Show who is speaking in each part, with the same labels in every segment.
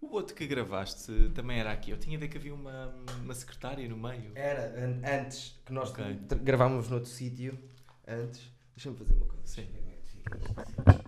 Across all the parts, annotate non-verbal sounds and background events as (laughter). Speaker 1: O outro que gravaste também era aqui. Eu tinha ideia que havia uma, uma secretária no (laughs) meio.
Speaker 2: Era an- antes que nós
Speaker 1: Ok.
Speaker 2: tra- gravámos noutro sítio. Antes. Deixa-me fazer uma coisa.
Speaker 1: Sim.
Speaker 2: Deixa eu ver como é que fica isto. Isto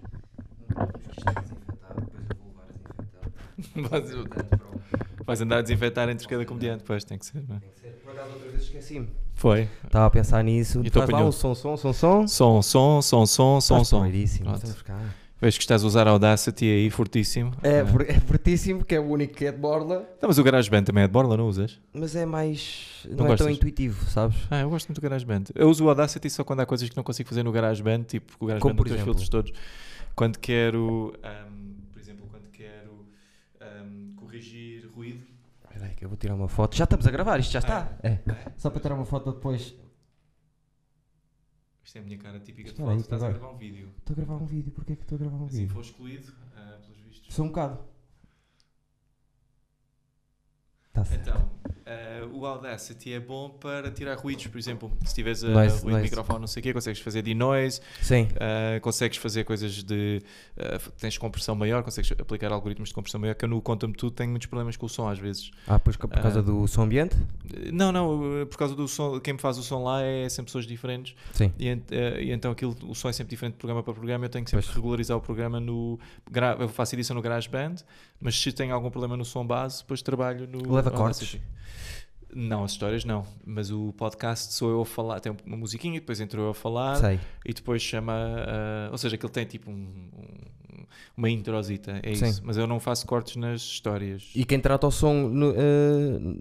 Speaker 2: está desinfetado, depois eu vou levar desinfetado.
Speaker 1: Vais,
Speaker 2: Portanto, pronto,
Speaker 1: vais andar a desinfetar entre cada comediante, pois tem que ser, não é?
Speaker 2: tem que ser. Por acaso, outra vez esqueci-me.
Speaker 1: Foi.
Speaker 2: Estava a pensar nisso.
Speaker 1: E tu
Speaker 2: Faz lá
Speaker 1: apanhou.
Speaker 2: um som, som, som, som.
Speaker 1: Som, som, som, som, som,
Speaker 2: Estás
Speaker 1: som.
Speaker 2: porreiríssimo,
Speaker 1: Pronto.
Speaker 2: estamos cá.
Speaker 1: Vejo que estás a usar a Audacity aí, fortíssimo.
Speaker 2: É,
Speaker 1: Ah.
Speaker 2: por- é fortíssimo, que é o único que é de borla,
Speaker 1: Não, mas o GarageBand também é de borla, não usas?
Speaker 2: mas é mais.
Speaker 1: Não
Speaker 2: Não, é tão
Speaker 1: gostas?
Speaker 2: intuitivo, sabes?
Speaker 1: Ah, eu gosto muito do GarageBand. Eu uso o Audacity só quando há coisas que não consigo fazer no GarageBand, tipo o GarageBand
Speaker 2: Como, por
Speaker 1: tem os
Speaker 2: exemplo?
Speaker 1: filtros todos. Quando quero, ahm, por exemplo, quando quero ahm, corrigir ruído.
Speaker 2: Espera aí, que eu vou tirar uma foto. Já estamos a gravar, isto já está.
Speaker 1: Ah,
Speaker 2: É.
Speaker 1: é.
Speaker 2: Só para tirar uma foto depois.
Speaker 1: Isto é a minha cara típica de
Speaker 2: Espera
Speaker 1: foto.
Speaker 2: aí,
Speaker 1: Estás a
Speaker 2: agora.
Speaker 1: gravar um vídeo.
Speaker 2: Estou a gravar um vídeo, porquê é que estou a gravar um
Speaker 1: Assim,
Speaker 2: vídeo?
Speaker 1: foi excluído, ah, pelos vistos.
Speaker 2: Só um bocado. Está Tá certo.
Speaker 1: Então, eh, o Audacity é bom para tirar ruídos, por exemplo, se tiveres a ruído
Speaker 2: Nice,
Speaker 1: de
Speaker 2: nice.
Speaker 1: microfone, não sei o quê, consegues fazer denoise,
Speaker 2: Sim.
Speaker 1: eh, consegues fazer coisas de. eh, f- tens compressão maior, consegues aplicar algoritmos de compressão maior, que eu no Conta-me Tudo tenho muitos problemas com o som às vezes.
Speaker 2: Ah, pois que- por
Speaker 1: Ah.
Speaker 2: causa do som ambiente?
Speaker 1: Eh, Não, não, eh, por causa do som, quem me faz o som lá é sempre pessoas diferentes
Speaker 2: Sim.
Speaker 1: e, ent- eh, e então aquilo, o som é sempre diferente de programa para programa. Eu tenho que sempre
Speaker 2: Pois.
Speaker 1: que regularizar o programa no. gra- eu faço edição no GarageBand, mas se tenho algum problema no som base, depois trabalho no.
Speaker 2: Leva
Speaker 1: Audacity.
Speaker 2: cortes.
Speaker 1: Não, as histórias não, mas o podcast sou eu a falar, tem uma musiquinha, depois entro eu a falar
Speaker 2: Sei.
Speaker 1: e depois chama, ah, ou seja, aquilo tem tipo um- um- uma introsita, é
Speaker 2: Sim.
Speaker 1: isso, mas eu não faço cortes nas histórias.
Speaker 2: E quem trata o som no, eh,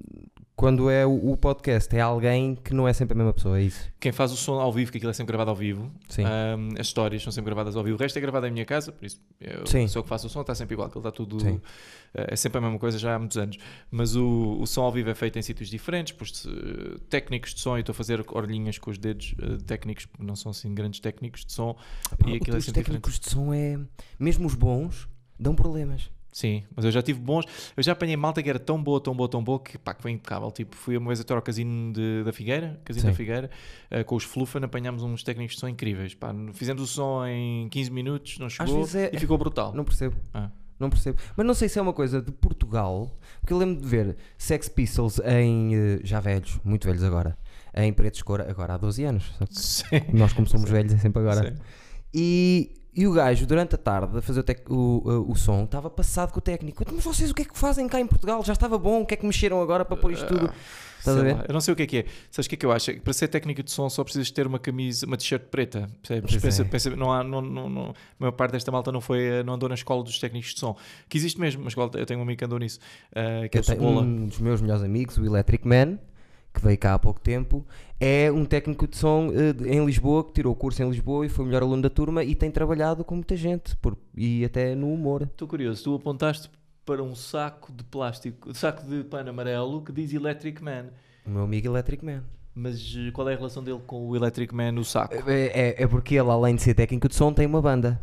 Speaker 2: quando é o, o podcast é alguém que não é sempre a mesma pessoa, é isso?
Speaker 1: Quem faz o som ao vivo, que aquilo é sempre gravado ao vivo,
Speaker 2: Sim.
Speaker 1: ah, as histórias são sempre gravadas ao vivo, o resto é gravado em minha casa, por isso eu
Speaker 2: Sim.
Speaker 1: sou eu que faço o som, está sempre igual, aquilo está tudo,
Speaker 2: Sim.
Speaker 1: ah, é sempre a mesma coisa já há muitos anos, mas o, o som ao vivo é feito em sítios diferentes, por eh, técnicos de som, eu estou a fazer orelhinhas com os dedos, eh, técnicos, que não são assim grandes técnicos de som,
Speaker 2: Ah,
Speaker 1: e aquilo é
Speaker 2: os
Speaker 1: sempre diferente.
Speaker 2: técnicos de som é. Mesmo os bons dão problemas.
Speaker 1: Sim, mas eu já tive bons. Eu já apanhei malta que era tão boa, tão boa, tão boa que, pá, que foi impecável. Tipo, fui uma vez até ao casino de- da Figueira, casino
Speaker 2: Sim.
Speaker 1: da Figueira, eh, com os Flufan, apanhámos uns técnicos de som incríveis. Pá, n- fizemos o som em 15 minutos, não chegou
Speaker 2: vezes é-
Speaker 1: e ficou brutal.
Speaker 2: Não percebo.
Speaker 1: Ah.
Speaker 2: Não percebo. Mas não sei se é uma coisa de Portugal, porque eu lembro de ver Sex Pistols em. eh, já velhos, muito velhos agora. Em preto escuro, agora há 12 anos. Só que
Speaker 1: (laughs) Sim,
Speaker 2: nós, como somos velhos, é sempre agora.
Speaker 1: sim.
Speaker 2: E, e o gajo, durante a tarde, a fazer o, tec- o, o- o som, estava passado com o técnico. Mas vocês o que é que fazem cá em Portugal? Já estava bom, o que é que mexeram agora para pôr isto tudo? Estás a
Speaker 1: Ah, Sei
Speaker 2: ver?
Speaker 1: lá, Eu não sei o que é que é. Sabes o que é que eu acho? É que Para ser técnico de som só precisas ter uma camisa, uma t-shirt preta. Percebes?
Speaker 2: Pois
Speaker 1: Pensa,
Speaker 2: é.
Speaker 1: pensa- não há, não, não, não- a maior parte desta malta não, foi, eh, não andou na escola dos técnicos de som. Que existe mesmo, mas eu tenho um amigo que andou nisso. eh, que é
Speaker 2: Eu
Speaker 1: o
Speaker 2: tenho
Speaker 1: Cebola.
Speaker 2: um dos meus melhores amigos, o Electric Man, que veio cá há pouco tempo, é um técnico de som eh, de- em Lisboa, que tirou o curso em Lisboa e foi o melhor aluno da turma e tem trabalhado com muita gente por- e até no humor.
Speaker 1: Estou curioso, tu apontaste para um saco de plástico, saco de pano amarelo que diz Electric Man.
Speaker 2: O meu amigo Electric Man.
Speaker 1: Mas eh, qual é a relação dele com o Electric Man no saco?
Speaker 2: É, é- é porque ele, além de ser técnico de som, tem uma banda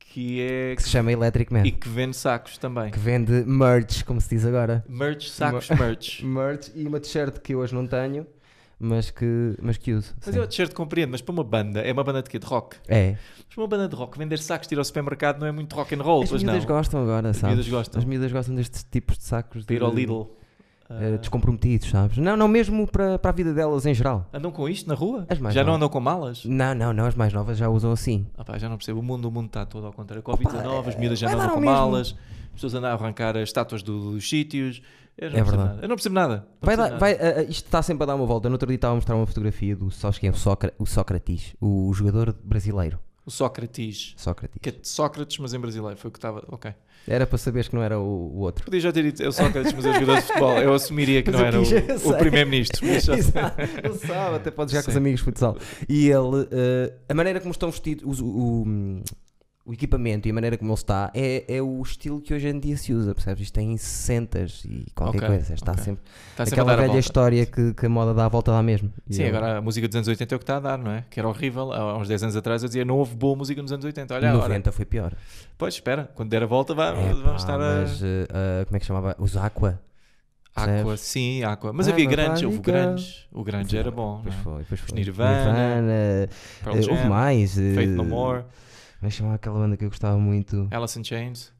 Speaker 1: Que é.
Speaker 2: que se chama Electric Man,
Speaker 1: E que vende sacos também.
Speaker 2: que vende merch, como se diz agora.
Speaker 1: Merch, sacos, merch.
Speaker 2: Merch e uma t-shirt que eu hoje não tenho, mas que, mas que uso.
Speaker 1: Mas
Speaker 2: sim.
Speaker 1: eu t-shirt compreendo, mas para uma banda, é uma banda de quê? De rock?
Speaker 2: É.
Speaker 1: Mas para uma banda de rock, vender sacos, tirar ao supermercado não é muito rock and roll,
Speaker 2: As
Speaker 1: pois não.
Speaker 2: miúdas gostam agora,
Speaker 1: As
Speaker 2: sabes?
Speaker 1: miúdas gostam.
Speaker 2: As miúdas gostam destes tipos de sacos.
Speaker 1: De ir ao
Speaker 2: de-
Speaker 1: Lidl.
Speaker 2: eh,
Speaker 1: Ah,
Speaker 2: descomprometidos, sabes? Não, não, mesmo para para a vida delas em geral.
Speaker 1: Ah, andam com isto na rua?
Speaker 2: As mais
Speaker 1: Já não
Speaker 2: novas.
Speaker 1: andam com malas?
Speaker 2: Não, não, não, as mais novas já usam assim.
Speaker 1: Ah pá, já não percebo. O mundo, o mundo está todo ao contrário. Covid-19, as miúdas já
Speaker 2: vai
Speaker 1: não
Speaker 2: dar
Speaker 1: andam
Speaker 2: ao
Speaker 1: com
Speaker 2: é, mesmo.
Speaker 1: malas, as pessoas andam a arrancar as estátuas do- dos sítios. Eu não
Speaker 2: É
Speaker 1: percebo
Speaker 2: verdade.
Speaker 1: nada. Eu não percebo nada. Não percebo
Speaker 2: Vai dar-
Speaker 1: nada.
Speaker 2: vai, ah, ah, isto está sempre a dar uma volta. No outro dia estava a mostrar uma fotografia do, sabes quem é? O, Sócra- o Sócrates, o jogador brasileiro.
Speaker 1: O Sócrates.
Speaker 2: Sócrates.
Speaker 1: Que é Sócrates, mas em brasileiro. Foi o que estava. Ok.
Speaker 2: Era para saberes que não era o, o outro.
Speaker 1: Podia já ter dito é o Sócrates, mas é jogador de futebol. Eu assumiria que
Speaker 2: Mas
Speaker 1: não
Speaker 2: eu
Speaker 1: era
Speaker 2: quis, eu
Speaker 1: o, o
Speaker 2: sei.
Speaker 1: primeiro-ministro. mas (laughs) já-
Speaker 2: Exato, Ele sabe, até pode jogar com os
Speaker 1: Sim.
Speaker 2: amigos de futsal. E ele, ah, a maneira como estão vestidos, os- o, o, o equipamento e a maneira como ele está é, é o estilo que hoje em dia se usa, percebes? Isto tem 60 e qualquer
Speaker 1: Ok,
Speaker 2: coisa, está
Speaker 1: ok.
Speaker 2: sempre.
Speaker 1: Está sempre a
Speaker 2: Aquela
Speaker 1: dar a
Speaker 2: velha
Speaker 1: volta.
Speaker 2: história que, que a moda dá a volta lá mesmo. E
Speaker 1: Sim,
Speaker 2: eu-
Speaker 1: agora a música dos anos 80 é o que está a dar, não é? Que era horrível. Há uns 10 anos atrás eu dizia não houve boa música nos anos 80. Olha agora.
Speaker 2: 90 foi pior.
Speaker 1: Pois, espera. Quando der a volta, vai-
Speaker 2: É,
Speaker 1: vamos
Speaker 2: pá,
Speaker 1: estar a.
Speaker 2: mas, eh, ah, como é que chamava? Os Aqua.
Speaker 1: Aqua,
Speaker 2: percebes?
Speaker 1: sim, Aqua. Mas
Speaker 2: Ah,
Speaker 1: havia
Speaker 2: mas
Speaker 1: grandes,
Speaker 2: vai,
Speaker 1: houve
Speaker 2: fica.
Speaker 1: grandes. O grande era bom.
Speaker 2: Pois
Speaker 1: não é?
Speaker 2: foi, pois foi.
Speaker 1: Nirvana,
Speaker 2: Nirvana,
Speaker 1: Pearl
Speaker 2: eh,
Speaker 1: Jam,
Speaker 2: houve mais. eh,
Speaker 1: Faith No More,
Speaker 2: Como é que chamava aquela banda que eu gostava muito?
Speaker 1: Alice in Chains.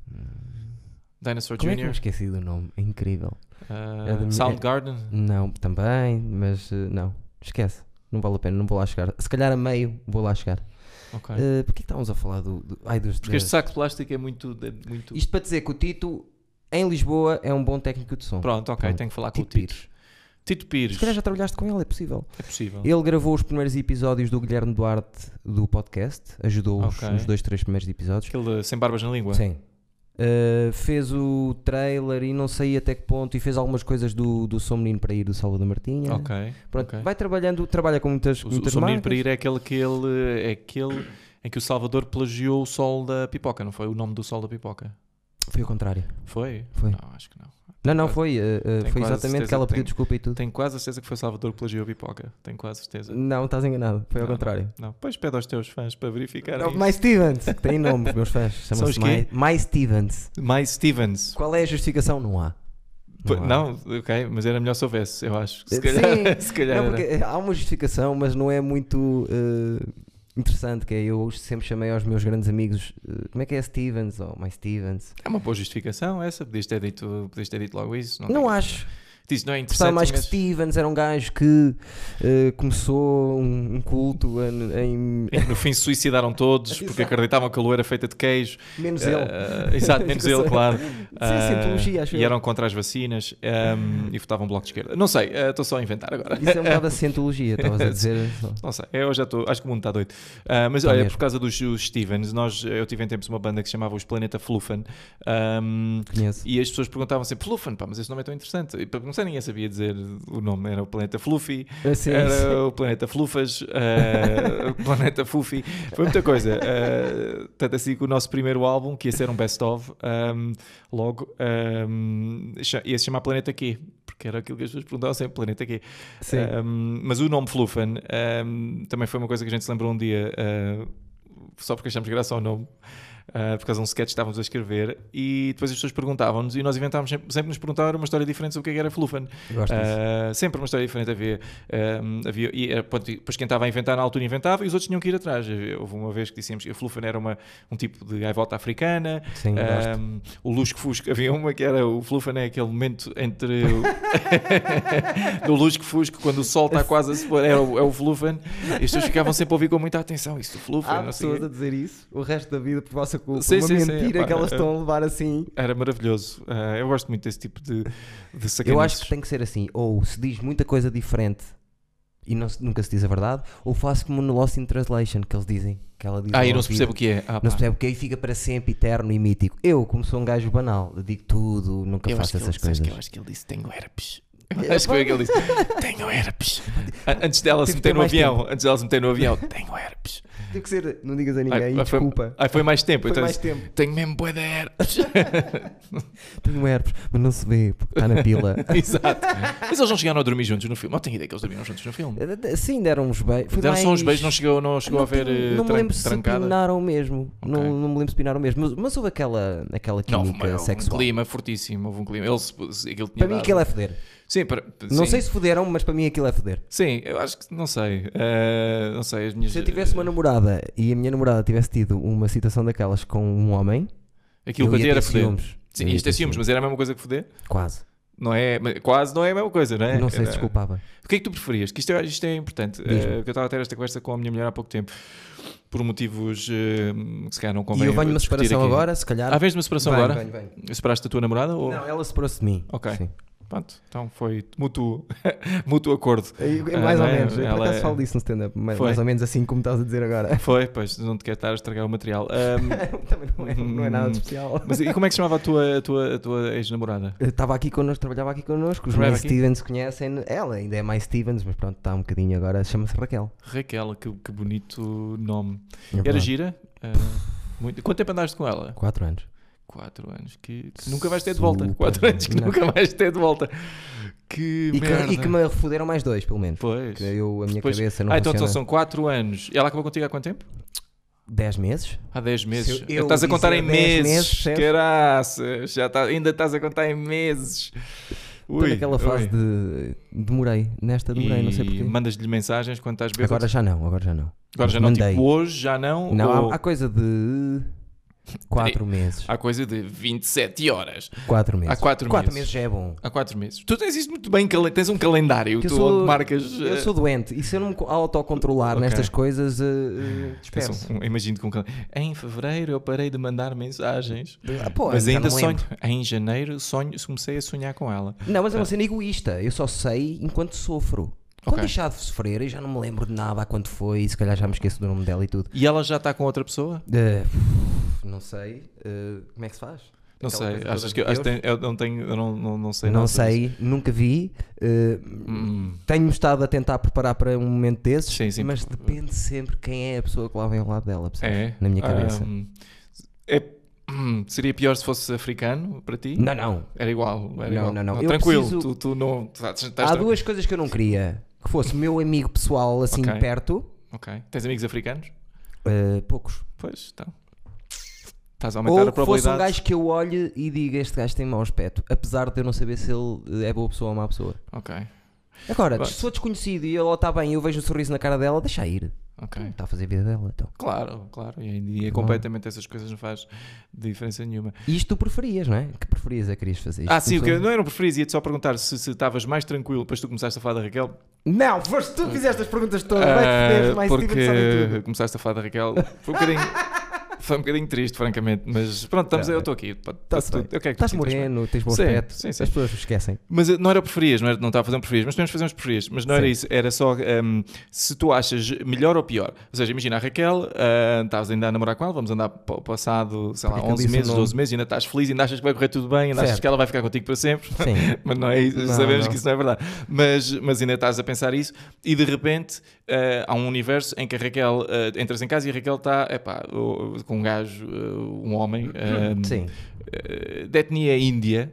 Speaker 1: Dinosaur
Speaker 2: Como é que eu me
Speaker 1: Jr.,
Speaker 2: esqueci do nome? É incrível.
Speaker 1: ah,
Speaker 2: É de mim-
Speaker 1: Soundgarden.
Speaker 2: Não, também, mas eh, não. Esquece. Não vale a pena, não vou lá chegar. Se calhar a meio vou lá chegar.
Speaker 1: Ok.
Speaker 2: Eh, Porquê que estávamos a falar do. do- ai, dos,
Speaker 1: Porque este
Speaker 2: das-
Speaker 1: saco de plástico é muito. é muito...
Speaker 2: Isto para dizer que o Tito, em Lisboa, é um bom técnico de som.
Speaker 1: Pronto, ok,
Speaker 2: Pronto.
Speaker 1: tenho que falar com
Speaker 2: Tito
Speaker 1: o Tito.
Speaker 2: Pires.
Speaker 1: Tito Pires.
Speaker 2: Se calhar já trabalhaste com ele, é possível.
Speaker 1: É possível.
Speaker 2: Ele gravou os primeiros episódios do Guilherme Duarte do podcast, ajudou-os
Speaker 1: Ok.
Speaker 2: nos dois, três primeiros episódios.
Speaker 1: Aquele sem barbas na língua.
Speaker 2: Sim. Uh, fez o trailer e não sei até que ponto, e fez algumas coisas do, do Som Menino para ir do Salvador Martinha.
Speaker 1: Ok.
Speaker 2: Pronto,
Speaker 1: ok.
Speaker 2: vai trabalhando, trabalha com muitas,
Speaker 1: O, o
Speaker 2: muitas
Speaker 1: Sou Menino
Speaker 2: marcas.
Speaker 1: para ir é aquele que ele. É aquele em que o Salvador plagiou o sol da pipoca, não foi? O nome do sol da pipoca.
Speaker 2: Foi o contrário.
Speaker 1: Foi?
Speaker 2: Foi.
Speaker 1: Não, acho que não.
Speaker 2: Não, não,
Speaker 1: quase-
Speaker 2: foi. uh, uh,
Speaker 1: tenho
Speaker 2: foi
Speaker 1: quase
Speaker 2: exatamente
Speaker 1: certeza
Speaker 2: que ela
Speaker 1: que
Speaker 2: pediu
Speaker 1: tenho-
Speaker 2: desculpa e tudo.
Speaker 1: Tenho quase a certeza que foi o Salvador que plagiou a pipoca. Tenho quase a certeza.
Speaker 2: Não, estás enganado. Foi ao
Speaker 1: Não,
Speaker 2: contrário.
Speaker 1: Não, pois pede aos teus fãs para verificar.
Speaker 2: Não,
Speaker 1: isso.
Speaker 2: My Stevens, que tem nome, meus
Speaker 1: (laughs)
Speaker 2: fãs.
Speaker 1: São os
Speaker 2: Chama-se
Speaker 1: quê?
Speaker 2: My, My Stevens.
Speaker 1: Mais Stevens.
Speaker 2: Qual é a justificação? Não há.
Speaker 1: P-
Speaker 2: há.
Speaker 1: Não, ok, mas era melhor se houvesse, eu acho. Se
Speaker 2: Sim.
Speaker 1: calhar, (laughs) se calhar
Speaker 2: Não,
Speaker 1: era.
Speaker 2: porque eh, há uma justificação, mas não é muito eh, interessante, que é eu sempre chamei aos meus grandes amigos, eh, como é que é Stevens ou My Stevens?
Speaker 1: É uma boa justificação essa, podias ter dito, podias ter dito logo isso. Não,
Speaker 2: Não
Speaker 1: tem-
Speaker 2: acho.
Speaker 1: Diz, não é
Speaker 2: Gostava
Speaker 1: interessante.
Speaker 2: mais que
Speaker 1: mas-
Speaker 2: Stevens, era um gajo que eh, começou um, um culto em, em-
Speaker 1: em que (laughs) no fim se suicidaram
Speaker 2: (laughs)
Speaker 1: todos porque acreditavam que a lua era feita de queijo.
Speaker 2: menos ele.
Speaker 1: Ah, exato,
Speaker 2: (laughs)
Speaker 1: menos ele, claro. Ah,
Speaker 2: cientologia, acho
Speaker 1: E
Speaker 2: eu.
Speaker 1: eram contra as vacinas ahm, e votavam bloco de esquerda. Não sei, ah, estou só a inventar agora.
Speaker 2: Isso é um
Speaker 1: (laughs)
Speaker 2: bocado a cientologia, estavas a dizer.
Speaker 1: Não sei, eu já estou, acho que o mundo está doido. Ah, mas
Speaker 2: Tá
Speaker 1: olha,
Speaker 2: mesmo.
Speaker 1: por causa dos, os Stevens, nós, eu tive em tempos uma banda que se chamava Os Planeta Fluffan. ahm,
Speaker 2: Conheço.
Speaker 1: e as pessoas perguntavam sempre, Fluffan, pá, mas esse nome é tão interessante. E, pá, não sei, ninguém sabia dizer o nome, era o Planeta Fluffy,
Speaker 2: Assim,
Speaker 1: era o planeta Flufas, eh, (laughs) o planeta Fufi, foi muita coisa. eh, tanto assim que o nosso primeiro álbum, que ia ser um best-of, ehm, logo ehm, cha- ia se chamar Planeta Q, porque era aquilo que as pessoas perguntavam sempre: Planeta Q.
Speaker 2: Sim.
Speaker 1: Ehm, mas o nome Flufan ehm, também foi uma coisa que a gente se lembrou um dia, eh, só porque achamos graça ao nome. eh, por causa de um sketch que estávamos a escrever, e depois as pessoas perguntavam-nos, e nós inventávamos sempre, sempre nos perguntavam uma história diferente sobre o que é que era Flufan.
Speaker 2: Gosto disso.
Speaker 1: Ah, sempre uma história diferente havia. ah, havia e, era, pronto, e depois quem estava a inventar na altura inventava e os outros tinham que ir atrás. Havia- Houve uma vez que dissemos que a Flufan era uma, um tipo de gaivota africana.
Speaker 2: Sim, gosto.
Speaker 1: ah, o Lusco Fusco, havia uma que era o Flufan é aquele momento entre o, (laughs) do Lusco Fusco quando o sol está quase a se pôr, é o, é o Flufan. E as pessoas ficavam sempre a ouvir com muita atenção. Isso do Flufan,
Speaker 2: Há
Speaker 1: não sei. o quê.
Speaker 2: pessoas a dizer isso o resto da vida por vossa culpa.
Speaker 1: Sim,
Speaker 2: uma
Speaker 1: sim, sim,
Speaker 2: mentira
Speaker 1: epá,
Speaker 2: que elas
Speaker 1: eh,
Speaker 2: estão a levar assim.
Speaker 1: Era maravilhoso. Ah, eu gosto muito desse tipo de, de
Speaker 2: Eu
Speaker 1: sacanices.
Speaker 2: acho que tem que ser assim. Ou se diz muita coisa diferente e não se- nunca se diz a verdade, ou faço como no Lost in Translation, que eles dizem. Que ela diz
Speaker 1: Ah, e
Speaker 2: ao
Speaker 1: não se
Speaker 2: ouvido.
Speaker 1: percebe o que é. Ah,
Speaker 2: Não
Speaker 1: pá.
Speaker 2: se percebe porque aí fica para sempre eterno e mítico. Eu, como sou um gajo banal, digo tudo, nunca
Speaker 1: Eu acho
Speaker 2: faço
Speaker 1: que
Speaker 2: essas
Speaker 1: ele- sabes
Speaker 2: coisas.
Speaker 1: que é eu acho que ele disse: Tenho herpes. Eu acho que foi o que ele disse: (laughs) Tenho herpes. A- Antes dela se
Speaker 2: Tive que ter
Speaker 1: meter no
Speaker 2: Tipo, mais
Speaker 1: avião, antes dela se meter no avião, tenho herpes.
Speaker 2: Tem que ser, não digas a
Speaker 1: um- Ai,
Speaker 2: ninguém,
Speaker 1: ai, foi-
Speaker 2: desculpa.
Speaker 1: Aí foi mais tempo.
Speaker 2: Foi,
Speaker 1: Então
Speaker 2: mais
Speaker 1: disse,
Speaker 2: tempo.
Speaker 1: tenho mesmo boa de (laughs) herpes.
Speaker 2: Tenho herpes, mas não se vê porque está
Speaker 1: (laughs)
Speaker 2: na pila.
Speaker 1: Exato. Mas eles não chegaram a dormir juntos no filme. Não tenho ideia que eles dormiram juntos no filme.
Speaker 2: Sim, deram uns beijos. Foi
Speaker 1: Deram só uns
Speaker 2: mais-
Speaker 1: beijos, não chegou, não chegou
Speaker 2: Não
Speaker 1: a ver
Speaker 2: tenho-
Speaker 1: eh,
Speaker 2: Não me
Speaker 1: tran-
Speaker 2: lembro se
Speaker 1: trancada.
Speaker 2: pinaram mesmo.
Speaker 1: Ok.
Speaker 2: Não, não me lembro se pinaram mesmo. Mas, mas houve aquela, aquela
Speaker 1: não,
Speaker 2: química
Speaker 1: houve um
Speaker 2: sexual.
Speaker 1: clima fortíssimo. Houve um clima. Ele, se- se- aquilo tinha
Speaker 2: Para mim
Speaker 1: dado-
Speaker 2: aquilo é foder.
Speaker 1: Sim, para-
Speaker 2: Não
Speaker 1: sim.
Speaker 2: sei se foderam, mas para mim aquilo é foder.
Speaker 1: Sim, eu acho que não sei. Eh, não sei. As minhas...
Speaker 2: Se eu tivesse uma namorada e a minha namorada tivesse tido uma situação daquelas com um homem,
Speaker 1: Aquilo
Speaker 2: eu
Speaker 1: que eu
Speaker 2: ia
Speaker 1: tinha era
Speaker 2: ter
Speaker 1: foder.
Speaker 2: ciúmes.
Speaker 1: Sim,
Speaker 2: Eu ia
Speaker 1: isto é
Speaker 2: ter
Speaker 1: ciúmes, mas era a mesma coisa que foder?
Speaker 2: quase.
Speaker 1: Não é, mas quase não é a mesma coisa, não é?
Speaker 2: não sei se
Speaker 1: Era-
Speaker 2: desculpava.
Speaker 1: O que é que tu preferias? Que isto é, isto é importante.
Speaker 2: Diz-me.
Speaker 1: eh, que eu estava a ter esta conversa com a minha mulher há pouco tempo, por motivos eh, que se calhar não
Speaker 2: E
Speaker 1: convém.
Speaker 2: eu venho uma
Speaker 1: discutir
Speaker 2: separação
Speaker 1: aqui.
Speaker 2: agora, se calhar.
Speaker 1: Ah, vens de uma separação
Speaker 2: Venho,
Speaker 1: agora?
Speaker 2: venho, venho.
Speaker 1: Separaste a tua namorada? Ou...
Speaker 2: Não, ela separou-se de mim.
Speaker 1: Ok.
Speaker 2: Sim.
Speaker 1: Pronto, então foi mútuo, (laughs) mútuo acordo.
Speaker 2: Eu-
Speaker 1: Ah,
Speaker 2: Mais ou
Speaker 1: não é?
Speaker 2: menos. Eu por
Speaker 1: Ela
Speaker 2: acaso
Speaker 1: é-
Speaker 2: falo disso no stand-up. Mais,
Speaker 1: Foi.
Speaker 2: mais ou menos assim como estás a dizer agora. (laughs)
Speaker 1: Foi, pois, não te quero estar a estragar o material. Ahm,
Speaker 2: Também não é, não é nada de especial.
Speaker 1: Hum. mas e como é que se chamava a tua, a tua, a tua ex-namorada?
Speaker 2: Eu Estava aqui connosco, trabalhava aqui connosco. Os
Speaker 1: Trabalhava
Speaker 2: mais
Speaker 1: aqui?
Speaker 2: Stevens conhecem. Ela ainda é mais Stevens, mas pronto, está um bocadinho agora. Chama-se Raquel.
Speaker 1: Raquel, que, que bonito nome.
Speaker 2: É
Speaker 1: Era
Speaker 2: verdade.
Speaker 1: gira? Ah, muito. Quanto tempo andaste com ela?
Speaker 2: Quatro anos.
Speaker 1: 4 anos que, que nunca vais ter de volta.
Speaker 2: Super.
Speaker 1: 4 anos que
Speaker 2: Não.
Speaker 1: nunca vais ter de volta. Que
Speaker 2: E que,
Speaker 1: merda.
Speaker 2: e que me refuderam mais dois, pelo menos.
Speaker 1: Pois.
Speaker 2: Que eu, a minha
Speaker 1: Depois-
Speaker 2: cabeça não
Speaker 1: Ah, então, então
Speaker 2: funciona.
Speaker 1: são 4 anos. E ela acabou contigo há quanto tempo?
Speaker 2: 10 meses?
Speaker 1: Há 10 meses.
Speaker 2: Se eu
Speaker 1: estás a contar em
Speaker 2: dizer 10
Speaker 1: meses.
Speaker 2: meses, certo?
Speaker 1: Caraças. Já tá- ainda estás a contar em meses.
Speaker 2: Estou
Speaker 1: Ui,
Speaker 2: naquela
Speaker 1: ui.
Speaker 2: fase de. Demorei. Nesta demorei, não sei
Speaker 1: E
Speaker 2: porquê.
Speaker 1: Mandas-lhe mensagens quando estás bêbado?
Speaker 2: Agora já não, agora já não.
Speaker 1: Agora já não,
Speaker 2: mandei.
Speaker 1: tipo hoje, já não.
Speaker 2: Não,
Speaker 1: ou-
Speaker 2: há, há coisa de. Quatro meses.
Speaker 1: Há coisa de 27 horas.
Speaker 2: Quatro meses.
Speaker 1: Há quatro
Speaker 2: Quatro
Speaker 1: meses.
Speaker 2: meses já é bom.
Speaker 1: Há quatro meses. Tu tens isto muito bem, calen- tens um calendário,
Speaker 2: Que
Speaker 1: tu
Speaker 2: eu sou-
Speaker 1: onde marcas.
Speaker 2: Eu
Speaker 1: eh,
Speaker 2: sou doente e se eu não me co- autocontrolar
Speaker 1: Ok.
Speaker 2: nestas coisas, eh, eh,
Speaker 1: tens
Speaker 2: disperso.
Speaker 1: um- um- imagino que um calen- Em fevereiro eu parei de mandar mensagens.
Speaker 2: Ah, pô,
Speaker 1: mas
Speaker 2: já
Speaker 1: ainda
Speaker 2: não me
Speaker 1: sonho.
Speaker 2: lembro.
Speaker 1: Em janeiro sonho, comecei a sonhar com ela.
Speaker 2: Não, mas é uma cena egoísta. Eu só sei enquanto sofro. Quando
Speaker 1: Ok.
Speaker 2: deixar de sofrer, eu já não me lembro de nada há quanto foi, e se calhar já me esqueço do nome dela e tudo.
Speaker 1: E ela já está com outra pessoa?
Speaker 2: Eh, não sei. eh, como é que se faz?
Speaker 1: Não
Speaker 2: Aquela
Speaker 1: sei.
Speaker 2: coisa
Speaker 1: Achas
Speaker 2: toda
Speaker 1: que eu,
Speaker 2: de
Speaker 1: acho que
Speaker 2: Deus.
Speaker 1: tem- eu não tenho. Eu não, não, não sei.
Speaker 2: Não
Speaker 1: nada sobre isso.
Speaker 2: sei, nunca vi. eh,
Speaker 1: Hum,
Speaker 2: Tenho estado a tentar preparar para um momento desses,
Speaker 1: Sim, sim.
Speaker 2: mas depende sempre quem é a pessoa que lá vem ao lado dela, percebes?
Speaker 1: é.
Speaker 2: Na minha cabeça.
Speaker 1: Ahm, é- hum, seria pior se fosse africano para ti?
Speaker 2: Não, não.
Speaker 1: Era igual. Era
Speaker 2: Não,
Speaker 1: igual.
Speaker 2: não, não. Eu
Speaker 1: Tranquilo,
Speaker 2: preciso-
Speaker 1: tu, tu não. Estás, estás
Speaker 2: Há duas coisas que eu não queria. Que fosse meu amigo pessoal assim
Speaker 1: Ok.
Speaker 2: perto,
Speaker 1: Ok. Tens amigos africanos?
Speaker 2: eh, poucos.
Speaker 1: Pois, então. Estás a aumentar
Speaker 2: Ou
Speaker 1: a
Speaker 2: que fosse um
Speaker 1: probabilidade.
Speaker 2: gajo que eu olhe e diga este gajo tem mau aspecto, apesar de eu não saber se ele eh, é boa pessoa ou má pessoa.
Speaker 1: Ok,
Speaker 2: Agora,
Speaker 1: Pronto.
Speaker 2: se sou desconhecido e ela está bem e eu vejo um sorriso na cara dela, deixa ir.
Speaker 1: ok.
Speaker 2: Está a fazer a vida dela, então.
Speaker 1: Claro, claro. E em dia
Speaker 2: Claro.
Speaker 1: completamente essas coisas não faz diferença nenhuma.
Speaker 2: E isto tu preferias, não é? Que preferias é que querias fazer isto?
Speaker 1: ah, sim, o que eu
Speaker 2: começou-
Speaker 1: não era um preferido, ia-te só perguntar se se estavas mais tranquilo depois tu começaste a falar da Raquel.
Speaker 2: Não, foste tu que fizeste as perguntas todas, vai
Speaker 1: Ah,
Speaker 2: foder, mais Steven sabe tudo.
Speaker 1: porque é começaste a falar da Raquel. Foi um
Speaker 2: (laughs)
Speaker 1: bocadinho. Foi um bocadinho triste, francamente, mas pronto, estamos,
Speaker 2: Tá
Speaker 1: eu
Speaker 2: bem.
Speaker 1: estou aqui. pá,
Speaker 2: Tá-se
Speaker 1: tu-
Speaker 2: bem.
Speaker 1: eu quero que tu
Speaker 2: Estás
Speaker 1: sintas bem.
Speaker 2: moreno, tens bom
Speaker 1: Sim,
Speaker 2: aspecto,
Speaker 1: sim, sim.
Speaker 2: as pessoas esquecem.
Speaker 1: Mas eh, não era preferias, não, era, não estava a fazer um preferias, mas podemos fazer uns preferias. Mas não era
Speaker 2: Sim.
Speaker 1: isso, era só ehm, se tu achas melhor ou pior. Ou seja, imagina a Raquel, ah, estavas ainda a namorar com ela, vamos andar pa- passado, sei lá,
Speaker 2: Porque é que eu
Speaker 1: 11
Speaker 2: disse o
Speaker 1: meses,
Speaker 2: nome?
Speaker 1: 12 meses, e ainda estás feliz, ainda achas que vai correr tudo bem, ainda achas
Speaker 2: Certo.
Speaker 1: que ela vai ficar contigo para sempre. (laughs)
Speaker 2: Sim.
Speaker 1: Mas não é isso,
Speaker 2: Não,
Speaker 1: sabemos
Speaker 2: não.
Speaker 1: que isso não é verdade. Mas, mas ainda estás a pensar isso, e de repente eh, há um universo em que a Raquel eh, entras em casa e a Raquel está epá, o- com um gajo, eh, um homem, ehm,
Speaker 2: Sim.
Speaker 1: eh, de etnia índia,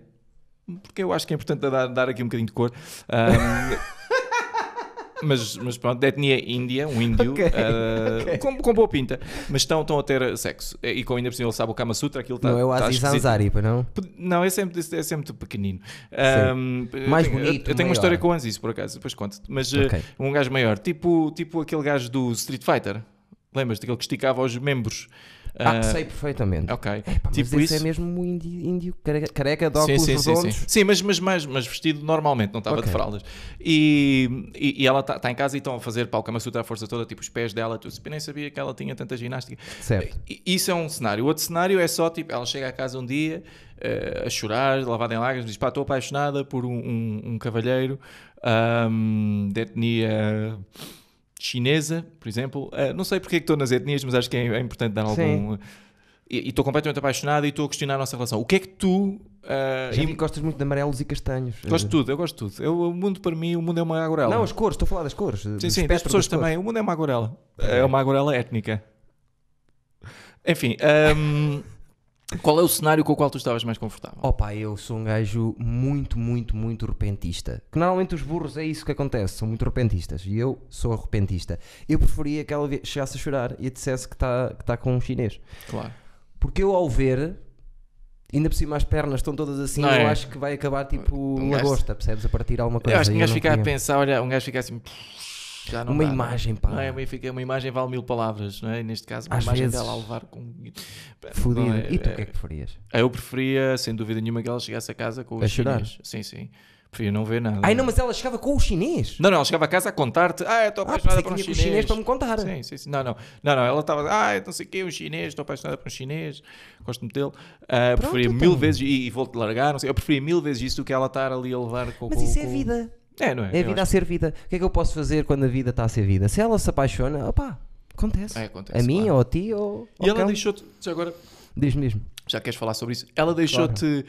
Speaker 1: porque eu acho que é importante dar, dar aqui um bocadinho de cor.
Speaker 2: (laughs)
Speaker 1: ahm, mas, mas pronto, de etnia índia, um índio,
Speaker 2: Ok,
Speaker 1: ah,
Speaker 2: ok.
Speaker 1: Com, com boa pinta, mas estão, estão a ter sexo. E e com ainda por cima ele sabe o Kama Sutra, aquilo está.
Speaker 2: Não é o
Speaker 1: está
Speaker 2: Aziz
Speaker 1: Tá, esquisito.
Speaker 2: Ansari, pois não?
Speaker 1: P- Não, é sempre, é sempre muito pequenino.
Speaker 2: Sim.
Speaker 1: Ahm, eu
Speaker 2: Mais
Speaker 1: tenho- eu-
Speaker 2: bonito,
Speaker 1: Eu, tenho
Speaker 2: maior.
Speaker 1: uma história com o Anzis, por acaso, depois conto. Mas eh,
Speaker 2: Ok.
Speaker 1: um gajo maior, tipo, tipo aquele gajo do Street Fighter. Lembras-te? Aquele que esticava os membros.
Speaker 2: Ah,
Speaker 1: Ah,
Speaker 2: sei perfeitamente.
Speaker 1: Ok.
Speaker 2: Epá, mas
Speaker 1: tipo
Speaker 2: esse
Speaker 1: isso.
Speaker 2: é mesmo índio, índio careca, careca de óculos
Speaker 1: sim, sim,
Speaker 2: redondos.
Speaker 1: sim. Sim, mas, mas, mais, mas vestido normalmente, não estava
Speaker 2: Ok.
Speaker 1: de fraldas. E, e, e ela está em casa e estão a fazer pá, o Kama Sutra à força toda, tipo os pés dela, tu nem sabia que ela tinha tanta ginástica.
Speaker 2: Certo.
Speaker 1: I- Isso é um cenário. O outro cenário é só tipo, ela chega a casa um dia eh, a chorar, lavada em lágrimas, diz: pá, estou apaixonada por um, um, um cavalheiro ahm, de etnia chinesa, por exemplo. Eh, não sei porque é que estou nas etnias, mas acho que é, é importante dar algum. E e estou completamente apaixonada e estou a questionar a nossa relação. O que é que tu. ah,
Speaker 2: Já
Speaker 1: e-
Speaker 2: vi que gostas muito de amarelos e castanhos.
Speaker 1: Gosto de tudo, eu gosto de tudo. Eu, o mundo para mim, o mundo é uma agorela.
Speaker 2: Não, as cores, estou a falar das cores.
Speaker 1: Sim, sim, das pessoas também. O mundo é uma agorela. É uma agorela étnica. Enfim, hum, qual é o cenário com o qual tu estavas mais confortável?
Speaker 2: Opa, eu sou um gajo muito, muito, muito repentista. Que normalmente os burros é isso que acontece, são muito repentistas. E eu sou repentista. Eu preferia que ela vi- chegasse a chorar e dissesse que está que tá com um chinês.
Speaker 1: Claro.
Speaker 2: Porque eu, ao ver, ainda por cima as pernas estão todas assim,
Speaker 1: Não
Speaker 2: eu
Speaker 1: é?
Speaker 2: acho que vai acabar tipo
Speaker 1: Um
Speaker 2: um
Speaker 1: gajo-
Speaker 2: lagosta, percebes? A partir de alguma coisa.
Speaker 1: eu acho que
Speaker 2: e
Speaker 1: um gajo
Speaker 2: não
Speaker 1: fica a
Speaker 2: queria.
Speaker 1: pensar, olha, um gajo fica assim. "Pff, Já não
Speaker 2: Uma
Speaker 1: dá, não é?"
Speaker 2: imagem, pá.
Speaker 1: Não é? Uma, fica- uma imagem vale mil palavras, não é? E Neste caso, uma
Speaker 2: Às
Speaker 1: imagem
Speaker 2: vezes.
Speaker 1: dela a levar com.
Speaker 2: Fudido.
Speaker 1: Não é?
Speaker 2: e tu o
Speaker 1: É-
Speaker 2: que é que preferias?
Speaker 1: Eu preferia, sem dúvida nenhuma, que ela chegasse a casa com os
Speaker 2: A chorar?
Speaker 1: chinês. Sim, sim. Preferia não ver nada.
Speaker 2: Ai não, é. mas ela chegava com o chinês.
Speaker 1: Não, não, ela chegava a casa a contar-te, ah, eu estou
Speaker 2: Ah,
Speaker 1: apaixonada
Speaker 2: pensei
Speaker 1: por um
Speaker 2: que tinha com o
Speaker 1: chinês.
Speaker 2: chinês para me contar.
Speaker 1: Sim, sim, sim. Não, não, não, não. ela estava, ah, eu não sei o quê, um chinês, estou apaixonada por um chinês, gosto muito dele. Ah,
Speaker 2: Pronto,
Speaker 1: preferia
Speaker 2: então.
Speaker 1: mil vezes, e, e vou-te largar, não sei, eu preferia mil vezes isso do que ela estar ali a levar com
Speaker 2: Mas
Speaker 1: com-
Speaker 2: isso é
Speaker 1: com-
Speaker 2: vida.
Speaker 1: É, não é?
Speaker 2: É
Speaker 1: Eu
Speaker 2: vida a ser vida. O que é que eu posso fazer quando a vida está a ser vida? Se ela se apaixona, opá, acontece.
Speaker 1: É, acontece,
Speaker 2: a mim,
Speaker 1: claro.
Speaker 2: ou a ti, ou
Speaker 1: acho. E ela deixou-te, já agora,
Speaker 2: Diz mesmo.
Speaker 1: já queres falar sobre isso, ela deixou-te,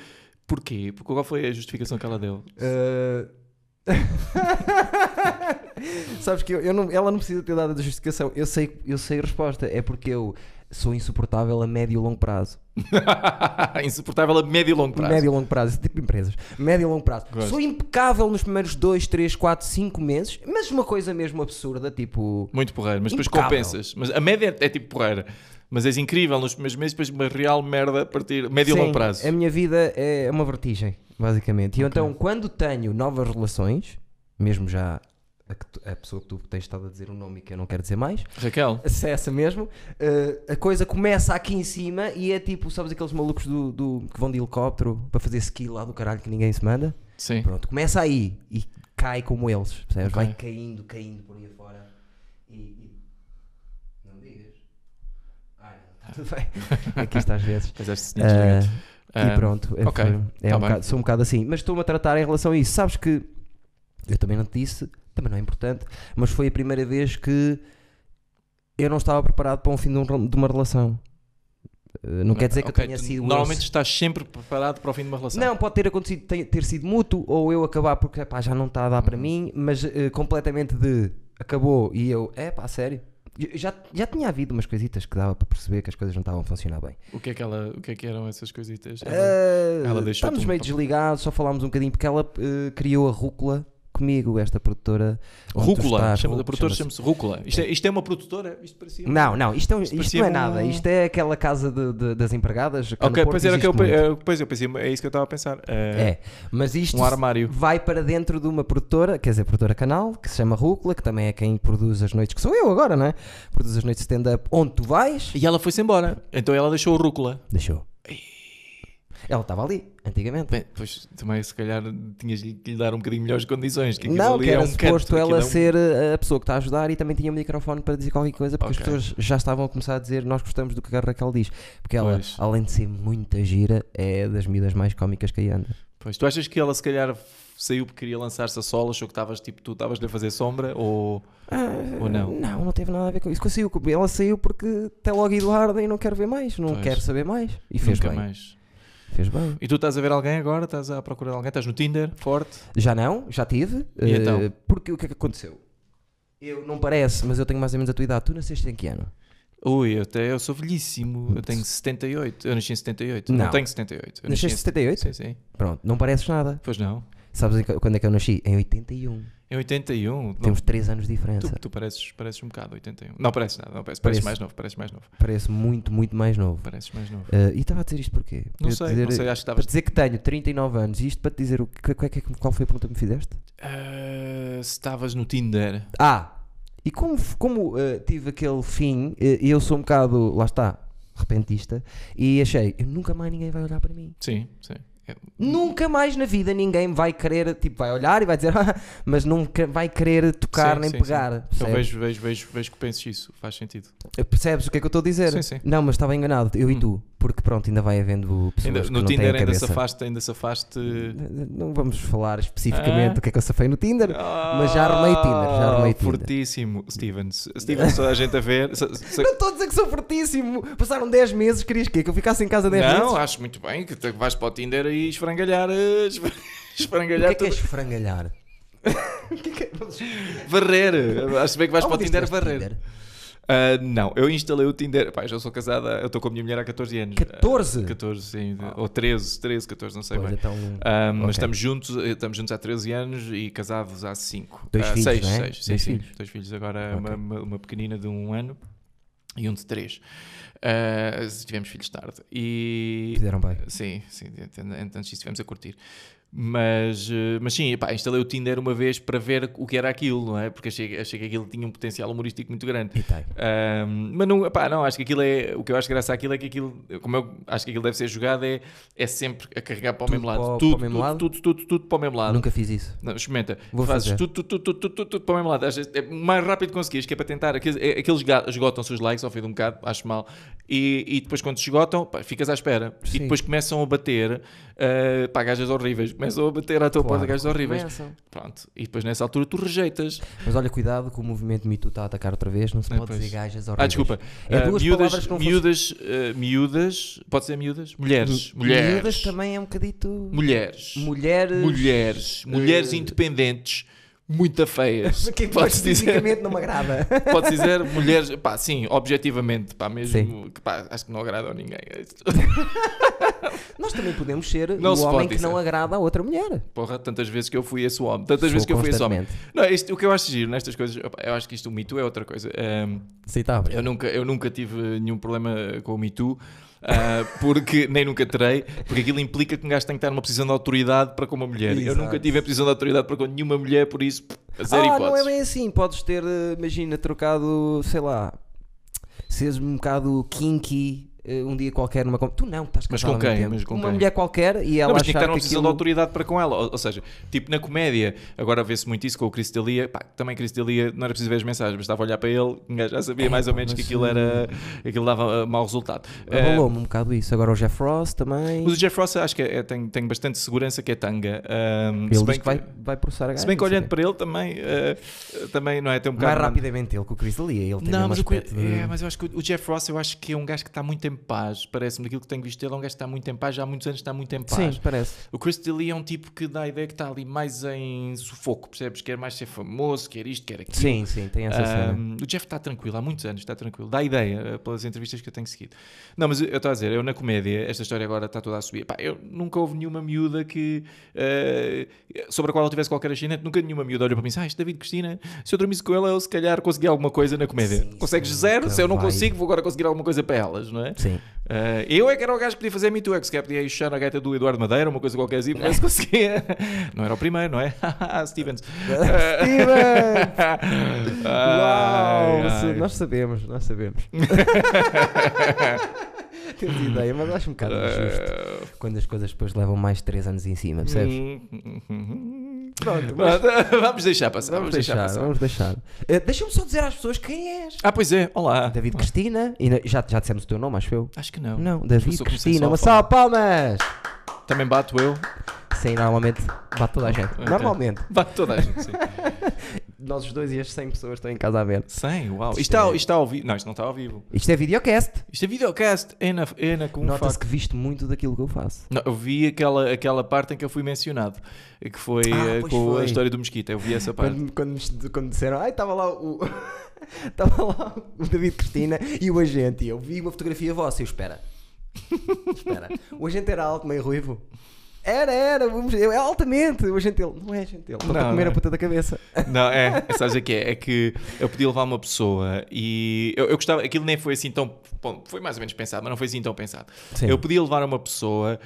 Speaker 1: porquê? Porque qual foi a justificação que ela deu? (laughs)
Speaker 2: Eh, (laughs) Sabes que eu, eu não- ela não precisa ter dado a justificação. Eu sei, eu sei a resposta. É porque eu sou insuportável a médio e longo prazo.
Speaker 1: Insuportável a médio e longo prazo.
Speaker 2: Médio e longo prazo, tipo empresas. Médio e longo prazo.
Speaker 1: Gosto.
Speaker 2: Sou impecável nos primeiros 2, 3, 4, 5 meses, mas uma coisa mesmo absurda, tipo.
Speaker 1: Muito porreiro, mas depois
Speaker 2: Impecável.
Speaker 1: compensas. Mas a média é tipo porreira. Mas és incrível nos primeiros meses, depois uma real merda a partir médio e
Speaker 2: Sim,
Speaker 1: longo prazo.
Speaker 2: A minha vida é uma vertigem, basicamente. E então, quando tenho novas relações, mesmo já a, que tu- a pessoa que tu tens estado a dizer o nome e que eu não quero dizer mais,
Speaker 1: Raquel,
Speaker 2: se é essa mesmo, eh, a coisa começa aqui em cima e é tipo, sabes aqueles malucos do, do- que vão de helicóptero para fazer ski lá do caralho que ninguém se manda?
Speaker 1: sim.
Speaker 2: Pronto, começa aí e cai como eles, percebes?
Speaker 1: Ok.
Speaker 2: Vai caindo, caindo por aí afora. E. e- Não digas. Ai, não. tá
Speaker 1: (laughs)
Speaker 2: Tudo bem. Aqui está às vezes.
Speaker 1: Mas este senhor
Speaker 2: Ah,
Speaker 1: desligado.
Speaker 2: e
Speaker 1: Ah,
Speaker 2: pronto, é,
Speaker 1: ok,
Speaker 2: foi- é
Speaker 1: tá
Speaker 2: um
Speaker 1: bem.
Speaker 2: bocado- sou um bocado assim. Mas estou-me a tratar em relação a isso. Sabes que eu também não te disse, também não é importante, mas foi a primeira vez que eu não estava preparado para um fim de, um- de uma relação. Eh, Não quer dizer que
Speaker 1: ok,
Speaker 2: eu tenha
Speaker 1: tu
Speaker 2: sido
Speaker 1: Normalmente
Speaker 2: esse.
Speaker 1: estás sempre preparado para o fim de uma relação.
Speaker 2: Não, pode ter acontecido, ter, ter sido mútuo ou eu acabar porque epá, já não está a dar
Speaker 1: Uhum.
Speaker 2: para mim, mas eh, completamente de acabou e eu, é pá, sério. Eu- Já, já tinha havido umas coisitas que dava para perceber que as coisas não estavam a funcionar bem.
Speaker 1: O que é que, ela, o que, é que eram essas coisitas? Ela-
Speaker 2: Eh,
Speaker 1: ela deixou-te
Speaker 2: estávamos
Speaker 1: um
Speaker 2: meio
Speaker 1: pa-
Speaker 2: desligados, só falámos um bocadinho porque ela eh, criou a Rúcula comigo, esta produtora. onde tu
Speaker 1: Rúcula,
Speaker 2: estás,
Speaker 1: chama,
Speaker 2: Rú-
Speaker 1: a produtora
Speaker 2: chama-se-
Speaker 1: chama-se Rúcula. Isto é, isto é uma produtora? Isto parecia.
Speaker 2: Não, não, isto, é um-
Speaker 1: Isto
Speaker 2: isto não é
Speaker 1: parecia
Speaker 2: nada.
Speaker 1: um-
Speaker 2: Isto é aquela casa de- de- das empregadas. cá no
Speaker 1: Ok,
Speaker 2: Porto
Speaker 1: pois era que eu,
Speaker 2: existe muito.
Speaker 1: eh, pois eu pensei, é isso que eu estava a pensar. Eh,
Speaker 2: É, mas isto
Speaker 1: Um armário.
Speaker 2: vai para dentro de uma produtora, quer dizer, produtora canal, que se chama Rúcula, que também é quem produz as noites, que sou eu agora, não é? Produz as noites de stand-up onde tu vais.
Speaker 1: E ela foi-se embora. Então ela deixou o Rúcula.
Speaker 2: Deixou. Ela estava ali, antigamente.
Speaker 1: Bem, pois também se calhar tinhas de lhe dar um bocadinho melhores condições. Que aquilo
Speaker 2: não,
Speaker 1: ali
Speaker 2: que era
Speaker 1: é um
Speaker 2: suposto
Speaker 1: canto,
Speaker 2: ela
Speaker 1: aquilo é um-
Speaker 2: ser uh, a pessoa que está a ajudar e também tinha um microfone para dizer qualquer coisa,
Speaker 1: Ok.
Speaker 2: porque as pessoas já estavam a começar a dizer nós gostamos do que a Raquel diz. Porque ela,
Speaker 1: Pois.
Speaker 2: além de ser muita gira, é das miúdas mais cómicas que aí anda.
Speaker 1: Pois, tu achas que ela se calhar saiu porque queria lançar-se a solo? Achou que estavas tipo, tu estavas-lhe a fazer sombra? Ou, ou não?
Speaker 2: Ah, Não, não teve nada a ver com isso. Conseguiu, ela saiu porque até logo Eduardo e não quero ver mais, não
Speaker 1: Pois.
Speaker 2: quero saber mais. E fez
Speaker 1: Nunca
Speaker 2: bem.
Speaker 1: mais.
Speaker 2: Fez bem.
Speaker 1: E tu estás a ver alguém agora? Estás à procura de alguém? Estás no Tinder? Forte?
Speaker 2: Já não, já tive.
Speaker 1: E
Speaker 2: eh,
Speaker 1: então?
Speaker 2: Porque o que é que aconteceu? Eu não parece, mas eu tenho mais ou menos a tua idade. Tu nasceste em que ano?
Speaker 1: Ui, eu, até, eu sou velhíssimo. Eu tenho 78. Eu nasci em 78. Não,
Speaker 2: Não.
Speaker 1: tenho 78. Eu nasci
Speaker 2: Nasceste em 78?
Speaker 1: em... Sim, sim.
Speaker 2: Pronto, não pareces nada.
Speaker 1: Pois não.
Speaker 2: Sabes em que- quando é que eu nasci? Em 81.
Speaker 1: Em 81. Não,
Speaker 2: Temos 3 anos de diferença.
Speaker 1: tu tu pareces, pareces um bocado 81. Não, parece nada. Não, parece, parece
Speaker 2: Parece.
Speaker 1: mais novo. Parece mais novo.
Speaker 2: Parece muito, muito mais novo.
Speaker 1: Pareces mais novo.
Speaker 2: Eh, e estava a dizer isto porquê? Para
Speaker 1: Não
Speaker 2: eu
Speaker 1: sei,
Speaker 2: dizer-
Speaker 1: não sei. Acho que
Speaker 2: Para
Speaker 1: estavas.
Speaker 2: dizer que tenho 39 anos, e isto para te dizer o que, qual, é que- qual foi a pergunta que me fizeste?
Speaker 1: Ah, se estavas no Tinder.
Speaker 2: Ah, e como, f- como eh, tive aquele fim, eh, eu sou um bocado, lá está, repentista, e achei, eu nunca mais ninguém vai olhar para mim.
Speaker 1: Sim, sim. É-
Speaker 2: Nunca mais na vida ninguém me vai querer, tipo, vai olhar e vai dizer, (laughs) "Ah", mas nunca vai querer tocar
Speaker 1: Sim,
Speaker 2: nem
Speaker 1: sim,
Speaker 2: pegar.
Speaker 1: Eu
Speaker 2: percebes?
Speaker 1: vejo, vejo, vejo, vejo que penses isso. Faz sentido.
Speaker 2: Percebes o que é que eu estou a dizer?
Speaker 1: Sim, sim.
Speaker 2: Não, mas estava enganado, eu
Speaker 1: Hum.
Speaker 2: e tu, porque pronto, ainda vai havendo pessoas
Speaker 1: Ainda-
Speaker 2: que
Speaker 1: no
Speaker 2: não
Speaker 1: Tinder
Speaker 2: têm a
Speaker 1: ainda
Speaker 2: cabeça.
Speaker 1: safaste, ainda safaste.
Speaker 2: Não vamos falar especificamente
Speaker 1: Ah.
Speaker 2: do que é que eu safei no Tinder,
Speaker 1: Mas
Speaker 2: já armei Tinder, já armei Tinder.
Speaker 1: Oh, Fortíssimo, Stevens. Stevens, toda a gente a ver. Se- se-
Speaker 2: Não estou a dizer que sou fortíssimo. Passaram 10 meses, querias que, que eu ficasse em casa 10 meses?
Speaker 1: Não, acho muito bem que tu vais para o Tinder e esfrangalhar. eh, (laughs) esfra-
Speaker 2: O que
Speaker 1: Esfrangalhar
Speaker 2: é que é
Speaker 1: tudo.
Speaker 2: esfrangalhar?
Speaker 1: Varrer. Acho bem que vais para o
Speaker 2: Onde
Speaker 1: Tinder
Speaker 2: disseste
Speaker 1: varrer.
Speaker 2: Tinder?
Speaker 1: Ah, não, eu instalei o Tinder. Pá, eu já sou casada, eu estou com a minha mulher há 14 anos.
Speaker 2: 14?
Speaker 1: Ah, 14, sim. Ou 13, 13, 14, não sei
Speaker 2: Pois,
Speaker 1: bem.
Speaker 2: então,
Speaker 1: Ah, Mas
Speaker 2: ok.
Speaker 1: estamos juntos, eh, estamos juntos há 13 anos e casados há 5.
Speaker 2: Dois filhos,
Speaker 1: 6,
Speaker 2: não é?
Speaker 1: sim,
Speaker 2: Dois
Speaker 1: sim.
Speaker 2: filhos.
Speaker 1: Dois filhos agora,
Speaker 2: Ok.
Speaker 1: uma, uma- uma pequenina de um ano e um de três. Ah, tivemos filhos tarde. E.
Speaker 2: Fizeram bem.
Speaker 1: Sim, sim, ent- ent- antes disso estivemos a curtir. Mas, eh, mas sim, epá, instalei o Tinder uma vez para ver o que era aquilo, não é? Porque achei, achei que aquilo tinha um potencial humorístico muito grande.
Speaker 2: E tem.
Speaker 1: Ahm, mas não, epá, não, acho que aquilo é. O que eu acho graça àquilo é que aquilo, como eu acho que aquilo deve ser jogado, é, é sempre a carregar para o
Speaker 2: Tudo
Speaker 1: mesmo lado.
Speaker 2: para o-
Speaker 1: tudo,
Speaker 2: para o mesmo
Speaker 1: tudo,
Speaker 2: lado?
Speaker 1: tudo, tudo, tudo para o mesmo lado.
Speaker 2: Nunca fiz isso.
Speaker 1: Não, experimenta,
Speaker 2: Vou
Speaker 1: fazes
Speaker 2: fazer.
Speaker 1: tudo, tudo, tudo, tudo, tudo, tudo para o mesmo lado. Às vezes É o mais rápido que conseguires, que é para tentar. Aqueles, é- aqueles ga- esgotam-se os likes ao fim de um bocado, acho mal. E, e depois, quando se esgotam, pá, ficas à espera. E
Speaker 2: Sim.
Speaker 1: depois começam a bater uh, pá, gajas horríveis. Começam a bater à tua porta gajas horríveis.
Speaker 2: Começam.
Speaker 1: Pronto. E depois, nessa altura, tu rejeitas.
Speaker 2: Mas olha, cuidado que o movimento Me Too está a atacar outra vez. Não se
Speaker 1: Ah,
Speaker 2: pode
Speaker 1: pois.
Speaker 2: dizer gajas
Speaker 1: Ah,
Speaker 2: horríveis.
Speaker 1: desculpa.
Speaker 2: É
Speaker 1: Ah,
Speaker 2: duas
Speaker 1: miúdas,
Speaker 2: palavras que não
Speaker 1: miúdas, ah, miúdas, pode ser miúdas? Mulheres.
Speaker 2: Mi-
Speaker 1: Mulheres.
Speaker 2: Miúdas também é um bocadito. eh,
Speaker 1: Mulheres.
Speaker 2: Mulheres. (laughs)
Speaker 1: Mulheres. Mulheres
Speaker 2: Eh,
Speaker 1: independentes. Muito
Speaker 2: (laughs)
Speaker 1: feias.
Speaker 2: Quem
Speaker 1: Podes dizer.
Speaker 2: fisicamente é não me
Speaker 1: (laughs)
Speaker 2: agrada.
Speaker 1: Pode dizer mulheres, pá, sim, objetivamente, pá, mesmo que pá, acho que não agrada a ninguém.
Speaker 2: Nós também podemos ser
Speaker 1: Não se
Speaker 2: o homem
Speaker 1: pode
Speaker 2: que
Speaker 1: dizer.
Speaker 2: não agrada a outra mulher.
Speaker 1: Porra, tantas vezes que eu fui esse homem, tantas
Speaker 2: Sou
Speaker 1: vezes que eu fui esse homem.
Speaker 2: constantemente.
Speaker 1: Não, isto- o que eu acho giro nestas coisas, opá, eu acho que isto o mito é outra coisa. Ahm,
Speaker 2: Aceitável.
Speaker 1: eu, nunca, eu nunca tive nenhum problema com o Me Too. ah, porque (laughs) nem nunca terei, porque aquilo implica que um gajo tem que estar numa posição de autoridade para com uma mulher. Eu
Speaker 2: Exato.
Speaker 1: nunca tive a posição de autoridade para com nenhuma mulher, por isso, pff, zero
Speaker 2: ah, não é
Speaker 1: hipóteses.
Speaker 2: bem assim. Podes ter, eh, imagina, trocado, sei lá, seres um bocado kinky eh, um dia qualquer numa. com- Tu não, estás
Speaker 1: Mas
Speaker 2: casado
Speaker 1: com
Speaker 2: há muito
Speaker 1: quem?
Speaker 2: tempo.
Speaker 1: Mas com
Speaker 2: uma
Speaker 1: quem?
Speaker 2: mulher qualquer e ela
Speaker 1: não, mas tinha que
Speaker 2: achar
Speaker 1: estar numa
Speaker 2: que
Speaker 1: posição
Speaker 2: aquilo...
Speaker 1: de autoridade para com ela. Ou, ou seja, tipo na comédia, agora vê-se muito isso com o Chris D'Elia. Pá, também Chris D'Elia, não era preciso ver as mensagens, mas estava a olhar para ele, um gajo já sabia
Speaker 2: É,
Speaker 1: mais ou
Speaker 2: pá,
Speaker 1: menos que
Speaker 2: mas,
Speaker 1: aquilo era. aquilo dava ah, mau resultado. Ah,
Speaker 2: Rolou-me um bocado isso. Agora o Jeff Ross também.
Speaker 1: Mas o Jeff Ross acho que é- é- tem, tem bastante segurança que é tanga. Ahm,
Speaker 2: Ele
Speaker 1: se
Speaker 2: diz
Speaker 1: bem
Speaker 2: que vai, vai processar a gaja.
Speaker 1: se bem que
Speaker 2: não sei
Speaker 1: olhando para ele também, eh, também não é? Tem um
Speaker 2: quê. Mais
Speaker 1: bocado.
Speaker 2: rapidamente ele que o Chris Lee. Ele tem
Speaker 1: Não,
Speaker 2: um
Speaker 1: mas, eu,
Speaker 2: aspecto de...
Speaker 1: é, mas eu acho que o o Jeff Ross eu acho que é um gajo que está muito em paz. Parece-me daquilo que tenho visto ele, é um gajo que está muito em paz, já há muitos anos está muito em paz.
Speaker 2: Sim, parece.
Speaker 1: O Chris D'Elia é um tipo que dá a ideia que está ali mais em sufoco, percebes? Quer mais ser famoso, quer isto, quer aquilo.
Speaker 2: Sim, sim, tem
Speaker 1: Ah,
Speaker 2: essa cena.
Speaker 1: Ahm, o Jeff está tranquilo, há muitos anos está tranquilo. Dá ideia eh, pelas entrevistas que eu tenho seguido. Não, mas eu eu estou a dizer, eu na comédia, esta história agora está toda a subir. Pá, eu nunca houve nenhuma miúda que. eh, sobre a qual eu tivesse qualquer ascendente, nunca nenhuma miúda olhou para mim e disse: Ah, este David Cristina, se eu dormisse com ela, eu se calhar consegui alguma coisa na comédia.
Speaker 2: Sim,
Speaker 1: Consegues
Speaker 2: sim,
Speaker 1: zero,
Speaker 2: nunca
Speaker 1: se eu não
Speaker 2: vai.
Speaker 1: consigo, vou agora conseguir alguma coisa para elas, não é? (laughs)
Speaker 2: Sim.
Speaker 1: Eh, eu é que era o gajo que podia fazer Me Too, é que se calhar podia enxar a gaita do Eduardo Madeira, uma coisa qualquer assim, mas conseguia. (laughs) Não era o primeiro, não é? (laughs)
Speaker 2: (laughs)
Speaker 1: Stevens. Eh,
Speaker 2: Steven! (laughs)
Speaker 1: Ai,
Speaker 2: Uau! você-
Speaker 1: ai.
Speaker 2: Nós sabemos,
Speaker 1: (laughs)
Speaker 2: nós sabemos. Temos ideia, mas acho um bocado injusto quando as coisas depois levam mais de 3 anos em cima, percebes?
Speaker 1: Hum.
Speaker 2: Pronto, mas
Speaker 1: Pronto, é (laughs) Vamos deixar passar. Vamos deixar, passar.
Speaker 2: vamos deixar. Eh, Deixa-me só dizer às pessoas quem és.
Speaker 1: Ah, pois é. Olá.
Speaker 2: David Cristina, e na- já, já dissemos o teu nome, acho eu.
Speaker 1: Acho que não.
Speaker 2: Não,
Speaker 1: Mas
Speaker 2: David
Speaker 1: eu comecei
Speaker 2: Cristina,
Speaker 1: só a
Speaker 2: uma salva de palmas!
Speaker 1: Também bato
Speaker 2: (laughs)
Speaker 1: eu.
Speaker 2: Sim, normalmente bate toda a gente.
Speaker 1: Ok.
Speaker 2: Normalmente,
Speaker 1: Bato toda a gente, sim.
Speaker 2: nós os dois e as 100 pessoas estão em casa a ver.
Speaker 1: 100, uau. Isto
Speaker 2: Isto
Speaker 1: está,
Speaker 2: é-
Speaker 1: isto está ao vivo. Não, isto não está ao vivo.
Speaker 2: Isto é videocast.
Speaker 1: Isto é videocast. É na, é na como
Speaker 2: Nota-se
Speaker 1: facto.
Speaker 2: que viste muito daquilo que eu faço.
Speaker 1: Não, eu vi aquela, aquela parte em que eu fui mencionado, que foi
Speaker 2: Ah,
Speaker 1: eh,
Speaker 2: pois
Speaker 1: com a
Speaker 2: foi.
Speaker 1: história do Mosquito. Eu vi essa parte.
Speaker 2: Quando, quando, nos- quando disseram, ai, estava lá o. (laughs) Estava lá o David Cristina e o agente. E eu vi uma fotografia vossa e eu, espera. Espera. O agente era alto, meio ruivo. Era, era, vamos- eu, é altamente. O agente ele, não é agente ele, estou
Speaker 1: Não,
Speaker 2: a comer
Speaker 1: não é.
Speaker 2: a puta da cabeça.
Speaker 1: Não, é, sabes o que é? É que eu podia levar uma pessoa e eu, eu gostava, aquilo nem foi assim tão. bom, foi mais ou menos pensado, mas não foi assim tão pensado.
Speaker 2: Sim.
Speaker 1: Eu podia levar uma pessoa.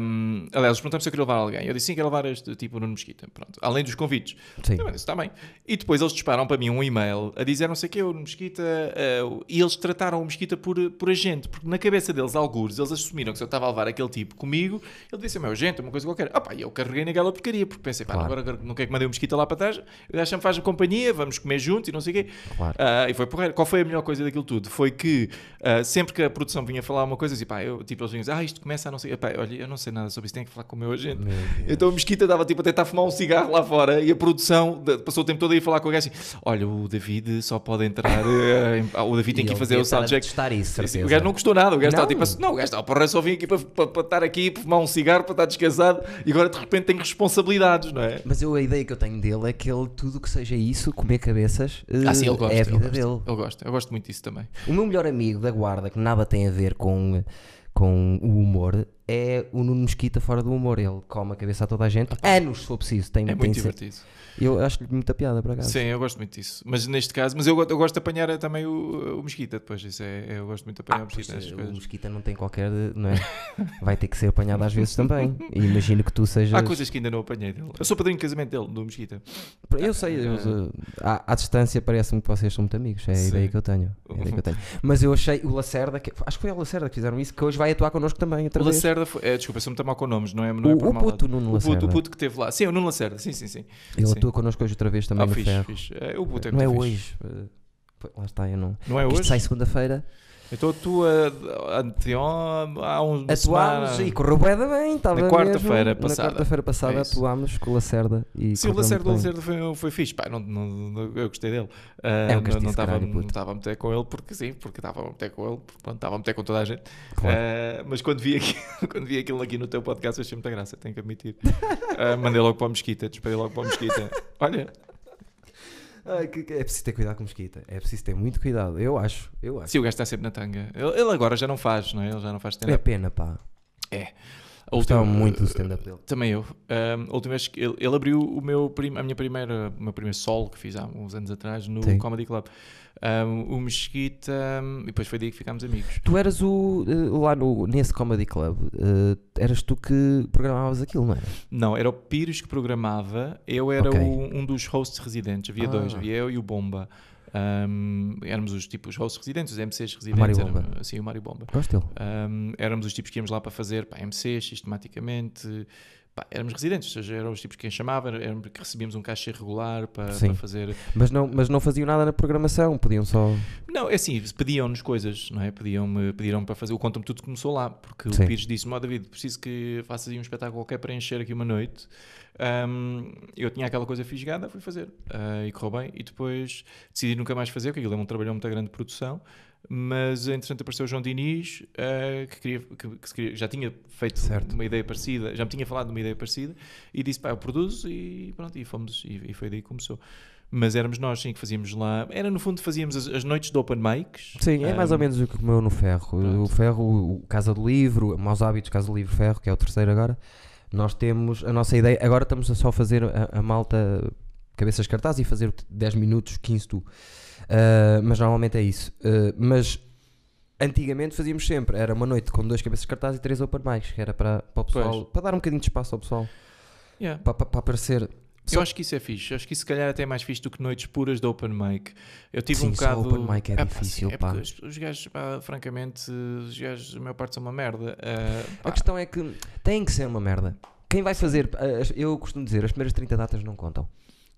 Speaker 1: hum, aliás, eles perguntaram se eu queria levar alguém. Eu disse sim, quero levar este tipo no Mosquita. Pronto, além dos convites.
Speaker 2: Sim.
Speaker 1: Eu disse, está bem. E depois eles disparam para mim um e-mail a dizer não sei o que, o Mosquita. eh, o- e eles trataram o Mosquita por, por agente, porque na cabeça deles, algures, eles assumiram que se eu estava a levar aquele tipo comigo, ele disse: é meu agente, uma coisa qualquer. Ah, pá, e eu carreguei naquela porcaria, porque pensei, pá,
Speaker 2: Claro.
Speaker 1: agora agora não quer que mandei o Mosquita lá para trás, o gajo me faz companhia, vamos comer juntos e não sei o quê.
Speaker 2: Claro.
Speaker 1: Ah, e foi porreiro. Qual foi a melhor coisa daquilo tudo? Foi que ah, sempre que a produção vinha falar uma coisa, assim, pá, eu, tipo, eles vinham dizer, ah, isto começa a não sei, pá, olha, eu não sei nada sobre isso, tenho que falar com o meu agente. Então o Mesquita estava tipo a tentar fumar um cigarro lá fora e a produção da- passou o tempo todo a ir falar com o gajo assim, olha, o David só pode entrar, eh, em- ah, o David tem que ir fazer o soundcheck.
Speaker 2: testar isso,
Speaker 1: Sim, O gajo não gostou nada, o gajo estava
Speaker 2: Não.
Speaker 1: tipo assim, não, o gajo estava porra, eu só vim aqui para, para, para estar aqui, para fumar um cigarro, para estar descansado e agora de repente tem responsabilidades, não é?
Speaker 2: Mas eu, a ideia que eu tenho dele é que ele, tudo que seja isso, comer cabeças,
Speaker 1: Ah, sim, ele gosta.
Speaker 2: é a
Speaker 1: ele
Speaker 2: vida
Speaker 1: gosta,
Speaker 2: dele.
Speaker 1: Ele gosta, eu gosto muito disso também.
Speaker 2: O meu melhor amigo da guarda, que nada tem a ver com, com o humor, é o Nuno Mesquita fora do humor. Ele come a cabeça a toda a gente, anos se for preciso. Tem,
Speaker 1: É
Speaker 2: tem
Speaker 1: muito
Speaker 2: se-
Speaker 1: divertido.
Speaker 2: Eu acho-lhe muita piada, por acaso.
Speaker 1: Sim, eu gosto muito disso. Mas neste caso, mas eu, go- eu gosto de apanhar eh, também o, o Mesquita depois. Isso é, eu gosto muito de apanhar
Speaker 2: Ah,
Speaker 1: o Mesquita
Speaker 2: pois,
Speaker 1: nestas
Speaker 2: eh, o
Speaker 1: coisas.
Speaker 2: Mesquita não tem qualquer. Não é? Vai ter que ser apanhado às
Speaker 1: (laughs)
Speaker 2: vezes também. E imagino que tu sejas.
Speaker 1: Há coisas que ainda não apanhei dele. Eu sou padrinho de casamento dele, do Mesquita.
Speaker 2: Eu sei, eu, eh, à, à distância parece-me que vocês são muito amigos. É a
Speaker 1: Ah. Sim. Uhum.
Speaker 2: ideia que eu tenho. é a ideia que eu tenho. Mas eu achei o Lacerda, que- acho que foi o Lacerda que fizeram isso, que hoje vai atuar connosco também. Outra
Speaker 1: O
Speaker 2: vez.
Speaker 1: Lacerda foi. eh, desculpa, sou muito mal com nomes, não é? Não é
Speaker 2: O-
Speaker 1: por
Speaker 2: o
Speaker 1: maldade.
Speaker 2: puto Nuno
Speaker 1: o puto,
Speaker 2: Lacerda.
Speaker 1: o puto que teve lá. Sim, o Nuno Lacerda. Sim, sim, sim.
Speaker 2: Ele
Speaker 1: Sim.
Speaker 2: atua connosco hoje outra vez também
Speaker 1: ah,
Speaker 2: no
Speaker 1: fixe,
Speaker 2: Ferro.
Speaker 1: fixe. Eh, O puto é
Speaker 2: não é
Speaker 1: muito fixe.
Speaker 2: hoje. eh, pô, Lá está, eu não.
Speaker 1: Não é
Speaker 2: Isto
Speaker 1: hoje?
Speaker 2: sai segunda-feira.
Speaker 1: Então tu a, anteontem, há uns.
Speaker 2: Atuámos e correu bué da bem. estava
Speaker 1: Na quarta-feira
Speaker 2: mesmo.
Speaker 1: passada.
Speaker 2: Na quarta-feira passada
Speaker 1: É isso.
Speaker 2: atuámos com o Lacerda. E
Speaker 1: Sim, o
Speaker 2: correu
Speaker 1: Lacerda, o
Speaker 2: muito bem.
Speaker 1: Lacerda foi, foi fixe. Pá, não, não- não- eu gostei dele. Ah,
Speaker 2: É o que eu
Speaker 1: não-
Speaker 2: disse,
Speaker 1: não estava
Speaker 2: caralho,
Speaker 1: não
Speaker 2: puto.
Speaker 1: estava a meter com ele porque sim, porque estava a meter com ele, porque, pronto, estava a meter com toda a gente.
Speaker 2: Claro.
Speaker 1: Ah, mas quando vi, aqui, (laughs) quando vi aquilo aqui no teu podcast, achei muita graça, tenho que admitir. Ah, mandei logo para o Mesquita, disparei logo para o Mesquita. Olha,
Speaker 2: Ai, que- que- é preciso ter cuidado com mosquita. É preciso ter muito cuidado. Eu acho. Eu acho.
Speaker 1: sim, o gajo está sempre na tanga. Ele, ele agora já não faz, não é? Ele já não faz
Speaker 2: É
Speaker 1: stand-up.
Speaker 2: pena, pá.
Speaker 1: É. a
Speaker 2: Gostava
Speaker 1: última-
Speaker 2: muito do stand-up dele.
Speaker 1: Também eu. Ahm, a última vez que ele, ele abriu o meu prim- a minha primeira, o meu primeiro solo que fiz há uns anos atrás no
Speaker 2: Sim.
Speaker 1: Comedy Club. Ahm, o Mesquita, ahm, e depois foi daí que ficámos amigos.
Speaker 2: Tu eras o. eh, lá no, nesse Comedy Club, eh, eras tu que programavas aquilo, não é?
Speaker 1: Não, era o Pires que programava, eu era
Speaker 2: Ok.
Speaker 1: o- um dos hosts residentes, havia dois,
Speaker 2: Ah.
Speaker 1: havia eu e o Bomba. Ahm, éramos os tipos os hosts residentes, os MCs residentes.
Speaker 2: Mário
Speaker 1: eram-
Speaker 2: Bomba.
Speaker 1: Sim, o Mário Bomba.
Speaker 2: Gosto dele.
Speaker 1: Um, éramos os tipos que íamos lá para fazer pá, MCs sistematicamente. Pá, éramos residentes, ou seja, eram os tipos que quem chamava, era- éramos que recebíamos um caixa regular para,
Speaker 2: Sim.
Speaker 1: para fazer.
Speaker 2: Mas não, mas não faziam nada na programação, podiam só.
Speaker 1: Não, é assim, pediam-nos coisas, não é? Pediam-me, pediram para fazer. O Conta-me Tudo começou lá, porque
Speaker 2: Sim.
Speaker 1: o Pires disse-me: Ó David, preciso que faças aí um espetáculo qualquer para encher aqui uma noite. Um, eu tinha aquela coisa fisgada, fui fazer ah, e correu bem. E depois decidi nunca mais fazer, porque aquilo é um trabalhão muito grande de produção. Mas entretanto apareceu o João Diniz, ah, que, queria, que- que se queria- já tinha feito
Speaker 2: Certo.
Speaker 1: uma ideia parecida, já me tinha falado de uma ideia parecida, e disse: pá, eu produzo e pronto, e fomos, e, e foi daí que começou. Mas éramos nós, sim, que fazíamos lá. Era no fundo, fazíamos as, as noites de open mics.
Speaker 2: Sim, é mais ou
Speaker 1: Ah,
Speaker 2: menos o que comeu no Ferro. O
Speaker 1: pronto.
Speaker 2: Ferro, o Casa do Livro, Maus Hábitos, Casa do Livro Ferro, que é o terceiro agora. Nós temos a nossa ideia. Agora estamos a só fazer a, a malta cabeças cartaz e fazer 10 minutos, 15 tu. Ah, mas normalmente é isso. Ah, mas antigamente fazíamos sempre. Era uma noite com dois cabeças cartaz e três open mics, que era para, para o pessoal,
Speaker 1: Pois.
Speaker 2: para dar um bocadinho de espaço ao pessoal,
Speaker 1: yeah.
Speaker 2: para, para, para aparecer. Só-
Speaker 1: Eu acho que isso é fixe. Eu acho que isso, se calhar, até é mais fixe do que noites puras de open mic. Eu tive
Speaker 2: Sim,
Speaker 1: um
Speaker 2: só
Speaker 1: bocado.
Speaker 2: open mic é difícil,
Speaker 1: sim, é
Speaker 2: pá.
Speaker 1: porque Os, os gajos, pá, francamente, os gajos, a maior parte são uma merda. Ah,
Speaker 2: A
Speaker 1: pá,
Speaker 2: questão é que tem que ser uma merda. Quem vai fazer, eh, as- eu costumo dizer, as primeiras 30 datas não contam.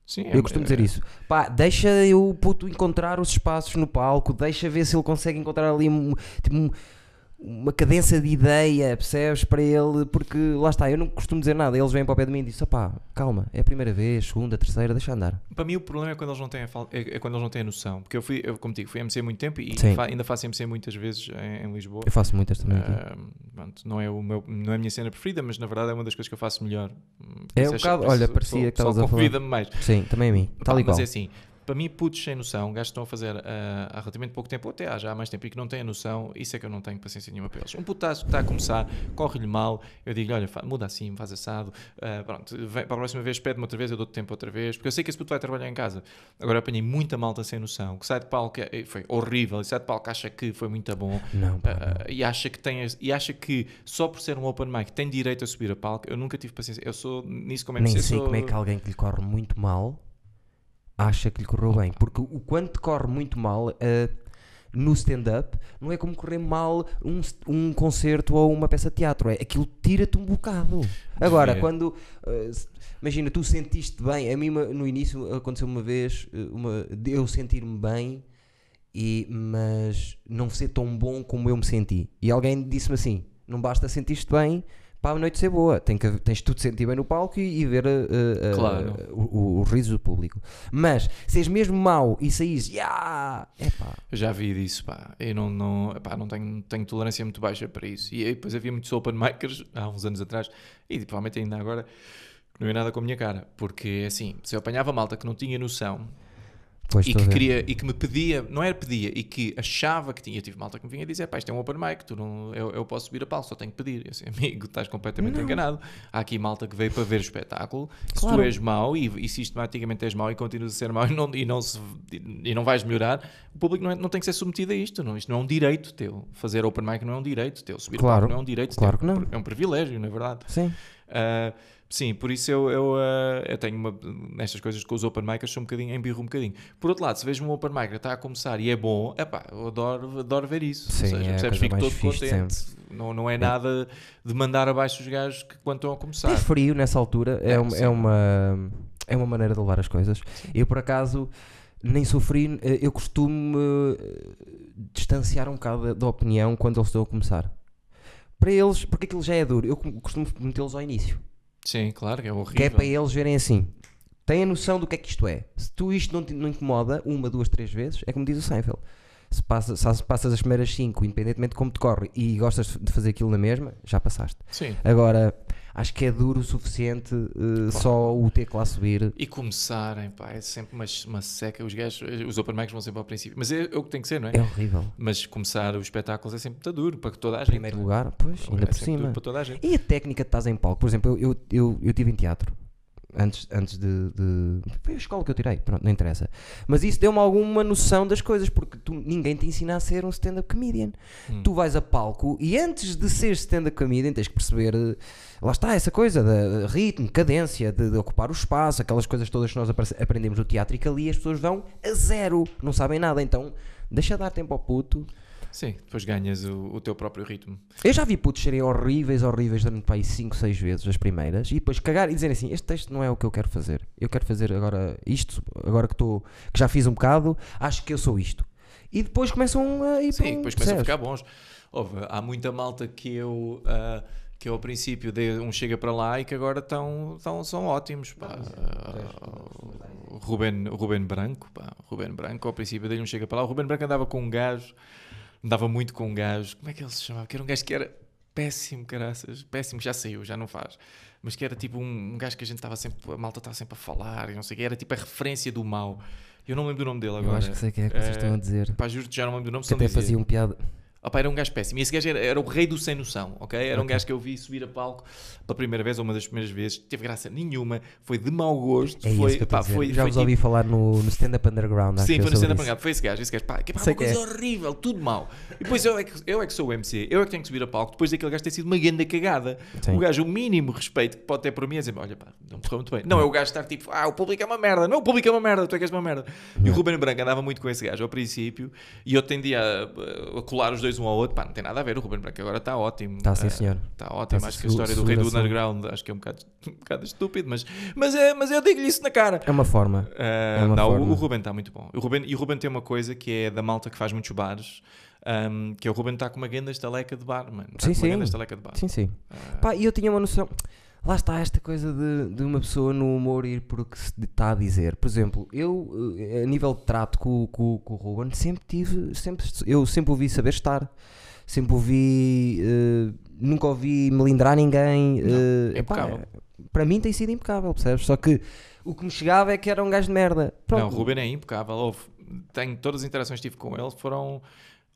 Speaker 1: sim, é-
Speaker 2: Eu costumo dizer
Speaker 1: é-
Speaker 2: isso. Pá, deixa eu puto encontrar os espaços no palco, deixa ver se ele consegue encontrar ali um- tipo, um- uma cadência de ideia, percebes? Para ele, porque lá está, eu não costumo dizer nada. Eles vêm para o pé de mim e dizem: pá, calma, é a primeira vez, segunda, terceira, deixa andar.
Speaker 1: Para mim o problema é quando eles não têm a, fal- é, é quando eles não têm a noção. Porque eu fui, eu, como digo, fui MC muito tempo e
Speaker 2: Sim.
Speaker 1: fa- ainda faço MC muitas vezes em, em Lisboa.
Speaker 2: Eu faço muitas também aqui.
Speaker 1: Ah, pronto, não, é o meu, não é a minha cena preferida, mas na verdade é uma das coisas que eu faço melhor. Hum,
Speaker 2: É
Speaker 1: isso
Speaker 2: um
Speaker 1: chato,
Speaker 2: bocado-
Speaker 1: por isso
Speaker 2: olha,
Speaker 1: o
Speaker 2: parecia
Speaker 1: pessoal-
Speaker 2: que estavas
Speaker 1: o pessoal
Speaker 2: a falar.
Speaker 1: convida-me mais.
Speaker 2: Sim, também a mim, tal
Speaker 1: Pá,
Speaker 2: e qual.
Speaker 1: Mas é assim, para mim, putos sem noção, gajos que estão a fazer ah, há relativamente pouco tempo, ou até há já há mais tempo, e que não têm a noção, isso é que eu não tenho paciência nenhuma para eles. Um putaço que está a começar, corre-lhe mal, eu digo-lhe, olha, fa- muda assim, faz assado, ah, pronto, vem, para a próxima vez pede-me outra vez, eu dou-te tempo outra vez, porque eu sei que esse puto vai trabalhar em casa. Agora eu apanhei muita malta sem noção, que sai de palco, que eh, foi horrível, e sai de palco, acha que foi muito bom,
Speaker 2: Não, pá, não.
Speaker 1: ah, e, acha que tem, as- e acha que só por ser um open mic tem direito a subir a palco, eu nunca tive paciência, eu sou nisso como é que
Speaker 2: Nem sei
Speaker 1: eu sou-
Speaker 2: como é que alguém que lhe corre muito mal acha que lhe correu bem. Porque o quanto te corre muito mal eh, no stand-up não é como correr mal um, s- um concerto ou uma peça de teatro. É, aquilo tira-te um bocado. Agora,
Speaker 1: ver.
Speaker 2: quando. eh, s- imagina, tu sentiste bem. A mim, ma- no início, aconteceu uma vez eh, uma, de eu sentir-me bem. E, mas não ser tão bom como eu me senti. E alguém disse-me assim: não basta sentir-te bem para a noite ser boa, Tem que, tens tu de sentir bem no palco e, e ver eh, eh,
Speaker 1: Claro.
Speaker 2: eh, o, o- o riso do público. Mas se és mesmo mau e saís, yeah! epá,
Speaker 1: Eu Já vi disso, pá. Eu não, não, epá, não tenho, tenho tolerância muito baixa para isso. E aí, depois havia muitos open micers há uns anos atrás e provavelmente ainda agora que não é nada com a minha cara. Porque assim, se eu apanhava malta que não tinha noção
Speaker 2: pois
Speaker 1: e
Speaker 2: estou a
Speaker 1: que,
Speaker 2: ver.
Speaker 1: queria, e que me pedia, não era pedia, e que achava que tinha. Eu tive malta que me vinha dizer: pá, isto é um open mic, tu não, eu, eu posso subir a palco, só tenho que pedir. Eu assim, amigo, estás completamente enganado. Há aqui malta que veio para ver o espetáculo. Se
Speaker 2: Claro.
Speaker 1: tu és mau e, e sistematicamente és mau e continuas a ser mau (laughs) e não, e não, se- e não vais melhorar, o público não, é- não tem que ser submetido a isto. Não, isto não é um direito teu. Fazer open mic não é um direito teu. Subir
Speaker 2: Claro,
Speaker 1: a palco não é um direito
Speaker 2: claro
Speaker 1: teu.
Speaker 2: que não.
Speaker 1: É um privilégio, na verdade.
Speaker 2: Sim,
Speaker 1: Ah, sim, por isso eu, eu, ah, eu tenho uma, nestas coisas com os open micers sou um bocadinho, embirro um bocadinho. Por outro lado, se vejo um open mic que está a começar e é bom, epá, eu adoro, adoro ver isso.
Speaker 2: Sim,
Speaker 1: Ou seja,
Speaker 2: é a
Speaker 1: percebes,
Speaker 2: coisa
Speaker 1: fico
Speaker 2: mais
Speaker 1: todo
Speaker 2: fixe
Speaker 1: contente. Não, não é nada de mandar abaixo os gajos que quando estão a começar.
Speaker 2: ter frio nessa altura é,
Speaker 1: Tá. É,
Speaker 2: uma,
Speaker 1: sim.
Speaker 2: é, uma, é uma maneira de levar as coisas. Eu por acaso nem sofri, eh, eu costumo eh, distanciar um bocado da- da opinião quando eles estão a começar. Para eles, porque aquilo já é duro, eu costumo metê-los ao início.
Speaker 1: Sim, claro, que é horrível.
Speaker 2: Que é para eles verem assim. Têm a noção do que é que isto é. Se tu isto não te não incomoda uma, duas, três vezes, é como diz o Seinfeld. Se, passa, se passas as primeiras cinco, independentemente de como te corre, e gostas de fazer aquilo na mesma, já passaste.
Speaker 1: Sim.
Speaker 2: Agora, acho que é duro o suficiente eh, só o teclado a subir.
Speaker 1: E começarem, pá, é sempre uma, uma seca. Os gajos, os open mics vão sempre ao princípio. Mas é, é o que tem que ser, não é?
Speaker 2: É horrível.
Speaker 1: Mas começar os espetáculos é sempre muito duro para toda a
Speaker 2: Em
Speaker 1: gente.
Speaker 2: primeiro lugar, pois, ainda
Speaker 1: é
Speaker 2: por
Speaker 1: sempre duro
Speaker 2: cima.
Speaker 1: para toda a gente.
Speaker 2: E a técnica de estás em palco? Por exemplo, eu, eu, eu, eu tive em teatro. Antes, antes de, de- Foi a escola que eu tirei, pronto, não interessa. Mas isso deu-me alguma noção das coisas, porque tu, ninguém te ensina a ser um stand-up comedian. Tu vais a palco e antes de ser stand-up comedian tens que perceber. eh, Lá está essa coisa de ritmo, cadência, de, de ocupar o espaço, aquelas coisas todas que nós apre- aprendemos no teatro e que ali as pessoas vão a zero, não sabem nada. Então, deixa dar tempo ao puto.
Speaker 1: Sim, depois ganhas o, o teu próprio ritmo.
Speaker 2: Eu já vi putos serem horríveis, horríveis durante para aí 5, 6 vezes as primeiras e depois cagar e dizerem assim: Este texto não é o que eu quero fazer. Eu quero fazer agora isto, agora que, estou que já fiz um bocado, acho que eu sou isto. E depois começam a ir para
Speaker 1: Sim,
Speaker 2: um-
Speaker 1: depois começam a
Speaker 2: percebes?
Speaker 1: ficar bons. Houve, há muita malta que eu. ah, que eu ao princípio dei um chega para lá e que agora estão, estão, são ótimos. Pá. Ah, o Ruben, o Ruben Branco, pá. o Ruben Branco, ao princípio dei um chega para lá. O Ruben Branco andava com um gajo, andava muito com um gajo. Como é que ele se chamava? Que era um gajo que era péssimo, caraças. Péssimo, já saiu, já não faz. Mas que era tipo um, um gajo que a gente estava sempre, a malta estava sempre a falar e não sei o que. Era tipo a referência do mal. Eu não lembro do nome dele agora.
Speaker 2: Eu acho que sei quem é que vocês
Speaker 1: Eh,
Speaker 2: estão a dizer.
Speaker 1: Pá, juro já não me lembro do nome,
Speaker 2: Que
Speaker 1: só
Speaker 2: até
Speaker 1: dizia.
Speaker 2: faziam piada.
Speaker 1: Opa, era um gajo péssimo. E esse gajo era, era o rei do sem noção, ok? Era um gajo que eu vi subir a palco pela primeira vez, ou uma das primeiras vezes. Teve graça nenhuma, foi de mau gosto.
Speaker 2: É isso
Speaker 1: foi,
Speaker 2: que eu estou
Speaker 1: pá,
Speaker 2: a dizer.
Speaker 1: foi,
Speaker 2: Já
Speaker 1: foi tipo
Speaker 2: vos ouvi falar no, no stand-up underground. acho
Speaker 1: Sim,
Speaker 2: eu,
Speaker 1: foi no
Speaker 2: sobre
Speaker 1: stand
Speaker 2: isso.
Speaker 1: up foi esse gajo, esse gajo, pá, que, pá,
Speaker 2: Sei
Speaker 1: uma
Speaker 2: que é.
Speaker 1: coisa horrível, tudo mal. E depois eu é, que, eu é que sou o MC, eu é que tenho que subir a palco, depois daquele gajo ter sido uma grande cagada.
Speaker 2: Sim.
Speaker 1: O gajo, o mínimo respeito que pode ter por mim é dizer, olha pá, não correu muito bem. Não, é o gajo estar tipo, ah, o público é uma merda, não, o público é uma merda, tu é que és uma merda. E o Ruben Branco andava muito com esse gajo ao princípio e eu tendia a, a colar os dois um ao outro, pá, não tem nada a ver, o Ruben Branco agora está ótimo.
Speaker 2: Tá, sim,
Speaker 1: Ah,
Speaker 2: senhor.
Speaker 1: Está ótimo,
Speaker 2: Tá,
Speaker 1: acho
Speaker 2: sim,
Speaker 1: que a história do
Speaker 2: segura-
Speaker 1: rei do
Speaker 2: segura-se.
Speaker 1: underground acho que é um bocado, (laughs) um bocado estúpido, mas, mas, é, mas eu digo-lhe isso na cara.
Speaker 2: É uma forma.
Speaker 1: Ah,
Speaker 2: É uma
Speaker 1: não, o-
Speaker 2: forma.
Speaker 1: o Ruben está muito bom. O Ruben, e o Ruben tem uma coisa que é da malta que faz muitos bares, ahm, que é o Ruben está com uma grande estaleca de bar, mano. Está
Speaker 2: Sim,
Speaker 1: com uma
Speaker 2: sim.
Speaker 1: grande estaleca de bar.
Speaker 2: Sim, sim.
Speaker 1: Ah,
Speaker 2: Pá, e eu tinha uma noção. Lá está esta coisa de, de uma pessoa no humor ir por o que se está a dizer. Por exemplo, eu, eh, a nível de trato com, com, com o Ruben, sempre tive. Sempre, eu sempre ouvi saber estar. Sempre ouvi. eh, nunca ouvi melindrar ninguém. eh,
Speaker 1: é
Speaker 2: epá,
Speaker 1: impecável.
Speaker 2: para mim tem sido impecável, percebes? Só que o que me chegava é que era um gajo de merda. Pronto.
Speaker 1: não, o Ruben é impecável. Houve- tenho, todas as interações que tive com ele foram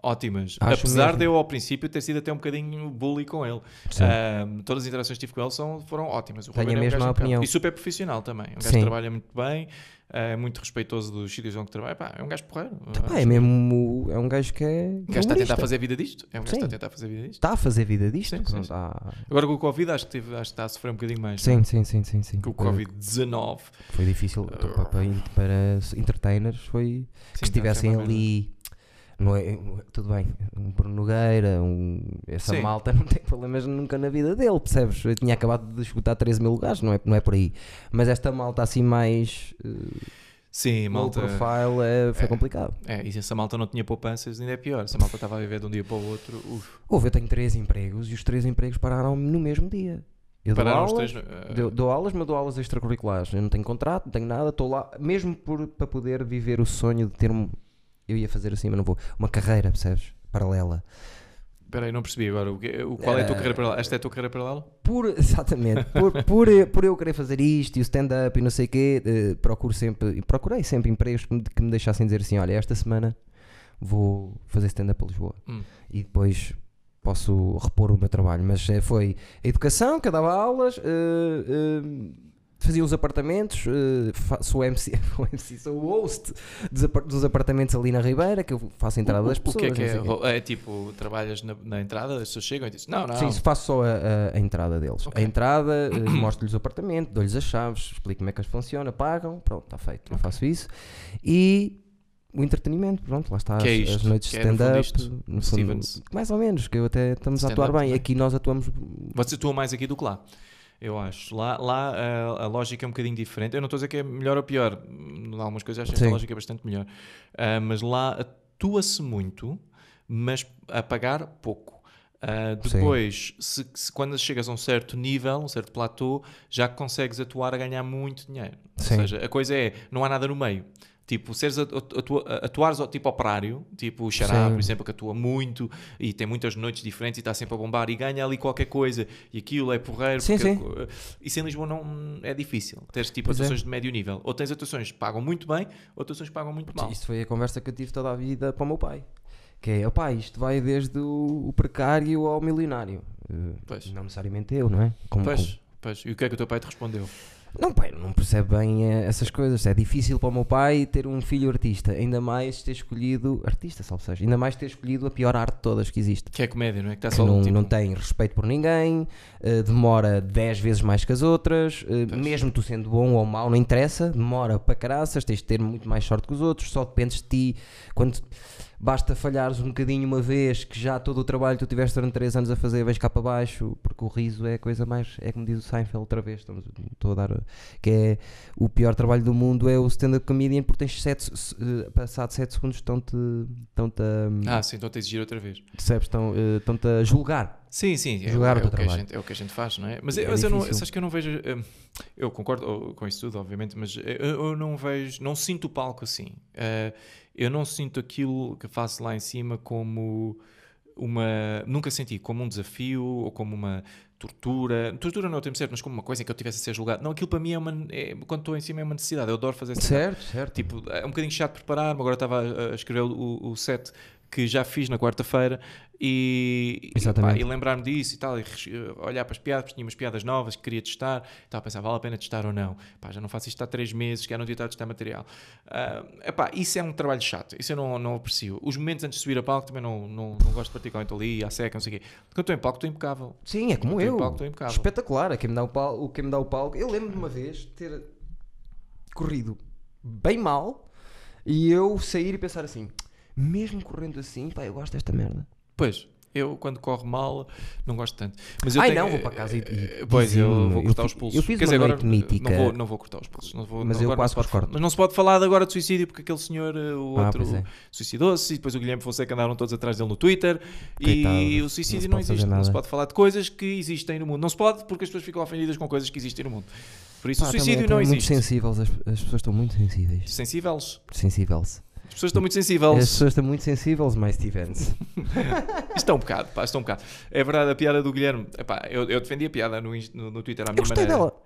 Speaker 1: ótimas.
Speaker 2: Acho
Speaker 1: Apesar
Speaker 2: mesmo.
Speaker 1: de eu, ao princípio, ter sido até um bocadinho bully com ele.
Speaker 2: Sim.
Speaker 1: Ahm, todas as interações que tive com ele são, foram ótimas. O
Speaker 2: Tenho
Speaker 1: Ruben
Speaker 2: a
Speaker 1: é um
Speaker 2: mesma
Speaker 1: gajo impecável.
Speaker 2: opinião.
Speaker 1: E super profissional também. Um gajo
Speaker 2: Sim.
Speaker 1: que trabalha muito bem, é muito respeitoso dos sítios onde trabalha. Pá, é um gajo porreiro.
Speaker 2: Pá, é mesmo. É um gajo que é.
Speaker 1: Um gajo está a tentar
Speaker 2: humorista.
Speaker 1: fazer a vida disto. É um gajo que
Speaker 2: Sim.
Speaker 1: está a tentar fazer a vida disto.
Speaker 2: Está a fazer vida disto?
Speaker 1: Sim,
Speaker 2: porque
Speaker 1: sim,
Speaker 2: não
Speaker 1: sim.
Speaker 2: está-
Speaker 1: Agora com o Covid acho que, teve, acho que está a sofrer um bocadinho mais.
Speaker 2: Sim, sim, sim, sim, sim.
Speaker 1: Com o Covid-19.
Speaker 2: Foi difícil então, para, para, para se- entertainers, foi
Speaker 1: Sim, então, tá, é
Speaker 2: que estivessem
Speaker 1: está a ser uma merda.
Speaker 2: ali. Não é, tudo bem, um Bruno Nogueira, um, essa
Speaker 1: Sim.
Speaker 2: malta não tem problemas nunca na vida dele, percebes? Eu tinha acabado de esgotar 13 mil lugares, não é, não é por aí. Mas esta malta assim mais eh,
Speaker 1: Sim,
Speaker 2: low
Speaker 1: malta.
Speaker 2: profile eh, foi
Speaker 1: É.
Speaker 2: complicado.
Speaker 1: É, e se essa malta não tinha poupanças, ainda é pior. Se a malta estava a viver de um dia para o outro, uf,
Speaker 2: Houve, eu tenho três empregos e os três empregos pararam no mesmo dia. Eu dou
Speaker 1: pararam os
Speaker 2: aulas,
Speaker 1: três. eh,
Speaker 2: Dou, dou aulas, mas dou aulas extracurriculares. Eu não tenho contrato, não tenho nada, estou lá mesmo por- para poder viver o sonho de ter um. Eu ia fazer assim, mas não vou. Uma carreira, percebes? Paralela.
Speaker 1: Espera aí, não percebi agora. O, que- o- qual é a tua
Speaker 2: Eh,
Speaker 1: carreira paralela? Esta é a tua carreira paralela?
Speaker 2: Por, (laughs) exatamente, por, por, por eu querer fazer isto e o stand-up e não sei o quê, eh, procuro sempre, procurei sempre empregos que me, que me deixassem dizer assim: olha, esta semana vou fazer stand-up a Lisboa
Speaker 1: Hum.
Speaker 2: e depois posso repor o meu trabalho. Mas eh, foi a educação que eu dava aulas, eh, eh, fazia os apartamentos, eh, fa- sou MC, o MC, (laughs) sou o host dos, apar- dos apartamentos ali na Ribeira, que eu faço a entrada
Speaker 1: o, o-
Speaker 2: das
Speaker 1: o
Speaker 2: pessoas.
Speaker 1: que é que
Speaker 2: não sei o quê.
Speaker 1: é? É tipo, trabalhas na, na entrada, as pessoas chegam e dizem: Não, não.
Speaker 2: Sim, faço só a, a- a entrada deles.
Speaker 1: Ah. Ok.
Speaker 2: A entrada, eh, (clears throat) mostro-lhes o apartamento, dou-lhes as chaves, explico como é que as funciona, pagam, pronto, está feito. Eu faço isso. E o entretenimento, pronto, lá está
Speaker 1: Que é
Speaker 2: as,
Speaker 1: isto,
Speaker 2: as noites de
Speaker 1: que é, no fundo,
Speaker 2: stand-up.
Speaker 1: isto,
Speaker 2: no fundo,
Speaker 1: Stevens.
Speaker 2: mais ou menos, que eu até estamos a atuar
Speaker 1: Stand-up né?
Speaker 2: bem.
Speaker 1: também.
Speaker 2: Aqui nós atuamos.
Speaker 1: Vocês atuam mais aqui do que lá. Eu acho. Lá, lá a, a lógica é um bocadinho diferente. Eu não estou a dizer que é melhor ou pior. Hum, Em algumas coisas acho que
Speaker 2: Sim.
Speaker 1: a lógica é bastante melhor. Ah, mas lá atua-se muito, mas a pagar pouco. Ah,
Speaker 2: Sim.
Speaker 1: depois, se, se- quando chegas a um certo nível, um certo platô, já consegues atuar a ganhar muito dinheiro.
Speaker 2: Sim.
Speaker 1: Ou seja, a coisa é, não há nada no meio. Tipo, seres a- a- atua- atuares ao tipo operário, tipo o Xará,
Speaker 2: Sim.
Speaker 1: por exemplo, que atua muito e tem muitas noites diferentes e está sempre a bombar e ganha ali qualquer coisa e aquilo é porreiro.
Speaker 2: Sim,
Speaker 1: porque-
Speaker 2: sim.
Speaker 1: Isso em Lisboa não é difícil. Tens tipo
Speaker 2: Pois é.
Speaker 1: atuações de médio nível. Ou tens atuações que pagam muito bem ou atuações que pagam muito mal.
Speaker 2: Isso foi a conversa que eu tive toda a vida para o meu pai. Que é, opá, isto vai desde o o precário ao milionário. Eh,
Speaker 1: Pois.
Speaker 2: Não necessariamente eu, não é? Como-
Speaker 1: Pois, pois. E o que é que o teu pai te respondeu?
Speaker 2: Não, pai, não percebe bem eh, essas coisas. É difícil para o meu pai ter um filho artista. Ainda mais ter escolhido. Artista, salve seja. Ainda mais ter escolhido a pior arte de todas que existe.
Speaker 1: Que é comédia, não é? Que está
Speaker 2: Que
Speaker 1: só
Speaker 2: não,
Speaker 1: tipo,
Speaker 2: não tem respeito por ninguém, eh, demora 10 vezes mais que as outras, eh,
Speaker 1: Pois.
Speaker 2: mesmo tu sendo bom ou mau, não interessa, demora para caraças, tens de ter muito mais sorte que os outros, só dependes de ti. Quando basta falhares um bocadinho uma vez, que já todo o trabalho que tu tiveste durante 3 anos a fazer vais cá para baixo, porque o riso é a coisa mais. É como diz o Seinfeld outra vez, estamos, estou a dar. eh, que é o pior trabalho do mundo é o stand-up comedian, porque tens sete se- eh, passado 7 segundos estão-te. estão-te a-
Speaker 1: Ah, sim, então te exigir outra vez.
Speaker 2: percebes? Estão, eh, estão-te a julgar.
Speaker 1: Sim, sim, é,
Speaker 2: Julgar
Speaker 1: é
Speaker 2: o teu
Speaker 1: o que a
Speaker 2: trabalho.
Speaker 1: gente, é o que a gente faz, não é? Mas,
Speaker 2: É
Speaker 1: mas eu não,
Speaker 2: difícil.
Speaker 1: sabes que eu não vejo. hum, Eu concordo oh, com isso tudo, obviamente, mas eu, eu não vejo, não sinto o palco assim. Eh, Eu não sinto aquilo que faço lá em cima como uma. Nunca senti como um desafio ou como uma tortura. Tortura não é o termo certo, mas como uma coisa em que eu tivesse a ser julgado. Não, aquilo para mim é uma. é- quando estou em cima é uma necessidade. Eu adoro fazer essa
Speaker 2: Certo, certo.
Speaker 1: Tipo, é um bocadinho chato preparar-me. Agora estava a- a escrever o, o set que já fiz na quarta-feira e, e,
Speaker 2: Exatamente.
Speaker 1: e lembrar-me disso e tal. E res- eh, olhar para as piadas, porque tinha umas piadas novas que queria testar. Estava a pensar, vale a pena testar ou não? Pá, já não faço isto há três meses, já não devia estar a testar material. Ah, epá, isso é um trabalho chato. Isso eu não, não aprecio. Os momentos antes de subir a palco também não, não, não gosto particularmente ali, à seca, não sei o quê. Quando estou em palco, estou impecável.
Speaker 2: Sim, é como
Speaker 1: Quando estou
Speaker 2: eu.
Speaker 1: em palco, estou impecável.
Speaker 2: Espetacular. é Quem me dá o palco, quem me dá o palco. Eu lembro-me de uma vez ter corrido bem mal e eu sair e pensar assim, mesmo correndo assim, pá, eu gosto desta merda.
Speaker 1: Pois, eu quando corre mal não gosto tanto. Mas eu
Speaker 2: Ai,
Speaker 1: tenho- eh,
Speaker 2: não, vou para casa e- e-
Speaker 1: Pois, eu
Speaker 2: dizimo.
Speaker 1: vou
Speaker 2: Eu
Speaker 1: cortar
Speaker 2: fi-
Speaker 1: os pulsos.
Speaker 2: eu fiz
Speaker 1: Quer
Speaker 2: uma
Speaker 1: dizer, agora
Speaker 2: noite
Speaker 1: não-
Speaker 2: mítica.
Speaker 1: Não vou, não vou cortar os pulsos. Não vou,
Speaker 2: Mas
Speaker 1: não-
Speaker 2: eu
Speaker 1: agora não
Speaker 2: quase
Speaker 1: se
Speaker 2: que os
Speaker 1: pode-
Speaker 2: corto.
Speaker 1: Mas não se pode falar de agora de suicídio porque aquele senhor, eh, o
Speaker 2: Ah,
Speaker 1: outro,
Speaker 2: pois é.
Speaker 1: suicidou-se e depois o Guilherme Fonseca andaram todos atrás dele no Twitter e
Speaker 2: Coitado,
Speaker 1: o
Speaker 2: não se
Speaker 1: suicídio
Speaker 2: pode
Speaker 1: não,
Speaker 2: fazer
Speaker 1: existe. Não se
Speaker 2: nada.
Speaker 1: pode falar de coisas que existem no mundo. Não se pode porque as pessoas ficam ofendidas com coisas que existem no mundo. Por isso
Speaker 2: Pá,
Speaker 1: o
Speaker 2: também
Speaker 1: suicídio
Speaker 2: é
Speaker 1: não
Speaker 2: muito
Speaker 1: existe.
Speaker 2: sensíveis, as, as pessoas estão muito sensíveis.
Speaker 1: Sensíveis.
Speaker 2: Sensíveis.
Speaker 1: As pessoas estão muito
Speaker 2: As
Speaker 1: sensíveis.
Speaker 2: pessoas estão muito sensíveis, mais Stevens.
Speaker 1: (laughs) Isto é um bocado, pá, isto é um bocado. É verdade, a piada do Guilherme. Epá, eu, eu defendi a piada no, Inst- no, no Twitter à minha
Speaker 2: Eu gostei
Speaker 1: maneira.
Speaker 2: dela.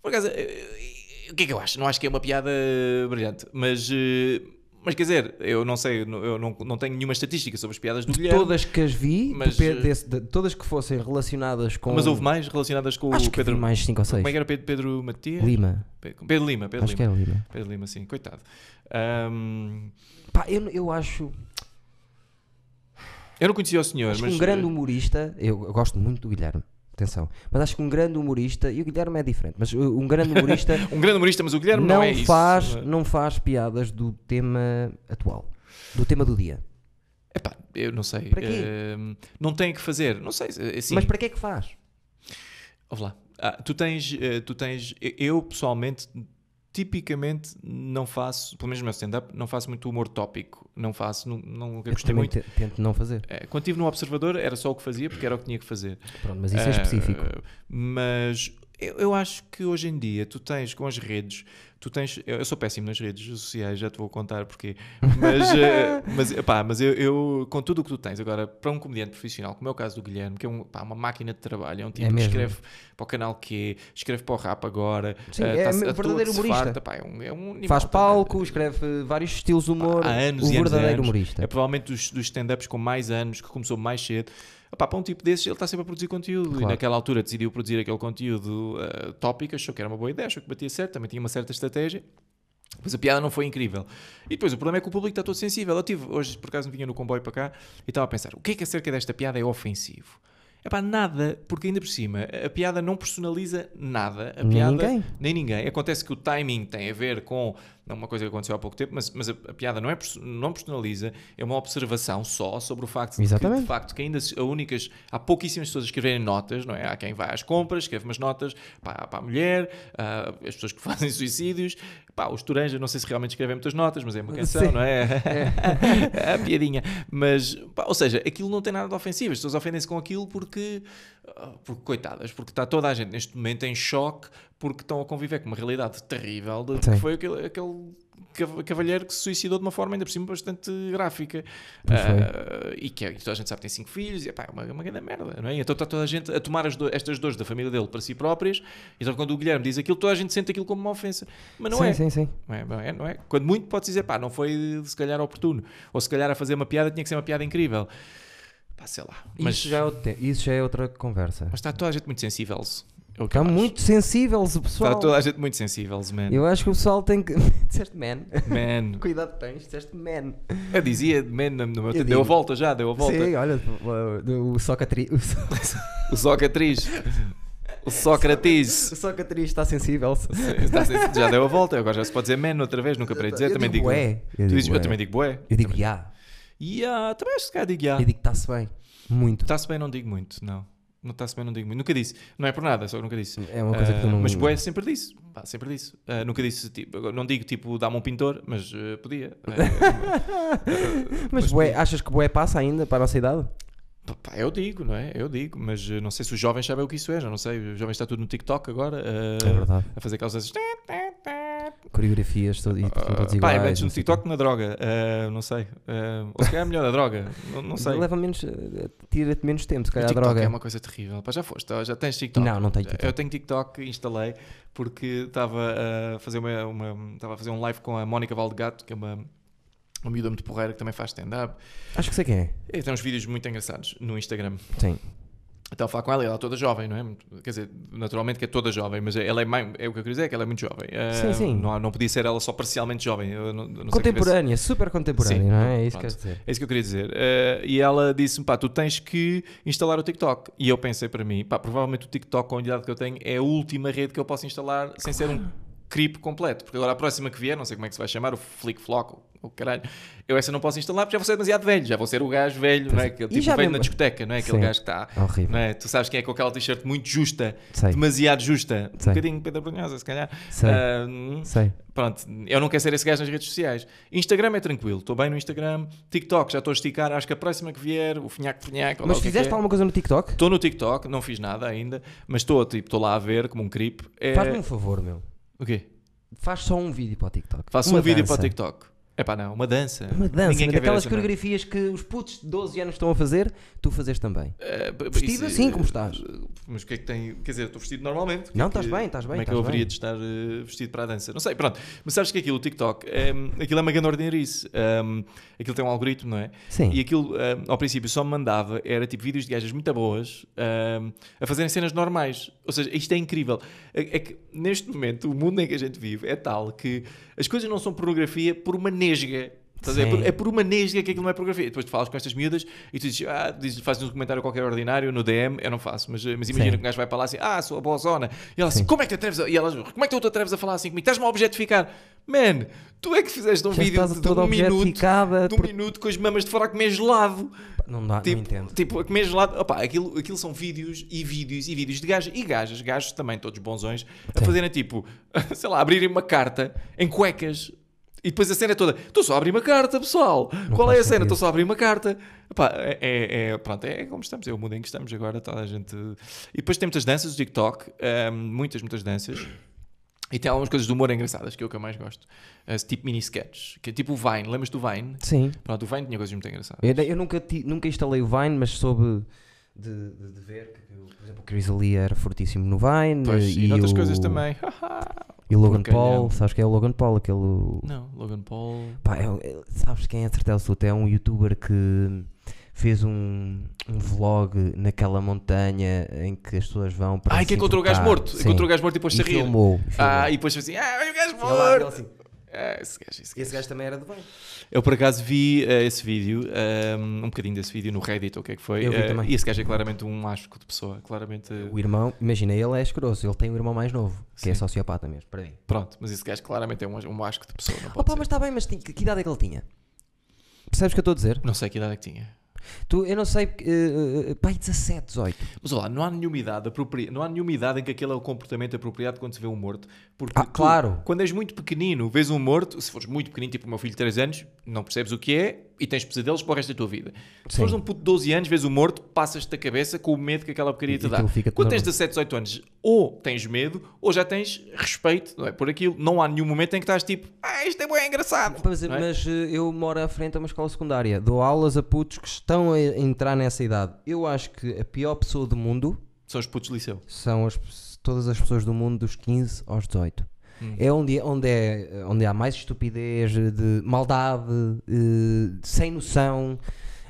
Speaker 1: Por acaso, eh, eh, o que é que eu acho? Não acho que é uma piada eh, brilhante, mas. eh, Mas quer dizer, eu não sei, eu não- eu não, não tenho nenhuma estatística sobre as piadas do Guilherme.
Speaker 2: Todas que as vi,
Speaker 1: Mas,
Speaker 2: depende
Speaker 1: eh,
Speaker 2: desse- de- todas que fossem relacionadas com.
Speaker 1: Mas houve mais relacionadas com
Speaker 2: Acho
Speaker 1: o
Speaker 2: que vi
Speaker 1: Pedro.
Speaker 2: mais 5 ou
Speaker 1: Como é
Speaker 2: 6.
Speaker 1: que era Pedro, Pedro Matias?
Speaker 2: Lima.
Speaker 1: Pe- Pedro Lima, Pedro
Speaker 2: Acho que
Speaker 1: Lima.
Speaker 2: era Lima.
Speaker 1: Pedro Lima, sim, coitado. Ahm,
Speaker 2: Pá, eu, eu acho.
Speaker 1: eu não conhecia o senhor,
Speaker 2: Acho que
Speaker 1: mas.
Speaker 2: um grande
Speaker 1: eh,
Speaker 2: humorista, eu gosto muito do Guilherme, atenção, mas acho que um grande humorista, e o Guilherme é diferente, mas uh, um grande humorista
Speaker 1: um grande humorista, mas (laughs) o Guilherme não,
Speaker 2: não,
Speaker 1: é isso.
Speaker 2: faz,
Speaker 1: Eh,
Speaker 2: não faz piadas do tema atual, do tema do dia.
Speaker 1: Epá, eu não sei.
Speaker 2: Para quê?
Speaker 1: Ahm, não tem que fazer. Não sei, eh, assim.
Speaker 2: Mas para que é que faz?
Speaker 1: Ouve lá. Ah, tu tens, eh, tu tens, e- eu pessoalmente, tipicamente não faço, pelo menos no meu stand-up, não faço muito humor tópico. Não faço, não, não nunca
Speaker 2: Eu
Speaker 1: gostei
Speaker 2: também
Speaker 1: muito.
Speaker 2: te- tento não fazer.
Speaker 1: Eh, Quando estive no Observador era só o que fazia, porque era o que tinha que fazer.
Speaker 2: Pronto, mas isso
Speaker 1: Ah,
Speaker 2: é específico.
Speaker 1: Mas eu, eu acho que hoje em dia tu tens com as redes, tu tens. Eu, eu sou péssimo nas redes sociais, já te vou contar porque. Mas, eh,
Speaker 2: (laughs)
Speaker 1: mas, epá, mas eu, eu, com tudo o que tu tens agora, para um comediante profissional, como é o caso do Guilherme, que é um, pá, uma máquina de trabalho, é um tipo
Speaker 2: É
Speaker 1: que
Speaker 2: mesmo.
Speaker 1: escreve para o canal Q, escreve para o Rap agora,
Speaker 2: Sim,
Speaker 1: eh,
Speaker 2: é
Speaker 1: tá-se-
Speaker 2: mesmo
Speaker 1: atua
Speaker 2: verdadeiro
Speaker 1: de se
Speaker 2: humorista.
Speaker 1: farta, pá, é um, é um animal
Speaker 2: Faz
Speaker 1: também.
Speaker 2: palco, escreve eh, vários estilos de humor,
Speaker 1: Há anos
Speaker 2: o
Speaker 1: e anos e
Speaker 2: verdadeiro
Speaker 1: anos.
Speaker 2: humorista.
Speaker 1: É provavelmente dos, dos stand-ups com mais anos, que começou mais cedo. Epá, para um tipo desses, ele está sempre a produzir conteúdo. E
Speaker 2: Claro.
Speaker 1: naquela altura decidiu produzir aquele conteúdo eh, tópico, achou que era uma boa ideia, achou que batia certo, também tinha uma certa estratégia. Mas a piada não foi incrível. E depois o problema é que o público está todo sensível. Eu tive, hoje por acaso um vinha no comboio para cá e estava a pensar: o que é que acerca desta piada é ofensivo? É pá, nada, porque ainda por cima a piada não personaliza nada. A
Speaker 2: Nem
Speaker 1: piada,
Speaker 2: ninguém.
Speaker 1: Nem ninguém. Acontece que o timing tem a ver com não uma coisa que aconteceu há pouco tempo, mas, mas a, a piada não, é, perso- não personaliza, é uma observação só sobre o facto de que,
Speaker 2: Exatamente.
Speaker 1: de facto, que ainda se- há únicas, há pouquíssimas pessoas a escreverem notas, não é? Há quem vai às compras, escreve umas notas para, para a mulher, ah, as pessoas que (laughs) fazem suicídios, pá, os Turanjas, não sei se realmente escrevem muitas notas, mas é uma canção,
Speaker 2: Sim.
Speaker 1: não é? (laughs)
Speaker 2: É.
Speaker 1: a piadinha. Mas, pá, ou seja, aquilo não tem nada de ofensivo, as pessoas ofendem-se com aquilo porque, ah, porque, coitadas, porque está toda a gente neste momento em choque porque estão a conviver com uma realidade terrível de
Speaker 2: Sim.
Speaker 1: que foi aquele, aquele cav- cavalheiro que se suicidou de uma forma ainda por cima bastante gráfica.
Speaker 2: Pois foi.
Speaker 1: Ah, e que é- toda a gente sabe que tem cinco filhos, e pá, é uma, uma grande merda, não é? Então está toda a gente a tomar as do- estas dores da família dele para si próprias, então quando o Guilherme diz aquilo, toda a gente sente aquilo como uma ofensa. Mas não
Speaker 2: sim,
Speaker 1: é.
Speaker 2: sim, sim.
Speaker 1: Não é, não é, não é? Quando muito podes dizer, pá, não foi se calhar oportuno. Ou se calhar a fazer uma piada tinha que ser uma piada incrível. Pá, sei lá. Mas,
Speaker 2: Isso, já é outro te- isso já é outra conversa.
Speaker 1: mas está toda a gente muito sensível. É o que
Speaker 2: Está
Speaker 1: eu acho.
Speaker 2: muito sensível o
Speaker 1: Está
Speaker 2: pessoal.
Speaker 1: toda a gente muito sensível, man.
Speaker 2: Eu acho que o pessoal tem que. (laughs) disseste man.
Speaker 1: Man.
Speaker 2: Cuidado que tens, disseste man.
Speaker 1: Eu dizia man no meu tempo.
Speaker 2: digo.
Speaker 1: Deu a volta já, deu a volta.
Speaker 2: Sim, olha, o, o Socrates. O, so-
Speaker 1: O Sócrates. O Sócrates.
Speaker 2: o Sócrates está sensível.
Speaker 1: Está sensível, já deu a volta. Agora já se pode dizer man outra vez, nunca parei de dizer.
Speaker 2: Eu
Speaker 1: também
Speaker 2: digo
Speaker 1: digo.
Speaker 2: bué.
Speaker 1: Tu
Speaker 2: Eu
Speaker 1: dizes-
Speaker 2: digo
Speaker 1: Eu
Speaker 2: bué.
Speaker 1: também digo Ah. bué.
Speaker 2: Eu digo ya.
Speaker 1: Ya, também acho que cá digo ya.
Speaker 2: Eu digo está-se bem. Muito.
Speaker 1: Está-se bem, não digo muito, não. Não está-se bem, não digo muito. Nunca disse. Não é por nada, só que nunca disse.
Speaker 2: É uma coisa que tu
Speaker 1: Ah,
Speaker 2: não.
Speaker 1: Mas boé sempre disse. Pá, sempre disse. Ah, nunca disse, tipo, agora não digo tipo dá-me um pintor, mas ah, podia. Ah,
Speaker 2: (laughs) Mas bué, achas que bué passa ainda para a nossa idade?
Speaker 1: (laughs) pá, pá, eu digo, não é? Eu digo, mas ah, não sei se os jovens sabem o que isso é, já não sei. Os jovens está tudo no TikTok agora. ah,
Speaker 2: É verdade.
Speaker 1: A fazer aquelas.
Speaker 2: Coreografias todo, e são todos
Speaker 1: Ah, pá, é
Speaker 2: iguais.
Speaker 1: metes no
Speaker 2: não sei o
Speaker 1: TikTok na droga. Ah, não sei. Ah, ou se calhar é melhor a droga. Não, não
Speaker 2: (laughs) quê.
Speaker 1: sei.
Speaker 2: Leva menos. eh, Tira-te menos tempo, se
Speaker 1: O
Speaker 2: calhar a
Speaker 1: TikTok
Speaker 2: droga.
Speaker 1: é uma É, coisa terrível. Pá, já foste, já tens TikTok.
Speaker 2: Não, não tenho TikTok.
Speaker 1: Eh, Eu tenho TikTok, instalei, porque estava a fazer uma, uma- estava a fazer um live com a Mónica Valdegato, que é uma, uma miúda muito porreira que também faz stand-up.
Speaker 2: Acho que sei quem é.
Speaker 1: E tem uns vídeos muito engraçados no Instagram.
Speaker 2: Sim.
Speaker 1: Então falar com ela, ela é toda jovem, não é? Muito- Quer dizer, naturalmente que é toda jovem, mas ela é mais, é o que eu queria dizer, é que ela é muito jovem. Ah,
Speaker 2: Sim, sim.
Speaker 1: Não, há- não podia ser ela só parcialmente jovem. Eu não- não sei que cabeça-
Speaker 2: Contemporânea, super contemporânea,
Speaker 1: Sim,
Speaker 2: não é? É isso
Speaker 1: pronto.
Speaker 2: que queres dizer.
Speaker 1: é isso que eu queria dizer. Eh, e ela disse-me: pá, tu tens que instalar o TikTok. E eu pensei para mim: pá, provavelmente o TikTok, com a idade que eu tenho, é a última rede que eu posso instalar sem ser um creep completo. Porque agora a próxima que vier, não sei como é que se vai chamar, o Flick Flock, o caralho, eu essa não posso instalar porque já vou ser demasiado velho. Já vou ser o gajo velho, não é? Aquele
Speaker 2: E
Speaker 1: tipo
Speaker 2: já
Speaker 1: velho
Speaker 2: mesmo-
Speaker 1: na discoteca, não é? Aquele
Speaker 2: Sim.
Speaker 1: gajo que está.
Speaker 2: Horrível.
Speaker 1: Não é? Tu sabes quem é com aquela t-shirt muito justa,
Speaker 2: Sei.
Speaker 1: demasiado justa,
Speaker 2: Sei.
Speaker 1: um bocadinho Pedro Brunhosa, se calhar.
Speaker 2: Sei.
Speaker 1: Ah,
Speaker 2: Sei.
Speaker 1: Pronto, eu não quero ser esse gajo nas redes sociais. Instagram é tranquilo, estou bem no Instagram. TikTok já estou a esticar, acho que a próxima que vier, o Funhaco Funhaco. ou lá
Speaker 2: Mas
Speaker 1: o que é que
Speaker 2: fizeste
Speaker 1: é.
Speaker 2: alguma coisa no TikTok?
Speaker 1: Estou no TikTok, não fiz nada ainda, mas estou tipo, estou lá a ver como um creep. É...
Speaker 2: Faz-me um favor, meu.
Speaker 1: O quê?
Speaker 2: Faz só um vídeo para o TikTok.
Speaker 1: Faço
Speaker 2: Uma
Speaker 1: um vídeo
Speaker 2: dança.
Speaker 1: para o TikTok. É pá, não, uma dança.
Speaker 2: Uma
Speaker 1: Ninguém
Speaker 2: dança, mas
Speaker 1: quer ver
Speaker 2: daquelas
Speaker 1: essa merda.
Speaker 2: coreografias que os putos de 12 anos estão a fazer, tu fazes também.
Speaker 1: Eh, b- b-
Speaker 2: Vestido
Speaker 1: isso-
Speaker 2: assim como estás.
Speaker 1: Mas o que é que tem. Quer dizer, estou vestido normalmente.
Speaker 2: Não,
Speaker 1: O que é que-
Speaker 2: estás bem, estás bem,
Speaker 1: Como é que
Speaker 2: estás
Speaker 1: eu haveria
Speaker 2: bem.
Speaker 1: de estar eh, vestido para a dança? Não sei, pronto. Mas sabes que aquilo, o TikTok, eh, aquilo é uma grande ordinarice. Eh, aquilo tem um algoritmo, não é?
Speaker 2: Sim.
Speaker 1: E aquilo, eh, ao princípio, só me mandava era tipo vídeos de gajas muito boas eh, a fazerem cenas normais. Ou seja, isto é incrível. É, é que neste momento, o mundo em que a gente vive é tal que as coisas não são pornografia por uma nesga. Estás a ver? É
Speaker 2: Sim.
Speaker 1: por- é por uma nesga que aquilo não é pornografia. Depois tu falas com estas miúdas e tu dizes, ah, diz, fazes um comentário qualquer ordinário no DM, eu não faço, mas, mas imagina
Speaker 2: Sim.
Speaker 1: que um gajo vai para lá assim, ah, sou a bozona. E ela assim, como é que te atreves a, e elas, como é que tu te atreves a falar assim comigo? Estás-me a objetificar. Man, tu é que fizeste um
Speaker 2: Já
Speaker 1: vídeo
Speaker 2: estás
Speaker 1: de, de
Speaker 2: toda
Speaker 1: um minuto
Speaker 2: objetificada.
Speaker 1: de um
Speaker 2: Ah, por-
Speaker 1: minuto com as mamas de fora a comer gelado.
Speaker 2: Não dá, não
Speaker 1: Tipo,
Speaker 2: entendo.
Speaker 1: tipo, a comer gelado. Opa, aquilo, aquilo são vídeos e vídeos e vídeos de gajos e gajas, gajos também todos bonzões, a
Speaker 2: Sim.
Speaker 1: fazerem tipo, (laughs) sei lá, abrirem uma carta em cuecas. E depois a cena é toda, estou só a abrir uma carta, pessoal. Qual é a
Speaker 2: faz
Speaker 1: cena?
Speaker 2: sentido.
Speaker 1: Estou só a abrir uma carta. Epá, é, é- é- pronto, é como estamos, é o mundo em que estamos agora. Toda a gente. E depois tem muitas danças, o TikTok, hum, muitas, muitas danças. E tem algumas coisas de humor engraçadas, que é o que eu mais gosto. Eh, tipo mini sketch, que é tipo o Vine. Lembras do Vine?
Speaker 2: Sim.
Speaker 1: Pronto, o Vine tinha coisas muito engraçadas.
Speaker 2: Eu, eu nunca, ti- nunca instalei o Vine, mas soube de, de- de ver que, eu- por exemplo, o Chris Lee era fortíssimo no Vine.
Speaker 1: Pois,
Speaker 2: e
Speaker 1: e outras
Speaker 2: o,
Speaker 1: coisas também. (laughs)
Speaker 2: E o Logan
Speaker 1: Porcalhão.
Speaker 2: Paul, sabes quem é o Logan Paul? Aquele.
Speaker 1: Não, Logan Paul.
Speaker 2: Pá, é um- é- sabes quem é Certel Souto? É um youtuber que fez um, um vlog naquela montanha em que as pessoas vão para.
Speaker 1: Ai, que
Speaker 2: se
Speaker 1: encontrou o gajo
Speaker 2: enforcar.
Speaker 1: morto.
Speaker 2: Sim.
Speaker 1: Encontrou o gajo morto e
Speaker 2: e
Speaker 1: depois se a rir.
Speaker 2: filmou.
Speaker 1: Ah, e depois foi assim, ah, olha o
Speaker 2: é
Speaker 1: gajo morto. Ah, esse gajo, esse gajo.
Speaker 2: assim, Esse gajo também era do bem.
Speaker 1: Eu por acaso vi eh, esse vídeo, eh, um bocadinho desse vídeo no Reddit, ou o que é que foi.
Speaker 2: Eu vi
Speaker 1: eh,
Speaker 2: também.
Speaker 1: E esse gajo é claramente um asco de pessoa. Claramente. eh,
Speaker 2: O irmão, imagina, ele é escroso. Ele tem um irmão mais novo, que é
Speaker 1: Sim.
Speaker 2: sociopata mesmo, para mim.
Speaker 1: Pronto, mas esse gajo claramente é um, um asco de pessoa. Não, pode
Speaker 2: Opa, tá
Speaker 1: ser.
Speaker 2: mas está bem, mas ti- que, que idade é que ele tinha? Percebes o que eu estou a dizer?
Speaker 1: não sei que idade é que tinha.
Speaker 2: Tu, eu não sei, eh, eh, pai, 17, 18.
Speaker 1: Mas olha lá, não há nenhuma idade apropria, não há nenhuma idade em que aquele é o comportamento apropriado quando se vê um morto. Porque
Speaker 2: Ah,
Speaker 1: tu,
Speaker 2: claro.
Speaker 1: quando és muito pequenino, vês um morto, se fores muito pequenino, tipo o meu filho de 3 anos, não percebes o que é e tens pesadelos para o resto da tua vida. Se
Speaker 2: Sim.
Speaker 1: fores um puto de 12 anos, vês um morto, passas-te da cabeça com o medo que aquela porcaria te
Speaker 2: E
Speaker 1: dá.
Speaker 2: aquilo fica-te
Speaker 1: Quando
Speaker 2: na
Speaker 1: tens
Speaker 2: mente.
Speaker 1: 17, 18 anos, ou tens medo, ou já tens respeito não é, por aquilo. Não há nenhum momento em que estás tipo, ah, isto é bem engraçado.
Speaker 2: Mas,
Speaker 1: não é?
Speaker 2: mas, eh, eu moro à frente a uma escola secundária, dou aulas a putos que estão a entrar nessa idade. Eu acho que a pior pessoa do mundo
Speaker 1: São os putos de liceu.
Speaker 2: são as pe- todas as pessoas do mundo dos 15 aos 18.
Speaker 1: Hum.
Speaker 2: É onde, onde é onde há mais estupidez, eh, de maldade, eh, sem noção.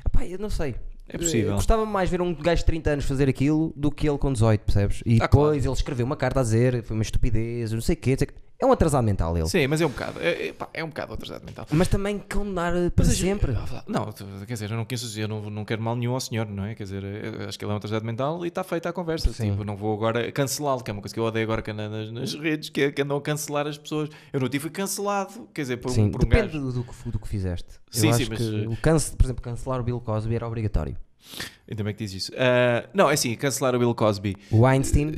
Speaker 2: Epá, eu não sei.
Speaker 1: É possível.
Speaker 2: Eu gostava mais ver um gajo de 30 anos fazer aquilo do que ele com 18, percebes? E
Speaker 1: Ah,
Speaker 2: depois ele escreveu uma carta a dizer foi uma estupidez, não sei o quê. não sei o quê. É um atrasado mental ele.
Speaker 1: Sim, mas é um bocado. É, é, pá, é um bocado atrasado mental.
Speaker 2: Mas também condenar eh, para
Speaker 1: Mas eu-
Speaker 2: sempre.
Speaker 1: Ah, Não, tu- quer dizer, eu não conheço, eu não, não quero mal nenhum ao senhor, não é? Quer dizer, eu acho que ele é um atrasado mental e está feita a conversa. Tipo, não vou agora cancelá-lo, que é uma coisa que eu odeio agora que anda nas, nas redes, que, é- que andam a cancelar as pessoas. Eu não tive cancelado, quer dizer, por, um-
Speaker 2: Sim,
Speaker 1: por um
Speaker 2: depende
Speaker 1: gajo.
Speaker 2: do, do que, fu- do que fizeste.
Speaker 1: Sim,
Speaker 2: eu
Speaker 1: sim,
Speaker 2: acho
Speaker 1: mas,
Speaker 2: que
Speaker 1: eh,
Speaker 2: o cance, por exemplo, cancelar o Bill Cosby era obrigatório.
Speaker 1: Ainda bem que diz isso. Ah, não, é assim, cancelar o Bill Cosby.
Speaker 2: O Einstein,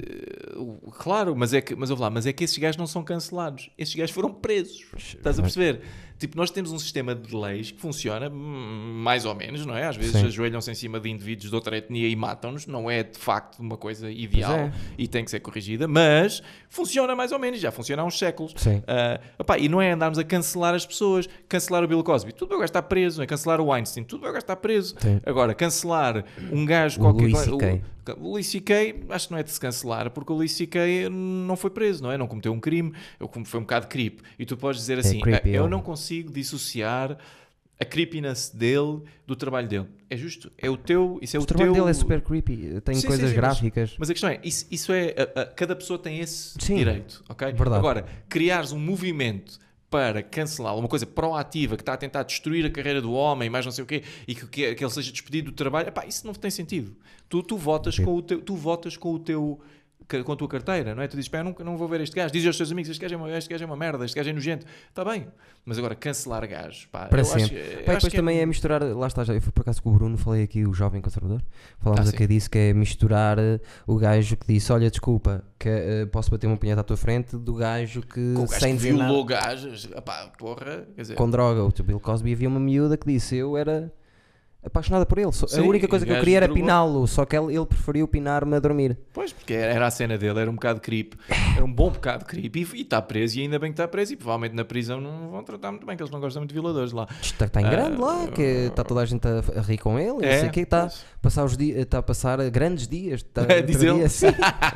Speaker 1: Uh, Claro, mas é que, mas, ouve lá, mas é que esses gajos não são cancelados. Esses gajos foram presos. Estás a perceber? Tipo, nós temos um sistema de leis que funciona hum, mais ou menos, não é? Às vezes
Speaker 2: Sim.
Speaker 1: ajoelham-se em cima de indivíduos de outra etnia e matam-nos. Não é de facto uma coisa ideal
Speaker 2: é.
Speaker 1: e tem que ser corrigida, mas funciona mais ou menos. Já funciona há uns séculos.
Speaker 2: Sim.
Speaker 1: Ah, opá, e não é andarmos a cancelar as pessoas, cancelar o Bill Cosby, tudo bem o gajo está preso, não é cancelar o Einstein, tudo bem o gajo está preso.
Speaker 2: Sim.
Speaker 1: Agora, cancelar um gajo
Speaker 2: O
Speaker 1: qualquer
Speaker 2: Louis
Speaker 1: coisa.
Speaker 2: CK.
Speaker 1: O Luís C.K. acho que não é de se cancelar, porque o Luís C.K. não foi preso, não é? Não cometeu um crime, eu como- foi um bocado creep. E tu podes dizer assim:
Speaker 2: creepy,
Speaker 1: "Ah, eu
Speaker 2: é.
Speaker 1: não consigo dissociar a creepiness dele do trabalho dele. É justo, é o teu, isso é o,
Speaker 2: o trabalho
Speaker 1: teu-
Speaker 2: dele é super creepy. Tem
Speaker 1: Sim, sim,
Speaker 2: coisas
Speaker 1: sim, mas-
Speaker 2: gráficas.
Speaker 1: Mas a questão é, isso, isso é a- a- cada pessoa tem esse
Speaker 2: Sim,
Speaker 1: direito, ok?
Speaker 2: verdade.
Speaker 1: Agora, criares um movimento para cancelar uma coisa proativa que está a tentar destruir a carreira do homem, mais não sei o quê, e que, que- que ele seja despedido do trabalho, epá, isso não tem sentido. Tu, tu votas com o teu, tu votas com o teu ca- com a tua carteira, não é? Tu dizes, pá, eu nunca, não vou ver este gajo. Dizes aos teus amigos, este gajo é uma, este gajo é uma merda, este gajo é nojento. Está bem. Mas agora, cancelar gajo, pá.
Speaker 2: Para
Speaker 1: eu acho- eu
Speaker 2: sempre. Pá, e
Speaker 1: acho
Speaker 2: depois
Speaker 1: que
Speaker 2: também é... misturar, lá está, já, eu fui por acaso com o Bruno, falei aqui o jovem conservador, falámos
Speaker 1: Ah,
Speaker 2: aqui disso que é misturar eh, o gajo que disse, olha desculpa, que eh, posso bater uma punheta à tua frente, do gajo que
Speaker 1: Com o gajo
Speaker 2: sem
Speaker 1: que
Speaker 2: dizer nada,
Speaker 1: violou gajos, epá, porra, quer dizer...
Speaker 2: com droga, o Bill Cosby havia uma miúda que disse, eu era apaixonada por ele, só-
Speaker 1: Sim,
Speaker 2: a única
Speaker 1: e
Speaker 2: coisa
Speaker 1: o
Speaker 2: que eu
Speaker 1: gajo
Speaker 2: queria era
Speaker 1: drogou.
Speaker 2: piná-lo, só que ele, ele preferiu pinar-me a dormir.
Speaker 1: Pois, porque era era a cena dele, era um bocado creep, era um bom bocado creep e e está preso, e ainda bem que está preso, e provavelmente na prisão não vão tratar muito bem, que eles não gostam muito de violadores lá.
Speaker 2: Está, está em
Speaker 1: Ah, É,
Speaker 2: grande lá, que está toda a gente a, a rir com ele, não sei o quê, está a
Speaker 1: pois.
Speaker 2: passar, os dias, está a passar grandes dias, está
Speaker 1: (laughs) É, diz ele.
Speaker 2: dias,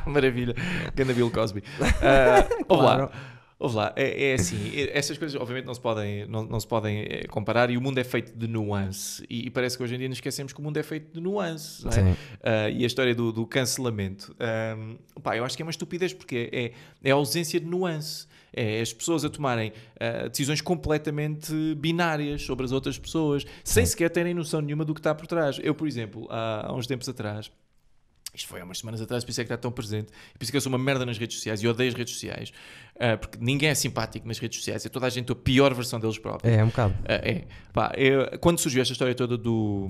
Speaker 1: Maravilha, ganda Bill
Speaker 2: (laughs)
Speaker 1: Cosby. Ah, ouve
Speaker 2: Claro.
Speaker 1: lá, ouve lá, é, é assim, é- essas coisas obviamente não se podem, não, não se podem eh, comparar, e o mundo é feito de nuance, e, e parece que hoje em dia nos esquecemos que o mundo é feito de nuance, não é?
Speaker 2: Sim.
Speaker 1: Ah, e a história do, do cancelamento, ahm, pá, eu acho que é uma estupidez, porque é, é a ausência de nuance. É as pessoas a tomarem ah, decisões completamente binárias sobre as outras pessoas, sem sequer terem noção nenhuma do que está por trás. Eu, por exemplo, há, há uns tempos atrás, isto foi há umas semanas atrás, por isso é que está tão presente. Por isso é que eu sou uma merda nas redes sociais e odeio as redes sociais, ah, porque ninguém é simpático nas redes sociais, é toda a gente a pior versão deles próprios.
Speaker 2: é um bocado.
Speaker 1: Ah, é. Pá, eu- quando surgiu esta história toda do,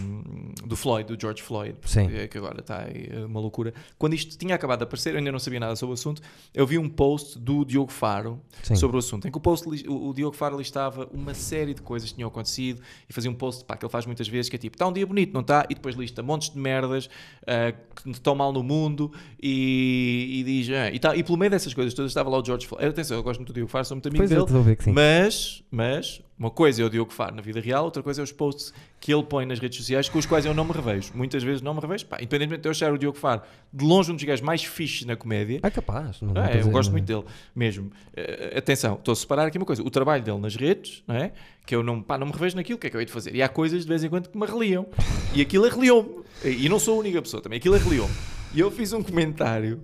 Speaker 1: do Floyd, do George Floyd,
Speaker 2: Sim.
Speaker 1: eh, que agora está aí eh, uma loucura, quando isto tinha acabado de aparecer, eu ainda não sabia nada sobre o assunto, eu vi um post do Diogo Faro
Speaker 2: Sim.
Speaker 1: sobre o assunto, em que o, post, li- o, o Diogo Faro listava uma série de coisas que tinham acontecido e fazia um post pá, que ele faz muitas vezes, que é tipo, está um dia bonito, não está? E depois lista montes de merdas ah, que estão mal no mundo e, e diz, ah, e, tal. e pelo meio dessas coisas todas estava lá o George Floyd. Atenção, eu gosto muito do Diogo Faro, sou muito amigo
Speaker 2: Pois eu
Speaker 1: dele,
Speaker 2: estou a ver que sim.
Speaker 1: mas, mas, uma coisa é o Diogo Faro na vida real, outra coisa é os posts que ele põe nas redes sociais com os quais eu não me revejo. Muitas vezes não me revejo. Pá, independentemente de eu achar o Diogo Faro de longe um dos gajos mais fixe na comédia,
Speaker 2: É capaz, não é?
Speaker 1: ah,
Speaker 2: vou
Speaker 1: eu
Speaker 2: dizer-
Speaker 1: gosto muito dele, mesmo. Eh, atenção, estou a separar aqui uma coisa. O trabalho dele nas redes, não é? Que eu não, pá, não me revejo naquilo, o que é que eu hei de fazer? E há coisas de vez em quando que me arreliam. E aquilo arreliou-me. E não sou a única pessoa também, aquilo arreliou-me. E eu fiz um comentário,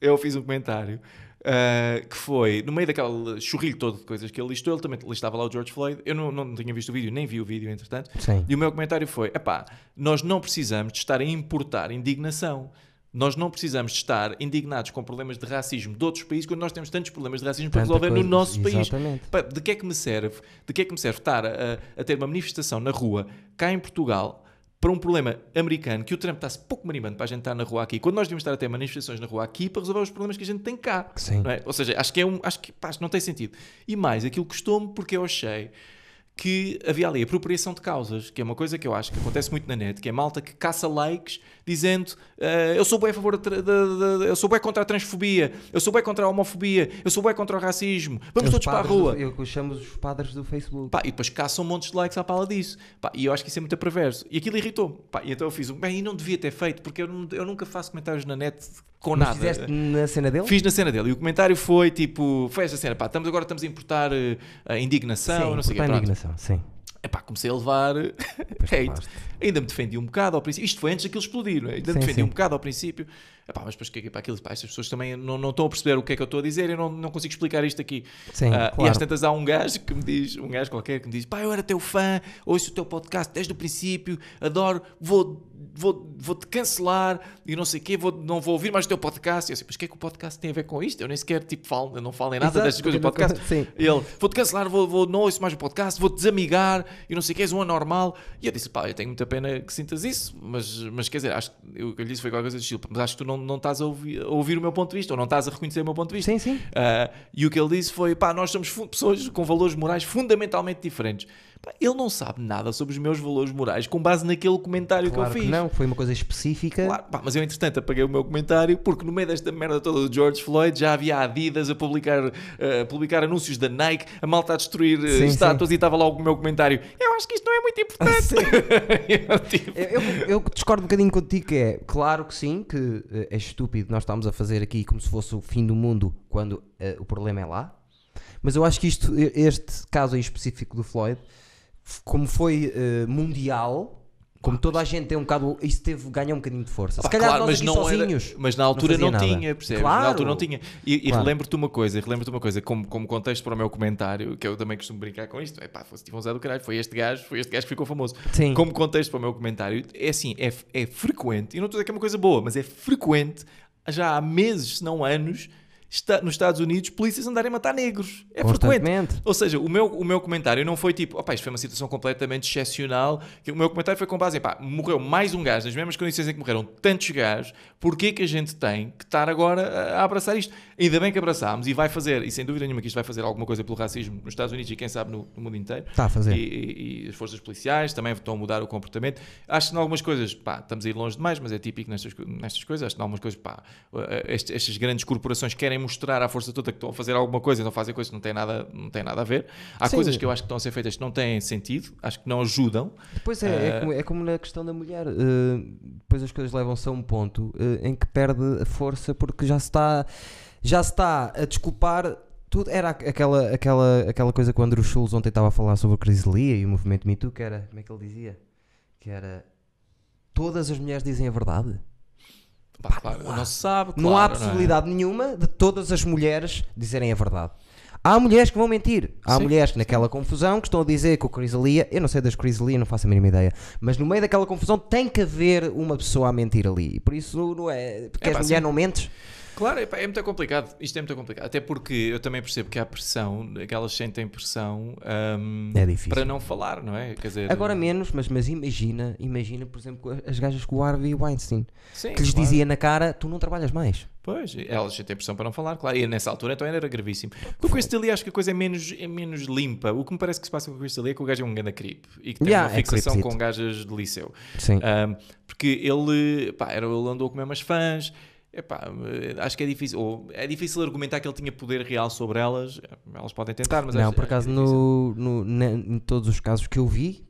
Speaker 1: eu fiz um comentário, ah, que foi, no meio daquele churrilho todo de coisas que ele listou, ele também listava lá o George Floyd. Eu não, não tinha visto o vídeo, nem vi o vídeo, entretanto.
Speaker 2: Sim.
Speaker 1: E o meu comentário foi: epá, nós não precisamos de estar a importar indignação. Nós não precisamos de estar indignados com problemas de racismo de outros países quando nós temos tantos problemas de racismo para
Speaker 2: Tanta
Speaker 1: resolver
Speaker 2: coisa,
Speaker 1: no nosso
Speaker 2: exatamente.
Speaker 1: país. Pá, De que é que me serve? De que é que me serve estar a, a- a ter uma manifestação na rua cá em Portugal para um problema americano que o Trump está-se pouco marimbando para a gente estar na rua aqui, quando nós devíamos estar até manifestações na rua aqui para resolver os problemas que a gente tem cá.
Speaker 2: Sim.
Speaker 1: não é? Ou seja, acho que é um. Acho que pá, isto não tem sentido. E mais, aquilo custou-me porque eu achei que havia ali apropriação de causas, que é uma coisa que eu acho que acontece muito na net, que é malta que caça likes dizendo eh, eu sou bem a favor da, tra- da- da- da- eu sou bem contra a transfobia, eu sou bem contra a homofobia, eu sou bem contra o racismo, vamos
Speaker 2: Os
Speaker 1: todos para a
Speaker 2: padres do-
Speaker 1: rua.
Speaker 2: eu que os chamo os padres do Facebook.
Speaker 1: Pá, e depois caçam montes de likes à pala disso. Pá, e eu acho que isso é muito perverso. E aquilo irritou-me. Pá, E então eu fiz um. Bem, e não devia ter feito, porque eu, nu- eu nunca faço comentários na net com
Speaker 2: Mas
Speaker 1: nada.
Speaker 2: fizeste na cena dele?
Speaker 1: Fiz na cena dele. E o comentário foi tipo: foi esta cena, pá, estamos, agora estamos a importar eh, a indignação,
Speaker 2: sim,
Speaker 1: não sei o quê.
Speaker 2: portanto,
Speaker 1: Pronto.
Speaker 2: indignação, sim.
Speaker 1: Epá, comecei a levar (laughs) hate.
Speaker 2: levaste.
Speaker 1: Ainda me defendi um bocado ao princípio. Isto foi antes daquilo explodir, não é? Ainda
Speaker 2: Sim,
Speaker 1: me defendi
Speaker 2: sim.
Speaker 1: um bocado ao princípio. Epá, mas depois que para aquilo, pá, estas pessoas também não, não estão a perceber o que é que eu estou a dizer, eu não, não consigo explicar isto aqui.
Speaker 2: Sim,
Speaker 1: Ah, E
Speaker 2: claro.
Speaker 1: às tantas há um gajo que me diz, um gajo qualquer que me diz, pá, eu era teu fã, ouço o teu podcast desde o princípio, adoro, vou, vou, vou te cancelar e não sei o quê, vou, não vou ouvir mais o teu podcast. E eu assim, mas o que é que o podcast tem a ver com isto? Eu nem sequer tipo, falo, eu não falo em nada
Speaker 2: Exato,
Speaker 1: destas coisas do
Speaker 2: porque não-
Speaker 1: podcast.
Speaker 2: sim.
Speaker 1: Ele, vou-te cancelar, vou, vou, não ouço mais o podcast, vou-te desamigar e não sei o que, és um anormal. E eu disse, pá, eu tenho muita pena que sintas isso, mas, mas quer dizer, acho, que- eu, o que eu lhe disse foi qualquer coisa do estilo, mas acho que tu não, não estás a ouvir, a ouvir o meu ponto de vista ou não estás a reconhecer o meu ponto de vista.
Speaker 2: Sim, sim.
Speaker 1: Ah, e o que ele disse foi: pá, nós somos fu- pessoas com valores morais fundamentalmente diferentes. Pá, ele não sabe nada sobre os meus valores morais com base naquele comentário
Speaker 2: Claro
Speaker 1: que
Speaker 2: que
Speaker 1: eu fiz.
Speaker 2: não, foi uma coisa específica. (laughs)
Speaker 1: Claro, pá, mas eu entretanto apaguei o meu comentário porque no meio desta merda toda do George Floyd já havia a Adidas a publicar, eh, a publicar anúncios da Nike, a malta a destruir eh,
Speaker 2: Sim,
Speaker 1: estátuas e estava lá o meu comentário. Eu acho que isto não é muito
Speaker 2: (laughs)
Speaker 1: importante. (laughs) eu, tipo,
Speaker 2: Eu, eu- eu discordo um bocadinho contigo que é claro que sim, que eh, é estúpido nós estamos a fazer aqui como se fosse o fim do mundo quando eh, o problema é lá. Mas eu acho que isto, e- este caso em específico do Floyd, f- como foi eh, mundial, como toda a gente tem um bocado, isso teve, ganha um bocadinho de força.
Speaker 1: Pá,
Speaker 2: Se calhar
Speaker 1: claro,
Speaker 2: nós
Speaker 1: mas
Speaker 2: aqui
Speaker 1: não era-
Speaker 2: sozinhos.
Speaker 1: mas na altura
Speaker 2: fazia
Speaker 1: não,
Speaker 2: nada.
Speaker 1: tinha, percebes?
Speaker 2: Claro.
Speaker 1: Na altura não tinha. E, e
Speaker 2: Claro.
Speaker 1: relembro-te uma coisa, e relembro-te uma coisa, como, como contexto para o meu comentário, que eu também costumo brincar com isto, é pá, fosse tive um Zé do caralho, foi este gajo, foi este gajo que ficou famoso.
Speaker 2: Sim.
Speaker 1: Como contexto para o meu comentário, é assim, é, é frequente, e não estou a dizer que é uma coisa boa, mas é frequente, já há meses, se não anos, está, nos Estados Unidos, polícias andarem a matar negros. É frequente.
Speaker 2: Constantemente.
Speaker 1: Ou seja, o meu, o meu comentário não foi tipo, opá, isto foi uma situação completamente excepcional. que O meu comentário foi com base em, pá, morreu mais um gajo, nas mesmas condições em que morreram tantos gajos, porquê que a gente tem que estar agora a, a abraçar isto? Ainda bem que abraçámos e vai fazer, e sem dúvida nenhuma que isto vai fazer alguma coisa pelo racismo nos Estados Unidos e quem sabe no, no mundo inteiro.
Speaker 2: Está Tá a fazer.
Speaker 1: E, e- e as forças policiais também estão a mudar o comportamento. Acho que em algumas coisas, pá, estamos a ir longe demais, mas é típico nestas, co- nestas coisas. Acho que em algumas coisas, pá, est- estas grandes corporações querem mostrar à força toda que estão a fazer alguma coisa, então fazem coisas que não têm nada, não têm nada a ver. Há
Speaker 2: Sim.
Speaker 1: coisas que eu acho que estão a ser feitas que não têm sentido, acho que não ajudam.
Speaker 2: Depois é, é como, é como na questão da mulher. eh, depois as coisas levam-se a um ponto eh, em que perde a força porque já se está, já se está a desculpar. Tudo era aqu- aquela, aquela, aquela coisa que o Andrew Schulz ontem estava a falar sobre a criselia e o movimento Me Too, que era, como é que ele dizia? Que era, todas as mulheres dizem a verdade.
Speaker 1: Pá, claro, não se sabe.
Speaker 2: não há
Speaker 1: claro, é?
Speaker 2: possibilidade nenhuma de todas as mulheres dizerem a verdade. Há mulheres que vão mentir. Há
Speaker 1: Sim.
Speaker 2: mulheres que naquela confusão que estão a dizer que o Crisalia, eu não sei das Crisalia, não faço a mínima ideia, mas no meio daquela confusão tem que haver uma pessoa a mentir ali. E por isso não é. Porque
Speaker 1: É
Speaker 2: és
Speaker 1: pá,
Speaker 2: mulher,
Speaker 1: sim.
Speaker 2: não mentes?
Speaker 1: Claro, epá, é muito complicado. Isto é muito complicado. Até porque eu também percebo que há pressão, que elas sentem pressão hum,
Speaker 2: É difícil.
Speaker 1: para não falar, não é? Quer dizer,
Speaker 2: Agora menos, mas, mas imagina, imagina, por exemplo, as gajas com o Harvey Weinstein,
Speaker 1: sim,
Speaker 2: que lhes
Speaker 1: claro.
Speaker 2: dizia na cara: tu não trabalhas mais.
Speaker 1: Pois, é elas já têm pressão para não falar, claro. E nessa altura então era gravíssimo. Com o Chris ali acho que a coisa é menos, é menos limpa. O que me parece que se passa com o Chris ali é que o gajo é um ganda creep e que tem
Speaker 2: Yeah,
Speaker 1: uma
Speaker 2: é
Speaker 1: fixação
Speaker 2: creepzito.
Speaker 1: com gajas de liceu.
Speaker 2: Sim.
Speaker 1: Ahm, porque ele, pá, era, ele andou a comer umas fãs. Epá, acho que é difícil. Ou, é difícil argumentar que ele tinha poder real sobre elas. Elas podem tentar, mas
Speaker 2: não,
Speaker 1: acho-
Speaker 2: por
Speaker 1: acho que é
Speaker 2: acaso,
Speaker 1: difícil.
Speaker 2: no, no- na- em todos os casos que eu vi,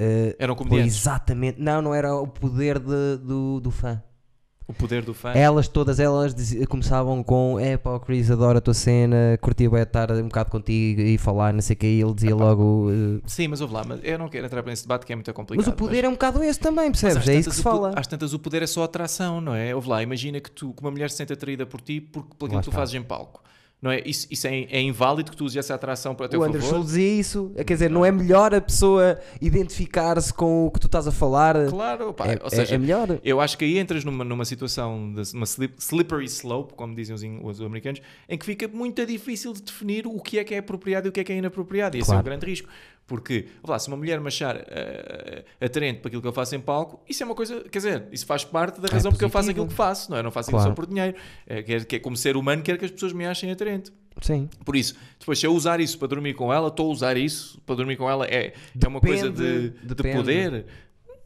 Speaker 2: eh,
Speaker 1: Eram
Speaker 2: Foi
Speaker 1: comediantes.
Speaker 2: exatamente. Não, não era o poder de- do, do fã.
Speaker 1: O poder do fã.
Speaker 2: Elas, todas elas, dizi- começavam com: É pá, o Chris, adoro a tua cena, curti bem estar um bocado contigo e falar, não sei o que. E ele dizia logo. eh,
Speaker 1: Sim, mas ouve lá, mas eu não quero entrar nesse debate que é muito complicado.
Speaker 2: mas o poder é um bocado esse também,
Speaker 1: Mas
Speaker 2: percebes?
Speaker 1: às
Speaker 2: É
Speaker 1: tantas
Speaker 2: isso que se
Speaker 1: o po-
Speaker 2: fala.
Speaker 1: Às tantas o poder é só atração, não é? Ouve lá, imagina que, tu, que uma mulher se sente atraída por ti porque por aquilo
Speaker 2: Lá
Speaker 1: que tu
Speaker 2: está.
Speaker 1: fazes em palco. Não é? Isso, isso é, é inválido que tu uses essa atração para o teu
Speaker 2: O
Speaker 1: favor.
Speaker 2: Andrew Schultz dizia isso. Quer dizer, não é melhor a pessoa identificar-se com o que tu estás a falar?
Speaker 1: Claro, pá,
Speaker 2: É,
Speaker 1: ou
Speaker 2: é-
Speaker 1: seja,
Speaker 2: é melhor.
Speaker 1: Eu acho que aí entras numa, numa situação, de, uma slip- slippery slope, como dizem os, in- os americanos, em que fica muito difícil de definir o que é que é apropriado e o que é que é inapropriado. E esse é o
Speaker 2: Claro.
Speaker 1: grande risco. Porque, vá lá, se uma mulher me achar eh, atraente para aquilo que eu faço em palco, isso é uma coisa, quer dizer, isso faz parte da razão porque eu faço
Speaker 2: É positivo.
Speaker 1: aquilo que faço, não é? Eu não faço
Speaker 2: Claro.
Speaker 1: isso só por dinheiro. É, quer, quer, como ser humano, quero que as pessoas me achem atraente.
Speaker 2: Sim.
Speaker 1: Por isso, depois, se eu usar isso para dormir com ela, estou a usar isso para dormir com ela, é, é uma coisa de,
Speaker 2: Depende,
Speaker 1: de
Speaker 2: depende.
Speaker 1: poder.